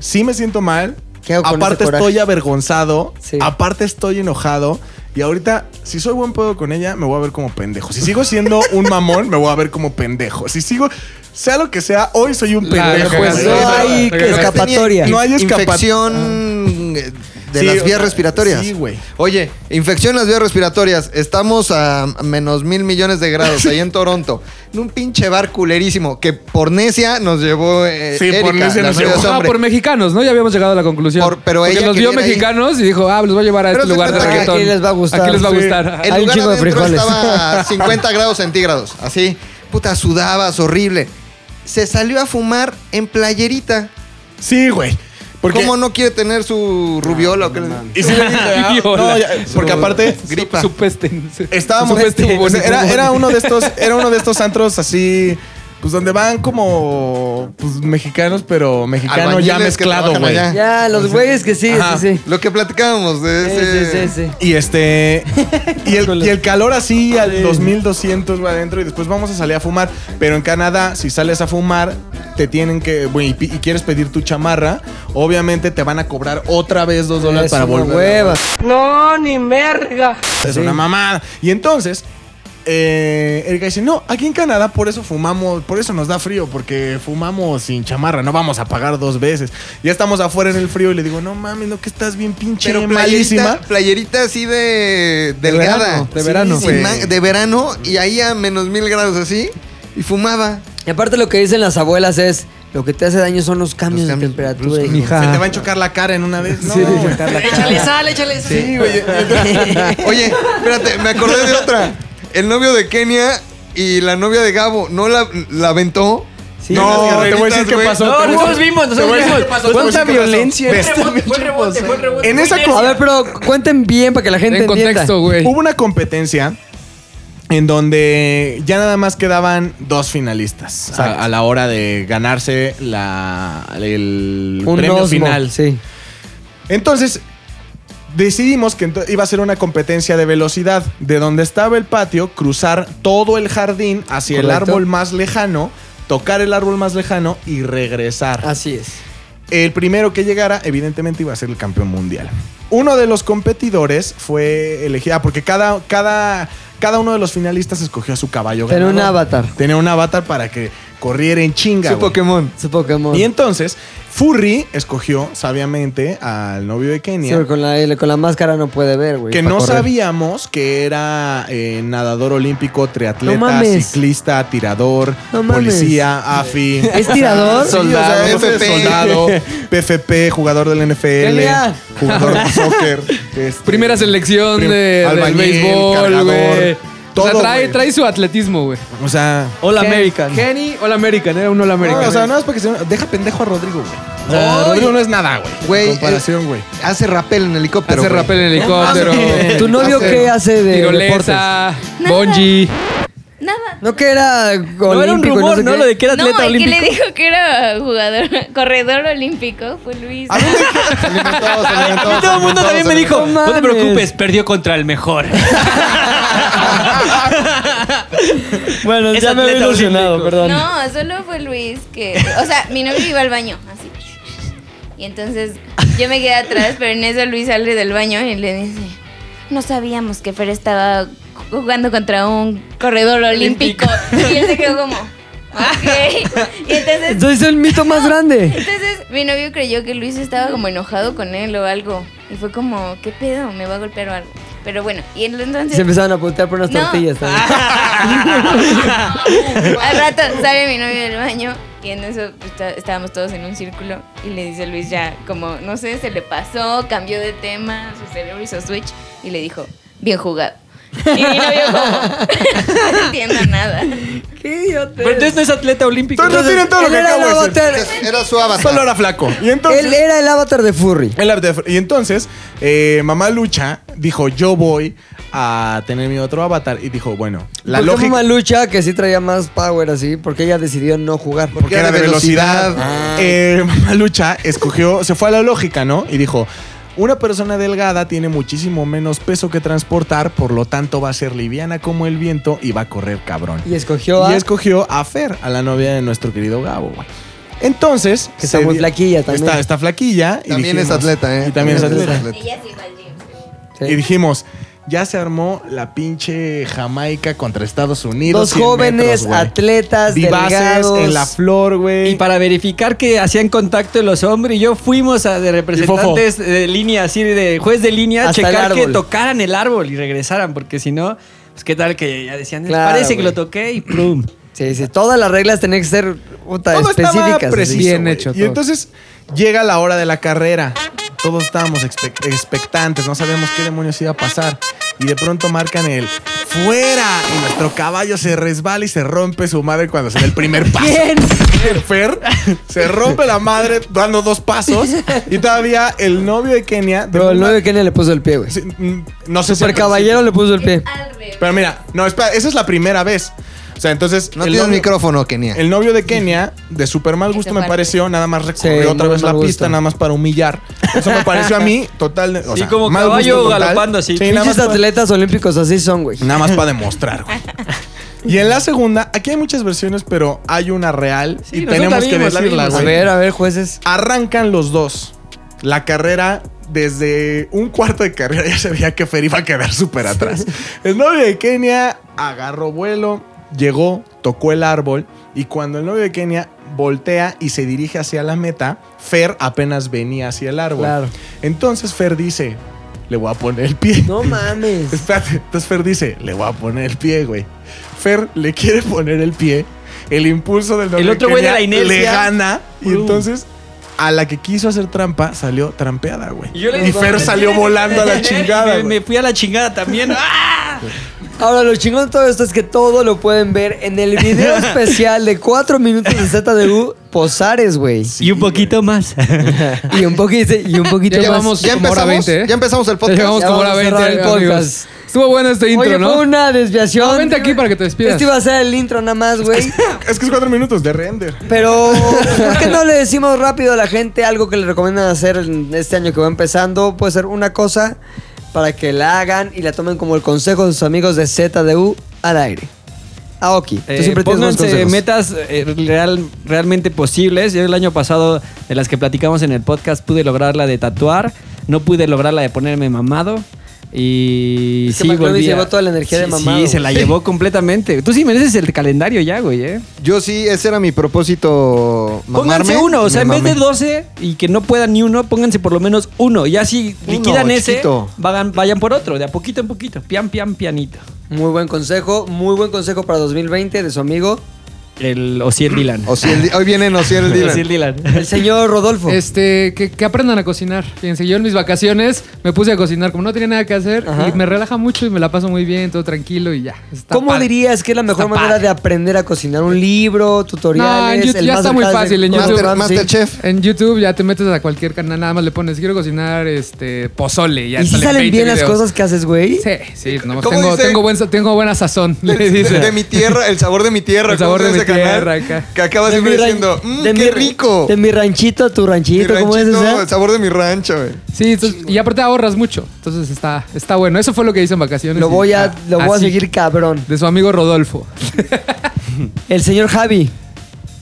Speaker 5: sí me siento mal,
Speaker 2: ¿Qué hago con
Speaker 5: aparte
Speaker 2: ese coraje?
Speaker 5: estoy avergonzado,
Speaker 2: Sí.
Speaker 5: aparte estoy enojado. Y ahorita, si soy buen pedo con ella, me voy a ver como pendejo. Si sigo siendo un mamón, me voy a ver como pendejo. Si sigo, sea lo que sea, hoy soy un
Speaker 4: Claro,
Speaker 5: pendejo.
Speaker 4: pues,
Speaker 5: güey.
Speaker 4: no
Speaker 5: O sea,
Speaker 4: hay
Speaker 5: tenía-
Speaker 4: escapatoria.
Speaker 5: No hay escapatoria.
Speaker 3: Infección eh, de
Speaker 5: Sí,
Speaker 3: las vías
Speaker 5: o-
Speaker 3: respiratorias.
Speaker 5: Sí, güey.
Speaker 3: Oye, infección en las vías respiratorias. Estamos a menos mil millones de grados ahí en Toronto. En un pinche bar culerísimo que por necia nos llevó. eh,
Speaker 5: Sí, por
Speaker 3: Erika,
Speaker 5: necia
Speaker 3: la novia
Speaker 5: nos
Speaker 3: de
Speaker 5: llevó.
Speaker 3: ese
Speaker 4: No,
Speaker 3: hombre.
Speaker 4: por mexicanos, ¿no? Ya habíamos llegado a la conclusión.
Speaker 3: Por- pero
Speaker 4: Porque
Speaker 3: ella
Speaker 4: los vio
Speaker 3: quería ir ahí.
Speaker 4: mexicanos y dijo, ah, los voy a llevar a
Speaker 3: Pero
Speaker 4: este
Speaker 3: se
Speaker 4: lugar de
Speaker 3: cuenta que
Speaker 4: reggaetón.
Speaker 2: aquí les va a gustar.
Speaker 4: Aquí les va a
Speaker 5: Sí.
Speaker 4: gustar.
Speaker 3: El
Speaker 2: Hay un
Speaker 3: lugar
Speaker 2: chingo de
Speaker 3: adentro
Speaker 2: frijoles.
Speaker 3: estaba a 50 grados centígrados, así. Puta, sudabas horrible. Se salió a fumar en playerita.
Speaker 5: Sí, güey. Porque,
Speaker 3: ¿Cómo no quiere tener su rubiola o qué le-
Speaker 5: Y sí le dije, ah, no, ya, porque aparte
Speaker 3: gripa?
Speaker 4: Su peste.
Speaker 5: estábamos
Speaker 4: Su peste
Speaker 5: o sea,
Speaker 4: bubónica.
Speaker 5: era, era uno de estos era uno de estos antros así pues donde van como pues mexicanos pero mexicano
Speaker 3: Albañiles
Speaker 5: ya
Speaker 3: que
Speaker 5: mezclado
Speaker 3: trabajan
Speaker 5: güey
Speaker 3: allá.
Speaker 2: Ya, los güeyes que sí,
Speaker 5: Ajá.
Speaker 2: sí, sí.
Speaker 3: Lo que platicábamos de
Speaker 2: Sí,
Speaker 3: ese...
Speaker 2: sí, sí, sí.
Speaker 5: y este y el, y el calor así al 2200 va adentro y después vamos a salir a fumar pero en Canadá si sales a fumar te tienen que bueno, y, pi- y quieres pedir tu chamarra obviamente te van a cobrar otra vez dos dólares
Speaker 2: Es
Speaker 5: para
Speaker 2: una
Speaker 5: volver
Speaker 2: hueva.
Speaker 12: No, ni merga.
Speaker 5: Es una mamada. Y entonces, eh, Erika dice, no, aquí en Canadá por eso fumamos, por eso nos da frío, porque fumamos sin chamarra, no vamos a pagar dos veces. Ya estamos afuera en el frío y le digo, no mames, no que estás bien pinche
Speaker 3: Pero
Speaker 5: malísima.
Speaker 3: playerita, playerita así de delgada.
Speaker 4: verano, de verano.
Speaker 3: sin
Speaker 5: Sí.
Speaker 3: man- de verano y ahí a menos mil grados así. Y fumaba.
Speaker 2: Y aparte lo que dicen las abuelas es, lo que te hace daño son los cambios,
Speaker 3: Los cambios
Speaker 2: de temperatura. hijo.
Speaker 4: Mija.
Speaker 5: Se te va a chocar la cara en una vez. No,
Speaker 4: Sí.
Speaker 5: güey.
Speaker 12: Échale
Speaker 2: sal, échale sal.
Speaker 5: Sí, güey.
Speaker 3: Oye, espérate, me acordé de otra. El novio de Kenia y la novia de Gabo, ¿no la, la aventó?
Speaker 2: Sí.
Speaker 5: No,
Speaker 3: Unas
Speaker 5: te voy a decir
Speaker 3: carreritas,
Speaker 5: qué
Speaker 3: güey.
Speaker 5: pasó.
Speaker 6: No,
Speaker 5: te voy a
Speaker 6: nosotros
Speaker 5: decir-
Speaker 6: vimos, nosotros
Speaker 5: te voy a-
Speaker 6: violencia.
Speaker 5: te voy a decir
Speaker 6: ¿Cuánta
Speaker 5: qué pasó.
Speaker 6: violencia?
Speaker 5: Ves.
Speaker 6: Fue rebote, fue rebote.
Speaker 5: En esa
Speaker 2: A ver, pero cuenten bien para que la gente
Speaker 4: En
Speaker 2: entienda.
Speaker 4: contexto, güey.
Speaker 5: Hubo una competencia en donde ya nada más quedaban dos finalistas o sea, a, la hora de ganarse la, el
Speaker 2: Un
Speaker 5: premio
Speaker 2: osmo,
Speaker 5: final.
Speaker 2: Sí.
Speaker 5: Entonces, decidimos que ento- iba a ser una competencia de velocidad. De donde estaba el patio, cruzar todo el jardín hacia el
Speaker 2: Correcto.
Speaker 5: árbol más lejano, tocar el árbol más lejano y regresar.
Speaker 2: Así es.
Speaker 5: El primero que llegara, evidentemente, iba a ser el campeón mundial. Uno de los competidores fue elegido. Ah, porque cada, cada, cada uno de los finalistas escogió a su caballo
Speaker 2: Tenía un
Speaker 5: ganador.
Speaker 2: avatar.
Speaker 5: Tenía un avatar para que corriera en chinga.
Speaker 3: Su
Speaker 5: güey.
Speaker 3: Pokémon.
Speaker 2: Su Pokémon.
Speaker 5: Y entonces, Furry escogió sabiamente al novio de
Speaker 2: Sí,
Speaker 5: Kenia.
Speaker 2: pero con, la, eh, con la máscara no puede ver, güey.
Speaker 5: que
Speaker 2: para
Speaker 5: no
Speaker 2: correr.
Speaker 5: sabíamos que era eh, nadador olímpico,
Speaker 2: No
Speaker 5: triatleta,
Speaker 2: mames.
Speaker 5: ciclista, tirador,
Speaker 2: No mames.
Speaker 5: policía, AFI.
Speaker 2: ¿Es tirador?
Speaker 5: Soldado,
Speaker 3: Sí, o sea, FP.
Speaker 5: soldado, PFP, jugador del NFL,
Speaker 2: Genial.
Speaker 5: jugador de soccer. este,
Speaker 4: Primera selección
Speaker 5: prim-
Speaker 4: de, del
Speaker 5: albañil,
Speaker 4: béisbol,
Speaker 5: cargador.
Speaker 4: güey. o sea,
Speaker 5: Todo,
Speaker 4: trae,
Speaker 5: güey.
Speaker 4: trae su atletismo, güey.
Speaker 5: O sea.
Speaker 4: Hola American. Kenny, Hola American, era un Hola American.
Speaker 5: No, o sea, nada más para que se... Deja pendejo a Rodrigo, güey. O sea,
Speaker 3: Ay.
Speaker 5: Rodrigo no es nada, güey.
Speaker 3: Güey,
Speaker 5: en comparación,
Speaker 3: eh,
Speaker 5: güey.
Speaker 3: Hace rappel en helicóptero.
Speaker 4: Hace
Speaker 3: güey.
Speaker 4: rappel en
Speaker 5: Ah,
Speaker 4: helicóptero.
Speaker 2: ¿Tu novio qué eh, hace de
Speaker 4: Tirolesa, bungee.
Speaker 11: Nada.
Speaker 2: No que era olímpico.
Speaker 4: era un rumor,
Speaker 2: sé
Speaker 4: ¿no?
Speaker 2: qué.
Speaker 4: Lo de que era
Speaker 11: No, el que le dijo que era jugador, corredor olímpico fue Luis.
Speaker 6: A mí todo el mundo también me dijo, no te
Speaker 2: mames.
Speaker 6: preocupes, perdió contra el mejor.
Speaker 12: Bueno,
Speaker 6: Es
Speaker 12: ya me había
Speaker 6: atleta
Speaker 12: ilusionado, perdón.
Speaker 11: No, solo fue Luis que. O sea, mi novio iba al baño, así. Y entonces yo me quedé atrás, pero en eso Luis sale del baño y le dice: No sabíamos que Fer estaba jugando contra un corredor olímpico. Y él se quedó como. Ok. Y entonces,
Speaker 2: Entonces es el mito más grande.
Speaker 11: entonces mi novio creyó que Luis estaba como enojado con él o algo. Y fue como: ¿Qué pedo? ¿Me va a golpear o algo? Pero bueno, y entonces.
Speaker 2: Se empezaron a apuntar por unas
Speaker 11: No.
Speaker 2: tortillas.
Speaker 4: Ah,
Speaker 2: ¿sabes?
Speaker 11: Al rato sale mi novio del baño y en eso pues, está- estábamos todos en un círculo y le dice a Luis ya como, no sé, se le pasó, cambió de tema, su cerebro hizo switch y le dijo, bien jugado. Y mi novio como, no entiendo nada.
Speaker 2: Qué idiota.
Speaker 6: Pero entonces no es atleta olímpico.
Speaker 5: Entonces no tienen todo lo
Speaker 2: él
Speaker 5: que
Speaker 2: era
Speaker 5: acabo de
Speaker 2: la
Speaker 5: decir.
Speaker 3: Era su avatar.
Speaker 5: Solo era flaco. Y entonces...
Speaker 2: Él era el avatar de Furry.
Speaker 5: El avatar. Y entonces, eh, mamá Lucha dijo, yo voy a tener mi otro avatar. Y dijo, bueno, la
Speaker 2: porque
Speaker 5: lógica...
Speaker 2: Mamá Lucha, que sí traía más power así, porque ella decidió no jugar.
Speaker 5: Porque era de velocidad. Eh, mamá Lucha escogió, se fue a la lógica, ¿no? Y dijo, una persona delgada tiene muchísimo menos peso que transportar, por lo tanto va a ser liviana como el viento y va a correr cabrón.
Speaker 2: Y escogió
Speaker 6: ah?
Speaker 2: a...
Speaker 5: Y escogió a Fer, a la novia de nuestro querido Gabo, güey. Entonces...
Speaker 2: Que está
Speaker 5: se
Speaker 2: muy
Speaker 5: di-
Speaker 2: flaquilla también.
Speaker 5: Está, está flaquilla. y
Speaker 3: También es
Speaker 5: dijimos-
Speaker 3: atleta, ¿eh?
Speaker 5: Y también es atleta.
Speaker 11: Ella sí va al gym.
Speaker 2: Sí.
Speaker 5: Y dijimos, ya se armó la pinche Jamaica contra Estados Unidos.
Speaker 2: Dos
Speaker 5: 100
Speaker 2: jóvenes
Speaker 5: metros, güey.
Speaker 2: atletas
Speaker 5: Vivaces
Speaker 2: delgados.
Speaker 5: en la flor, güey.
Speaker 12: Y para verificar que hacían contacto los hombres, y yo fuimos a de representantes de línea, así de juez de línea, a
Speaker 2: Hasta el
Speaker 12: checar que
Speaker 2: árbol.
Speaker 12: tocaran el árbol y regresaran, porque si no, pues qué tal que ya decían,
Speaker 2: Claro,
Speaker 12: parece que
Speaker 2: güey.
Speaker 12: lo toqué y plum.
Speaker 2: Sí, sí, todas las reglas tenían que ser puta,
Speaker 5: todo
Speaker 2: específicas.
Speaker 5: estaba
Speaker 2: así.
Speaker 5: preciso,
Speaker 4: Bien
Speaker 5: güey.
Speaker 4: hecho
Speaker 5: Y
Speaker 4: todo.
Speaker 5: entonces llega la hora de la carrera. Todos estábamos expect- expectantes, no sabíamos qué demonios iba a pasar. Y de pronto marcan el fuera. Y nuestro caballo se resbala y se rompe su madre cuando se da el primer paso.
Speaker 2: ¿Quién?
Speaker 5: El Fer se rompe la madre dando dos pasos. Y todavía el novio de Kenia. de
Speaker 2: Pero el
Speaker 5: una-
Speaker 2: 9 de Kenia le puso el pie, güey.
Speaker 5: Sí, mm, No sé si.
Speaker 2: Super caballero le puso el pie.
Speaker 11: Al revés.
Speaker 5: Pero mira, no, espera, esa es la primera vez. O sea, entonces.
Speaker 3: No
Speaker 5: el
Speaker 3: tienes
Speaker 5: novio-
Speaker 3: micrófono, Kenia.
Speaker 5: el novio de Kenia, de super mal gusto
Speaker 11: Ese
Speaker 5: me
Speaker 11: fue.
Speaker 5: pareció, nada más recorrió
Speaker 2: Sí,
Speaker 5: otra
Speaker 2: muy
Speaker 5: vez la
Speaker 2: mal
Speaker 5: pista,
Speaker 2: gusto.
Speaker 5: nada más para humillar. Eso me pareció a mí total. O
Speaker 12: Sí,
Speaker 5: sea,
Speaker 12: como
Speaker 5: mal gusto
Speaker 12: caballo
Speaker 5: total.
Speaker 12: galopando así.
Speaker 5: Sí, nada más
Speaker 2: Pinches
Speaker 5: para-
Speaker 2: atletas olímpicos así son, güey.
Speaker 5: Nada más para demostrar, güey. Y en la segunda, aquí hay muchas versiones, pero hay una real
Speaker 12: Sí,
Speaker 5: y
Speaker 12: nosotros
Speaker 5: tenemos
Speaker 12: la
Speaker 5: que
Speaker 12: vimos, la
Speaker 5: decirla,
Speaker 2: A
Speaker 5: güey.
Speaker 2: ver, a ver, jueces.
Speaker 5: Arrancan los dos. La carrera, desde un cuarto de carrera ya se veía que Fer iba a quedar súper atrás. El novio de Kenia agarró vuelo, llegó, tocó el árbol y cuando el novio de Kenia voltea y se dirige hacia la meta, Fer apenas venía hacia el árbol.
Speaker 2: Claro.
Speaker 5: Entonces Fer dice, le voy a poner el pie.
Speaker 2: No mames.
Speaker 5: Espérate, entonces Fer dice, le voy a poner el pie, güey. Fer le quiere poner el pie, el impulso del novio
Speaker 12: otro güey de la
Speaker 5: Kenia
Speaker 12: inercia.
Speaker 5: le gana y
Speaker 12: Uh.
Speaker 5: entonces a la que quiso hacer trampa salió trampeada, güey.
Speaker 12: Y, yo le
Speaker 5: Y
Speaker 12: digo,
Speaker 5: Fer
Speaker 12: "Me
Speaker 5: salió
Speaker 12: tienes que
Speaker 5: volando a la
Speaker 12: detener", y
Speaker 5: chingada,
Speaker 12: Me,
Speaker 5: güey.
Speaker 12: me fui a la chingada también. ¡Ah!
Speaker 2: Ahora, lo chingón de todo esto es que todo lo pueden ver en el video especial de 4 minutos de ZDU Posares, güey.
Speaker 12: y un poquito más.
Speaker 2: Y un poquito, y un poquito más.
Speaker 4: Ya llevamos
Speaker 3: Ya
Speaker 4: como hora
Speaker 3: empezamos,
Speaker 4: 20, ¿eh?
Speaker 3: ya empezamos el
Speaker 4: Ya
Speaker 3: podcast.
Speaker 4: llevamos
Speaker 2: Ya
Speaker 4: como
Speaker 2: vamos
Speaker 4: hora
Speaker 2: a
Speaker 4: 20,
Speaker 2: cerrar el
Speaker 4: amigos.
Speaker 2: podcast.
Speaker 4: Estuvo bueno este intro,
Speaker 2: Oye,
Speaker 4: ¿no?
Speaker 2: fue una desviación.
Speaker 4: No, vente aquí para que te despidas.
Speaker 2: Este iba a ser el intro nada más, güey.
Speaker 5: Es que es cuatro minutos de render.
Speaker 2: Pero, ¿por qué no le decimos rápido a la gente algo que le recomiendan hacer en este año que va empezando? Puede ser una cosa para que la hagan y la tomen como el consejo de sus amigos de ZDU al aire. Aoki, tú
Speaker 12: Eh,
Speaker 2: siempre tienes buenos
Speaker 12: pónganse
Speaker 2: consejos.
Speaker 12: metas eh, real- realmente posibles. Yo el año pasado, de las que platicamos en el podcast, pude lograr la de tatuar. No pude lograr la de ponerme mamado. Y
Speaker 2: Es que
Speaker 12: sí,
Speaker 2: McLovin
Speaker 12: volví
Speaker 2: se
Speaker 12: a-
Speaker 2: llevó toda la energía de
Speaker 12: Sí,
Speaker 2: mamado,
Speaker 12: Sí, se la
Speaker 2: güey.
Speaker 12: llevó completamente. Tú sí mereces el calendario ya, güey, ¿eh?
Speaker 3: Yo sí, ese era mi propósito. Mamarme,
Speaker 12: Pónganse uno, o sea, en
Speaker 3: Me
Speaker 12: vez de
Speaker 3: mamé.
Speaker 12: 12 y que no puedan ni uno, pónganse por lo menos uno. Y así
Speaker 3: Uno,
Speaker 12: liquidan ese,
Speaker 3: chiquito.
Speaker 12: vagan- vayan por otro, de a poquito en poquito, pian, pian, pianito.
Speaker 2: Muy buen consejo, muy buen consejo para 2020 de su amigo
Speaker 12: el Ociel Dylan.
Speaker 3: hoy vienen Ociel Dylan.
Speaker 12: Ociel Dylan.
Speaker 2: El señor Rodolfo.
Speaker 4: Este, que, que aprendan a cocinar. Fíjense, yo en mis vacaciones me puse a cocinar como no tenía nada que hacer
Speaker 2: Ajá.
Speaker 4: y me relaja mucho y me la paso muy bien, todo tranquilo y ya. Está
Speaker 2: ¿Cómo
Speaker 4: padre.
Speaker 2: dirías que es la mejor
Speaker 4: Está
Speaker 2: manera de aprender a cocinar? ¿Un libro,
Speaker 4: No, en
Speaker 2: tutoriales?
Speaker 4: YouTube
Speaker 2: el
Speaker 4: ya está muy
Speaker 2: masterclass de
Speaker 4: fácil. En
Speaker 2: cómo
Speaker 4: YouTube,
Speaker 2: hacer, sí.
Speaker 4: En YouTube ya te metes a cualquier canal, nada más le pones quiero cocinar este pozole. Ya
Speaker 2: ¿Y si salen
Speaker 4: 20
Speaker 2: bien las
Speaker 4: videos.
Speaker 2: cosas que haces, güey?
Speaker 4: Sí, sí, nomás
Speaker 2: ¿Cómo
Speaker 4: tengo,
Speaker 2: dice?
Speaker 4: tengo, buen sa- tengo buena sazón.
Speaker 3: De,
Speaker 4: le dice.
Speaker 3: de- de mi tierra, el sabor de mi tierra.
Speaker 4: El sabor
Speaker 3: ¿cómo se
Speaker 4: de
Speaker 3: llama
Speaker 4: mi
Speaker 3: ese canal?
Speaker 4: tierra, acá.
Speaker 3: Que acaba
Speaker 2: De mi
Speaker 3: siempre
Speaker 2: ran-
Speaker 3: diciendo, "Mm,
Speaker 2: de
Speaker 3: qué
Speaker 2: mi-
Speaker 3: rico.
Speaker 2: De mi ranchito a tu
Speaker 3: Mi
Speaker 2: ranchito, ¿cómo es
Speaker 3: ranchito,
Speaker 2: esa?
Speaker 3: el sabor de mi rancho, güey.
Speaker 4: Sí, entonces- y aparte ahorras mucho. Entonces está, está bueno. Eso fue lo que hice en vacaciones.
Speaker 2: Lo
Speaker 4: y-
Speaker 2: voy a,
Speaker 4: ah,
Speaker 2: lo voy a
Speaker 4: así.
Speaker 2: seguir cabrón.
Speaker 4: De su amigo Rodolfo.
Speaker 2: El señor Javi.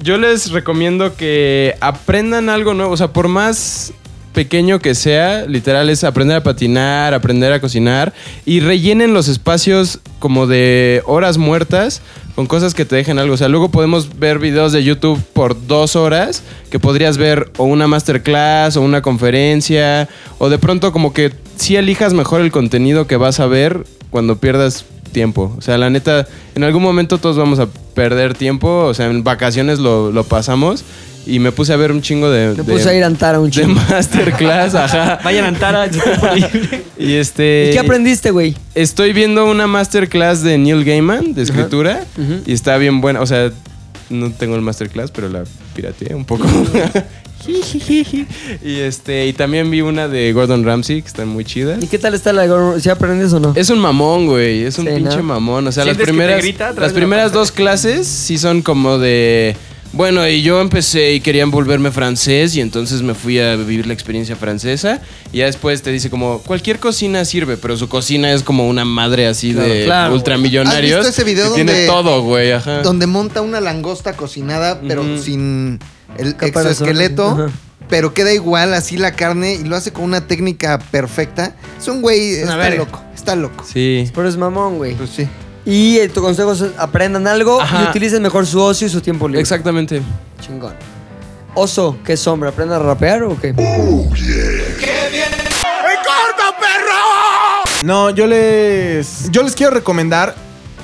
Speaker 8: Yo les recomiendo que aprendan algo nuevo. O sea, por más pequeño que sea, literal es aprender a patinar, aprender a cocinar y rellenen los espacios como de horas muertas con cosas que te dejen algo. O sea, luego podemos ver videos de YouTube por dos horas que podrías ver o una masterclass o una conferencia o de pronto como que sí elijas mejor el contenido que vas a ver cuando pierdas tiempo. O sea, la neta, en algún momento todos vamos a perder tiempo. O sea, en vacaciones lo, lo pasamos y me puse a ver un chingo de...
Speaker 2: Me
Speaker 8: de-
Speaker 2: puse a ir a Antara un
Speaker 8: de
Speaker 2: chingo.
Speaker 8: masterclass, ajá.
Speaker 12: Vayan a Antara.
Speaker 8: Y este.
Speaker 2: ¿Y qué aprendiste, güey?
Speaker 8: Estoy viendo una masterclass de Neil Gaiman de escritura y está bien buena. O sea, no tengo el masterclass, pero la pirateé un poco. y este, y también vi una de Gordon Ramsay que están muy chidas.
Speaker 2: ¿Y qué tal está la gorro? ¿Si aprendes o no?
Speaker 8: Es un mamón, güey. Es un
Speaker 2: Sí,
Speaker 8: pinche
Speaker 2: ¿no?
Speaker 8: mamón. O sea, las
Speaker 2: ¿Sientes que te
Speaker 8: primeras,
Speaker 2: grita atrás
Speaker 8: las
Speaker 2: de la
Speaker 8: primeras dos clases sí son como de. Bueno, y yo empecé y querían volverme francés y entonces me fui a vivir la experiencia francesa. Y ya después te dice como, cualquier cocina sirve, pero su cocina es como una madre así
Speaker 3: Claro,
Speaker 8: de
Speaker 3: claro.
Speaker 8: ultramillonarios.
Speaker 3: ¿Has visto ese video
Speaker 8: que Tiene
Speaker 3: donde-
Speaker 8: todo, güey, ajá.
Speaker 3: Donde monta una langosta cocinada, pero sin el
Speaker 2: Caparazón,
Speaker 3: exoesqueleto.
Speaker 2: ajá.
Speaker 3: Pero queda igual así la carne y lo hace con una técnica perfecta. Es un güey,
Speaker 2: Una
Speaker 3: está
Speaker 2: verga.
Speaker 3: loco, está loco.
Speaker 8: Sí.
Speaker 2: Pero es mamón, güey.
Speaker 3: Pues sí.
Speaker 2: Y eh, tu consejo es aprendan algo y
Speaker 8: Ajá.
Speaker 2: utilicen mejor su ocio y su tiempo libre.
Speaker 8: Exactamente.
Speaker 2: Chingón. Oso, ¿qué es hombre? ¿Aprende a rapear o qué?
Speaker 5: No, yo les. Yo les quiero recomendar.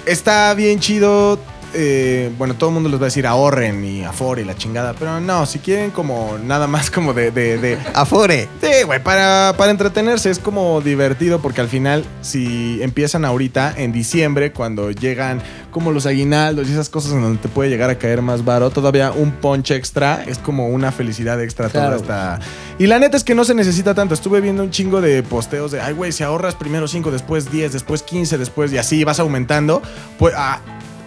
Speaker 5: Está bien chido. eh, bueno, todo el mundo les va a decir ahorren y afore y la chingada. Pero no, si quieren como nada más como de. de, de-
Speaker 3: Afore.
Speaker 5: Sí, güey, para, para entretenerse es como divertido porque al final, si empiezan ahorita, en diciembre, cuando llegan como los aguinaldos y esas cosas en donde te puede llegar a caer más baro, todavía un punch extra es como una felicidad extra
Speaker 2: Claro,
Speaker 5: toda esta. Y la neta es que no se necesita tanto. Estuve viendo un chingo de posteos de, ay, güey, si ahorras primero 5, después 10, después 15, después y así vas aumentando. Pues ah,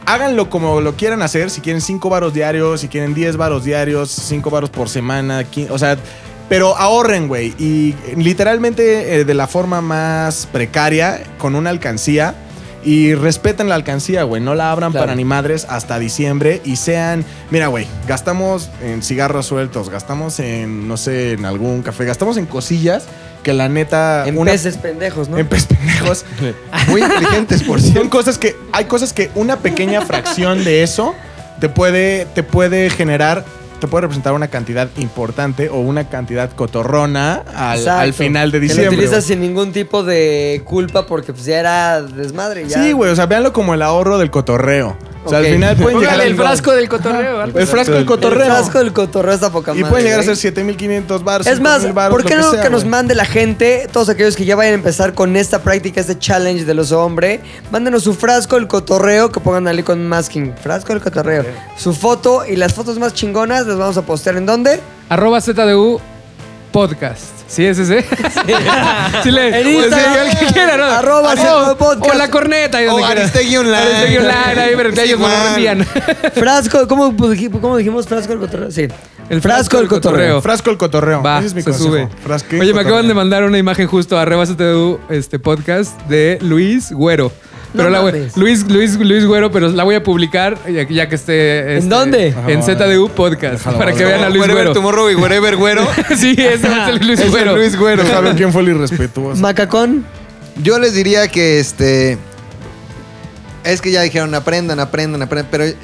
Speaker 5: háganlo como lo quieran hacer. Si quieren 5 varos diarios, si quieren 10 varos diarios, 5 varos por semana, quin- o sea. Pero ahorren, güey. Y eh, literalmente eh, de la forma más precaria, con una alcancía. Y respeten la alcancía, güey. No la abran
Speaker 2: Claro.
Speaker 5: para ni madres hasta diciembre. Y sean. Mira, güey. Gastamos en cigarros sueltos. Gastamos en, no sé, en algún café. Gastamos en cosillas que la neta.
Speaker 2: En
Speaker 5: una-
Speaker 2: peces pendejos, ¿no?
Speaker 5: En pez pendejos.
Speaker 3: Muy inteligentes, por
Speaker 5: Son cosas que. Hay cosas que una pequeña fracción de eso te puede, te puede generar. Te puede representar una cantidad importante o una cantidad cotorrona al,
Speaker 2: Exacto.
Speaker 5: al final de
Speaker 2: Que
Speaker 5: diciembre.
Speaker 2: lo utilizas
Speaker 5: güey.
Speaker 2: sin ningún tipo de culpa porque pues, ya era desmadre. Ya.
Speaker 5: Sí, güey. O sea, véanlo como el ahorro del cotorreo. O sea,
Speaker 2: Ok.
Speaker 5: al final pueden llegar
Speaker 2: Póngale
Speaker 5: a-
Speaker 2: el frasco
Speaker 4: del cotorreo.
Speaker 5: El frasco del cotorreo.
Speaker 2: El frasco del cotorreo está poca
Speaker 5: Y
Speaker 2: madre,
Speaker 5: pueden llegar a
Speaker 2: güey.
Speaker 5: ser 7500 bars.
Speaker 2: Es más,
Speaker 5: 5000 baros,
Speaker 2: ¿por qué
Speaker 5: lo
Speaker 2: no
Speaker 5: sea,
Speaker 2: que nos
Speaker 5: güey.
Speaker 2: mande la gente, todos aquellos que ya vayan a empezar con esta práctica, este challenge de los hombre, mándenos su frasco, el cotorreo, que pongan ahí con masking, frasco, el cotorreo, su foto y las fotos más chingonas las vamos a postear en dónde?
Speaker 4: Arroba ZDU Podcast. Sí, ese sí. sí le,
Speaker 2: En
Speaker 4: le sigue
Speaker 2: Instagram.
Speaker 4: el que quiera, ¿no?
Speaker 2: Arroba
Speaker 4: O-
Speaker 2: ZDU Podcast.
Speaker 4: O la corneta. ahí
Speaker 3: O
Speaker 4: donde quiera.
Speaker 3: Aristegui Online.
Speaker 4: Aristegui Online, ahí pero ellos
Speaker 3: Igual.
Speaker 4: nos reenvían.
Speaker 2: Frasco, ¿cómo, dijimos- cómo dijimos frasco, el cotorreo? Sí. El frasco, el cotorreo.
Speaker 5: Frasco el cotorreo.
Speaker 4: Va,
Speaker 5: Ese es mi
Speaker 4: se
Speaker 5: consejo.
Speaker 4: sube.
Speaker 5: Frasco el
Speaker 4: Oye, me acaban
Speaker 5: cotorreo.
Speaker 4: de mandar una imagen justo a Arroba ZDU este podcast de Luis Güero. Pero
Speaker 2: No
Speaker 4: la voy-
Speaker 2: mames.
Speaker 4: Luis, Luis, Luis Güero, pero la voy a publicar ya, ya que esté. este,
Speaker 2: dónde?
Speaker 4: En ZDU Podcast. para que vean a Luis
Speaker 3: Wherever
Speaker 4: Güero.
Speaker 3: tomorrow y wherever güero.
Speaker 4: sí, ese es el Luis
Speaker 3: Es el
Speaker 4: Güero.
Speaker 3: Luis Güero.
Speaker 5: Saben quién fue el irrespetuoso.
Speaker 2: Macacón.
Speaker 3: Yo les diría que este. Es que ya dijeron, aprendan, aprendan, aprendan. Pero eh,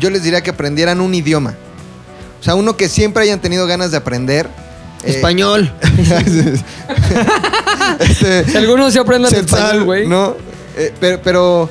Speaker 3: yo les diría que aprendieran un idioma. O sea, uno que siempre hayan tenido ganas de aprender. eh,
Speaker 2: Español.
Speaker 3: este,
Speaker 2: Si algunos se aprendan
Speaker 3: Quetzal,
Speaker 2: español, güey.
Speaker 3: ¿no? Eh, pero, pero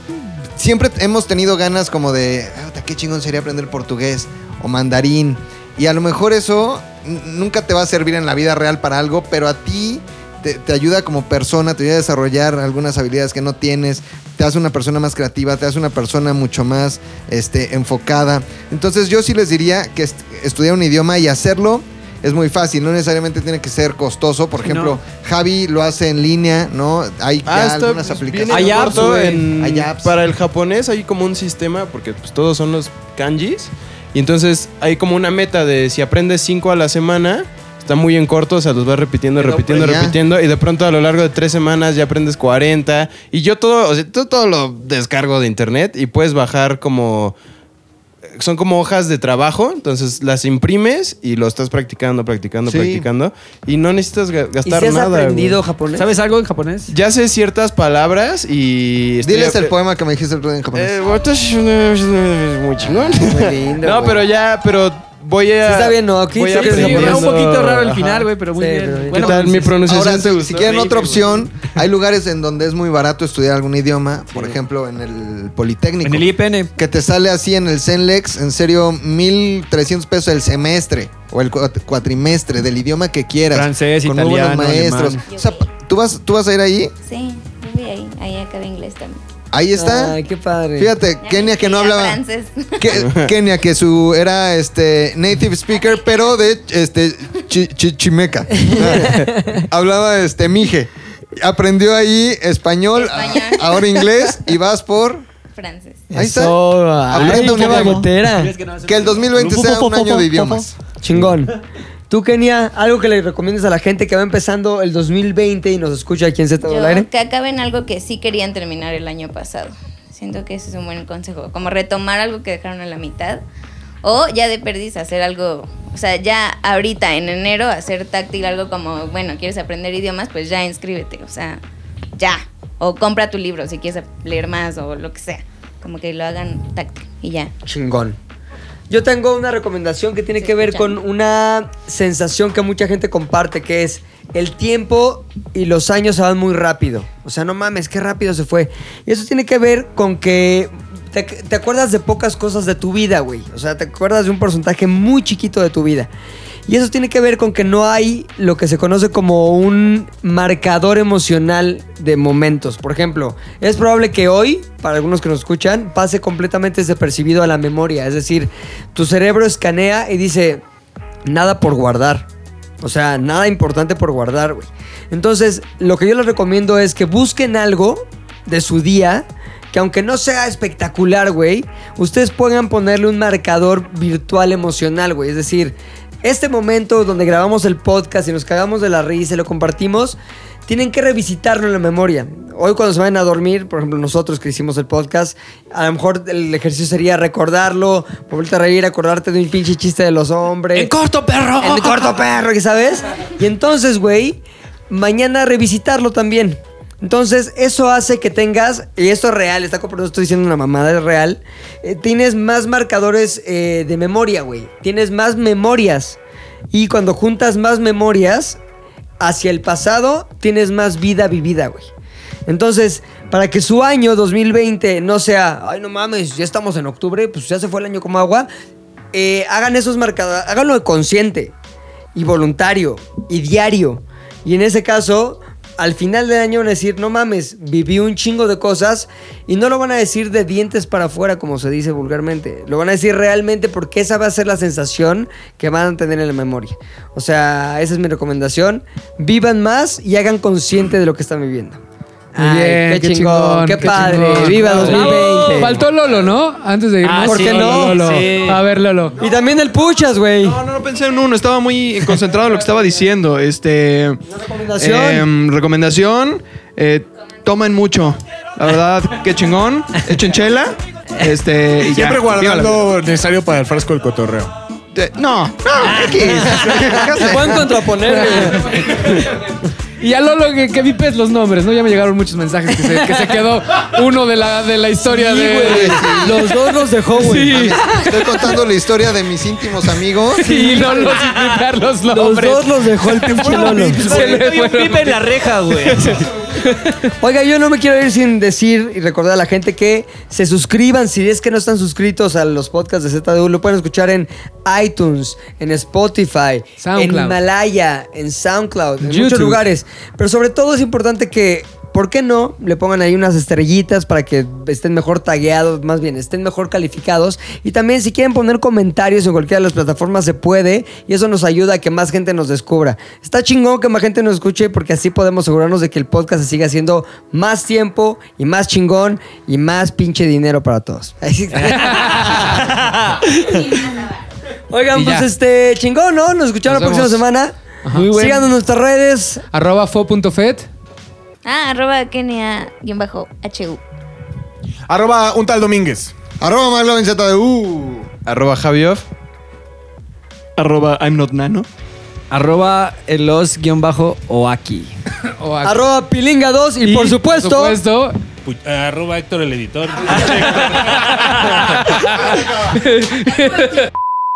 Speaker 3: siempre hemos tenido ganas como de. "Ah, qué chingón sería aprender portugués o mandarín. Y a lo mejor eso n- nunca te va a servir en la vida real para algo, pero a ti te, te ayuda como persona, te ayuda a desarrollar algunas habilidades que no tienes, te hace una persona más creativa, te hace una persona mucho más este, enfocada. Entonces yo sí les diría que est- estudiar un idioma y hacerlo es muy fácil, no necesariamente tiene que ser costoso. Por ejemplo, Javi lo hace en línea, ¿no? Hay
Speaker 8: Ah,
Speaker 3: ya
Speaker 8: está,
Speaker 3: algunas
Speaker 8: pues,
Speaker 3: aplicaciones.
Speaker 8: viene corto en-
Speaker 3: Hay apps.
Speaker 8: Mm, Para el japonés hay como un sistema, porque pues, todos son los kanjis. Y entonces hay como una meta de si aprendes cinco a la semana, está muy en corto, o sea, los vas repitiendo, repitiendo,
Speaker 3: pues, ya.
Speaker 8: repitiendo. Y de pronto a lo largo de tres semanas ya aprendes 40. Y yo todo, o sea, todo, todo lo descargo de internet y puedes bajar como... Son como hojas de trabajo, entonces las imprimes y lo estás practicando, practicando,
Speaker 12: Sí.
Speaker 8: practicando. Y no necesitas ga- gastar
Speaker 12: si has
Speaker 8: nada. güey.
Speaker 12: aprendido japonés? ¿Sabes algo en japonés?
Speaker 8: Ya sé ciertas palabras y. estoy
Speaker 3: Diles el
Speaker 8: apre-
Speaker 3: poema que me dijiste el otro día en japonés.
Speaker 8: Eh, watashi no es muy chingón. no,
Speaker 3: güey.
Speaker 8: pero ya, pero voy a.
Speaker 3: Sí está bien, ¿no? Aquí
Speaker 8: voy
Speaker 3: sí que es
Speaker 8: aprendiendo.
Speaker 3: japonés. Un poquito raro el
Speaker 8: Ajá.
Speaker 12: final, güey, pero muy bien.
Speaker 8: ¿Qué
Speaker 12: Buena
Speaker 8: tal
Speaker 4: pues,
Speaker 8: mi pronunciación?
Speaker 3: Ahora,
Speaker 8: ¿Te
Speaker 3: si,
Speaker 8: gustó?
Speaker 3: si quieren otra
Speaker 8: Horrible,
Speaker 3: opción, hay lugares en donde es muy barato estudiar algún idioma, por ejemplo, en el Politécnico. En el
Speaker 12: IPN.
Speaker 3: Que te sale así en el CENLEX, en serio, 1.300 pesos el semestre o el cuat- cuatrimestre del idioma que quieras.
Speaker 6: Francés,
Speaker 3: con muy buenos
Speaker 6: italiano,
Speaker 3: maestros.
Speaker 6: alemán.
Speaker 3: O sea, pa- ¿tú vas, ¿tú vas a ir ahí?
Speaker 11: Sí, yo voy ahí. Ahí acaba inglés también.
Speaker 3: Ahí está.
Speaker 2: Ay, qué padre.
Speaker 3: Fíjate, Kenia que no hablaba...
Speaker 11: Francés.
Speaker 3: Ke- Kenia, que su era este native speaker, pero de este chi- chi- chimeca. Hablaba este mije. Aprendió ahí español, a- ahora inglés y vas por
Speaker 11: Francés.
Speaker 3: Ahí está.
Speaker 2: Eso, ay,
Speaker 3: Aprende un
Speaker 2: qué
Speaker 3: idioma.
Speaker 2: bagotera.
Speaker 3: Que el 2020 sea un año de idiomas.
Speaker 2: Chingón. Tú, Kenia, algo que le recomiendes a la gente que va empezando el 2020 y nos escucha aquí en Z
Speaker 11: Yo,
Speaker 2: del Aire.
Speaker 11: que acaben algo que sí querían terminar el año pasado. Siento que ese es un buen consejo. Como retomar algo que dejaron a la mitad. O ya de perdiz hacer algo. O sea, ya ahorita en enero hacer táctil algo como, bueno, quieres aprender idiomas, pues ya inscríbete. O sea, ya. O compra tu libro si quieres leer más o lo que sea. Como que lo hagan táctil y ya.
Speaker 2: Chingón. Yo tengo una recomendación que tiene que ver con una sensación que mucha gente comparte, que es el tiempo y los años se van muy rápido. O sea, no mames, qué rápido se fue. Y eso tiene que ver con que te, te acuerdas de pocas cosas de tu vida, güey. O sea, te acuerdas de un porcentaje muy chiquito de tu vida. Y eso tiene que ver con que no hay lo que se conoce como un marcador emocional de momentos. Por ejemplo, es probable que hoy, para algunos que nos escuchan, pase completamente desapercibido a la memoria. Es decir, tu cerebro escanea y dice, nada por guardar. O sea, nada importante por guardar, güey. Entonces, lo que yo les recomiendo es que busquen algo de su día que aunque no sea espectacular, güey, ustedes puedan ponerle un marcador virtual emocional, güey. Es decir, este momento donde grabamos el podcast y nos cagamos de la risa y lo compartimos, tienen que revisitarlo en la memoria. Hoy cuando se vayan a dormir, por ejemplo nosotros que hicimos el podcast, a lo mejor el ejercicio sería recordarlo, volverte a reír, acordarte de un pinche chiste de los hombres. ¡En corto, perro! ¡En corto, perro! ¿qué ¿Sabes? Y entonces, güey, mañana revisitarlo también. Entonces, eso hace que tengas, y esto es real, está comprobado, estoy diciendo una mamada, es real, eh, tienes más marcadores eh, de memoria, güey. Tienes más memorias. Y cuando juntas más memorias, hacia el pasado, tienes más vida vivida, güey. Entonces, para que su año 2020 no sea, ay, no mames, ya estamos en octubre, pues ya se fue el año como agua, eh, hagan esos marcadores, háganlo consciente y voluntario y diario. Y en ese caso, al final del año van a decir, no mames, viví un chingo de cosas y no lo van a decir de dientes para afuera, como se dice vulgarmente. Lo van a decir realmente porque esa va a ser la sensación que van a tener en la memoria. O sea, esa es mi recomendación. Vivan más y hagan consciente de lo que están viviendo.
Speaker 4: Muy
Speaker 2: Ay,
Speaker 4: bien,
Speaker 2: qué, chingón, qué, padre. Viva 2020.
Speaker 4: Faltó Lolo, ¿no? Antes de irnos.
Speaker 2: Ah, ¿Por sí, qué no?
Speaker 4: Lolo.
Speaker 2: Sí.
Speaker 4: A ver, Lolo.
Speaker 2: Y también el Puchas, güey.
Speaker 13: No, no, no pensé en uno. Estaba muy concentrado en lo que estaba diciendo. Este.
Speaker 2: recomendación?
Speaker 13: em, recomendación. eh, tomen mucho. La verdad, qué chingón. Echen chela. Este. y ya.
Speaker 5: Siempre
Speaker 13: Viva la-
Speaker 5: guardando necesario para el frasco del cotorreo.
Speaker 13: Eh, No, no,
Speaker 2: Se pueden contraponer.
Speaker 4: Y a Lolo que, que vipes los nombres, ¿no? Ya me llegaron muchos mensajes que se, que se quedó uno de la, de la historia
Speaker 3: Sí,
Speaker 4: de.
Speaker 3: güey, sí.
Speaker 2: Los dos los dejó,
Speaker 4: güey. Sí.
Speaker 3: Estoy contando la historia de mis íntimos amigos.
Speaker 4: Sí, no los los nombres.
Speaker 2: los dejó el pinche Lolo.
Speaker 4: Se le
Speaker 6: Hay un
Speaker 4: fueron.
Speaker 6: pibe en la reja, güey.
Speaker 2: Oiga, yo no me quiero ir sin decir y recordar a la gente que se suscriban. Si es que no están suscritos a los podcasts de ZDU, lo pueden escuchar en iTunes, en Spotify, en
Speaker 4: SoundCloud.
Speaker 2: Himalaya, en SoundCloud, en muchos
Speaker 4: YouTube.
Speaker 2: lugares. Pero sobre todo es importante que, ¿por qué no? Le pongan ahí unas estrellitas para que estén mejor tagueados, más bien, estén mejor calificados. Y también si quieren poner comentarios en cualquiera de las plataformas se puede y eso nos ayuda a que más gente nos descubra. Está chingón que más gente nos escuche porque así podemos asegurarnos de que el podcast se siga haciendo más tiempo y más chingón y más pinche dinero para todos. Oigan,
Speaker 4: Y
Speaker 2: pues
Speaker 4: ya.
Speaker 2: este chingón, ¿no? Nos escuchamos la
Speaker 4: Nos
Speaker 2: próxima
Speaker 4: vemos.
Speaker 2: semana.
Speaker 4: Ajá. Muy bueno.
Speaker 2: Síganos en nuestras redes.
Speaker 4: Arroba fo.fet.
Speaker 11: Ah, arroba Kenia-HU.
Speaker 5: Arroba un tal Domínguez.
Speaker 3: Arroba Marlon en ZDU.
Speaker 9: Arroba Javioff.
Speaker 12: Arroba I'm not nano. Arroba elos-oaki.
Speaker 2: Arroba pilinga 2 y, por supuesto.
Speaker 14: Pu- eh, Arroba Héctor el editor.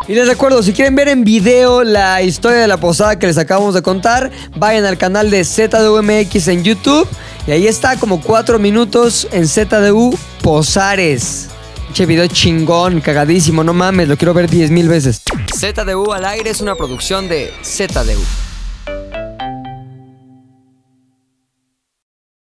Speaker 2: Y les recuerdo, si quieren ver en video la historia de la posada que les acabamos de contar, vayan al canal de ZDUMX en YouTube. Y ahí está como cuatro minutos en ZDU Posares. Che video chingón, cagadísimo, no mames, lo quiero ver 10 mil veces. ZDU al aire es una producción de ZDU.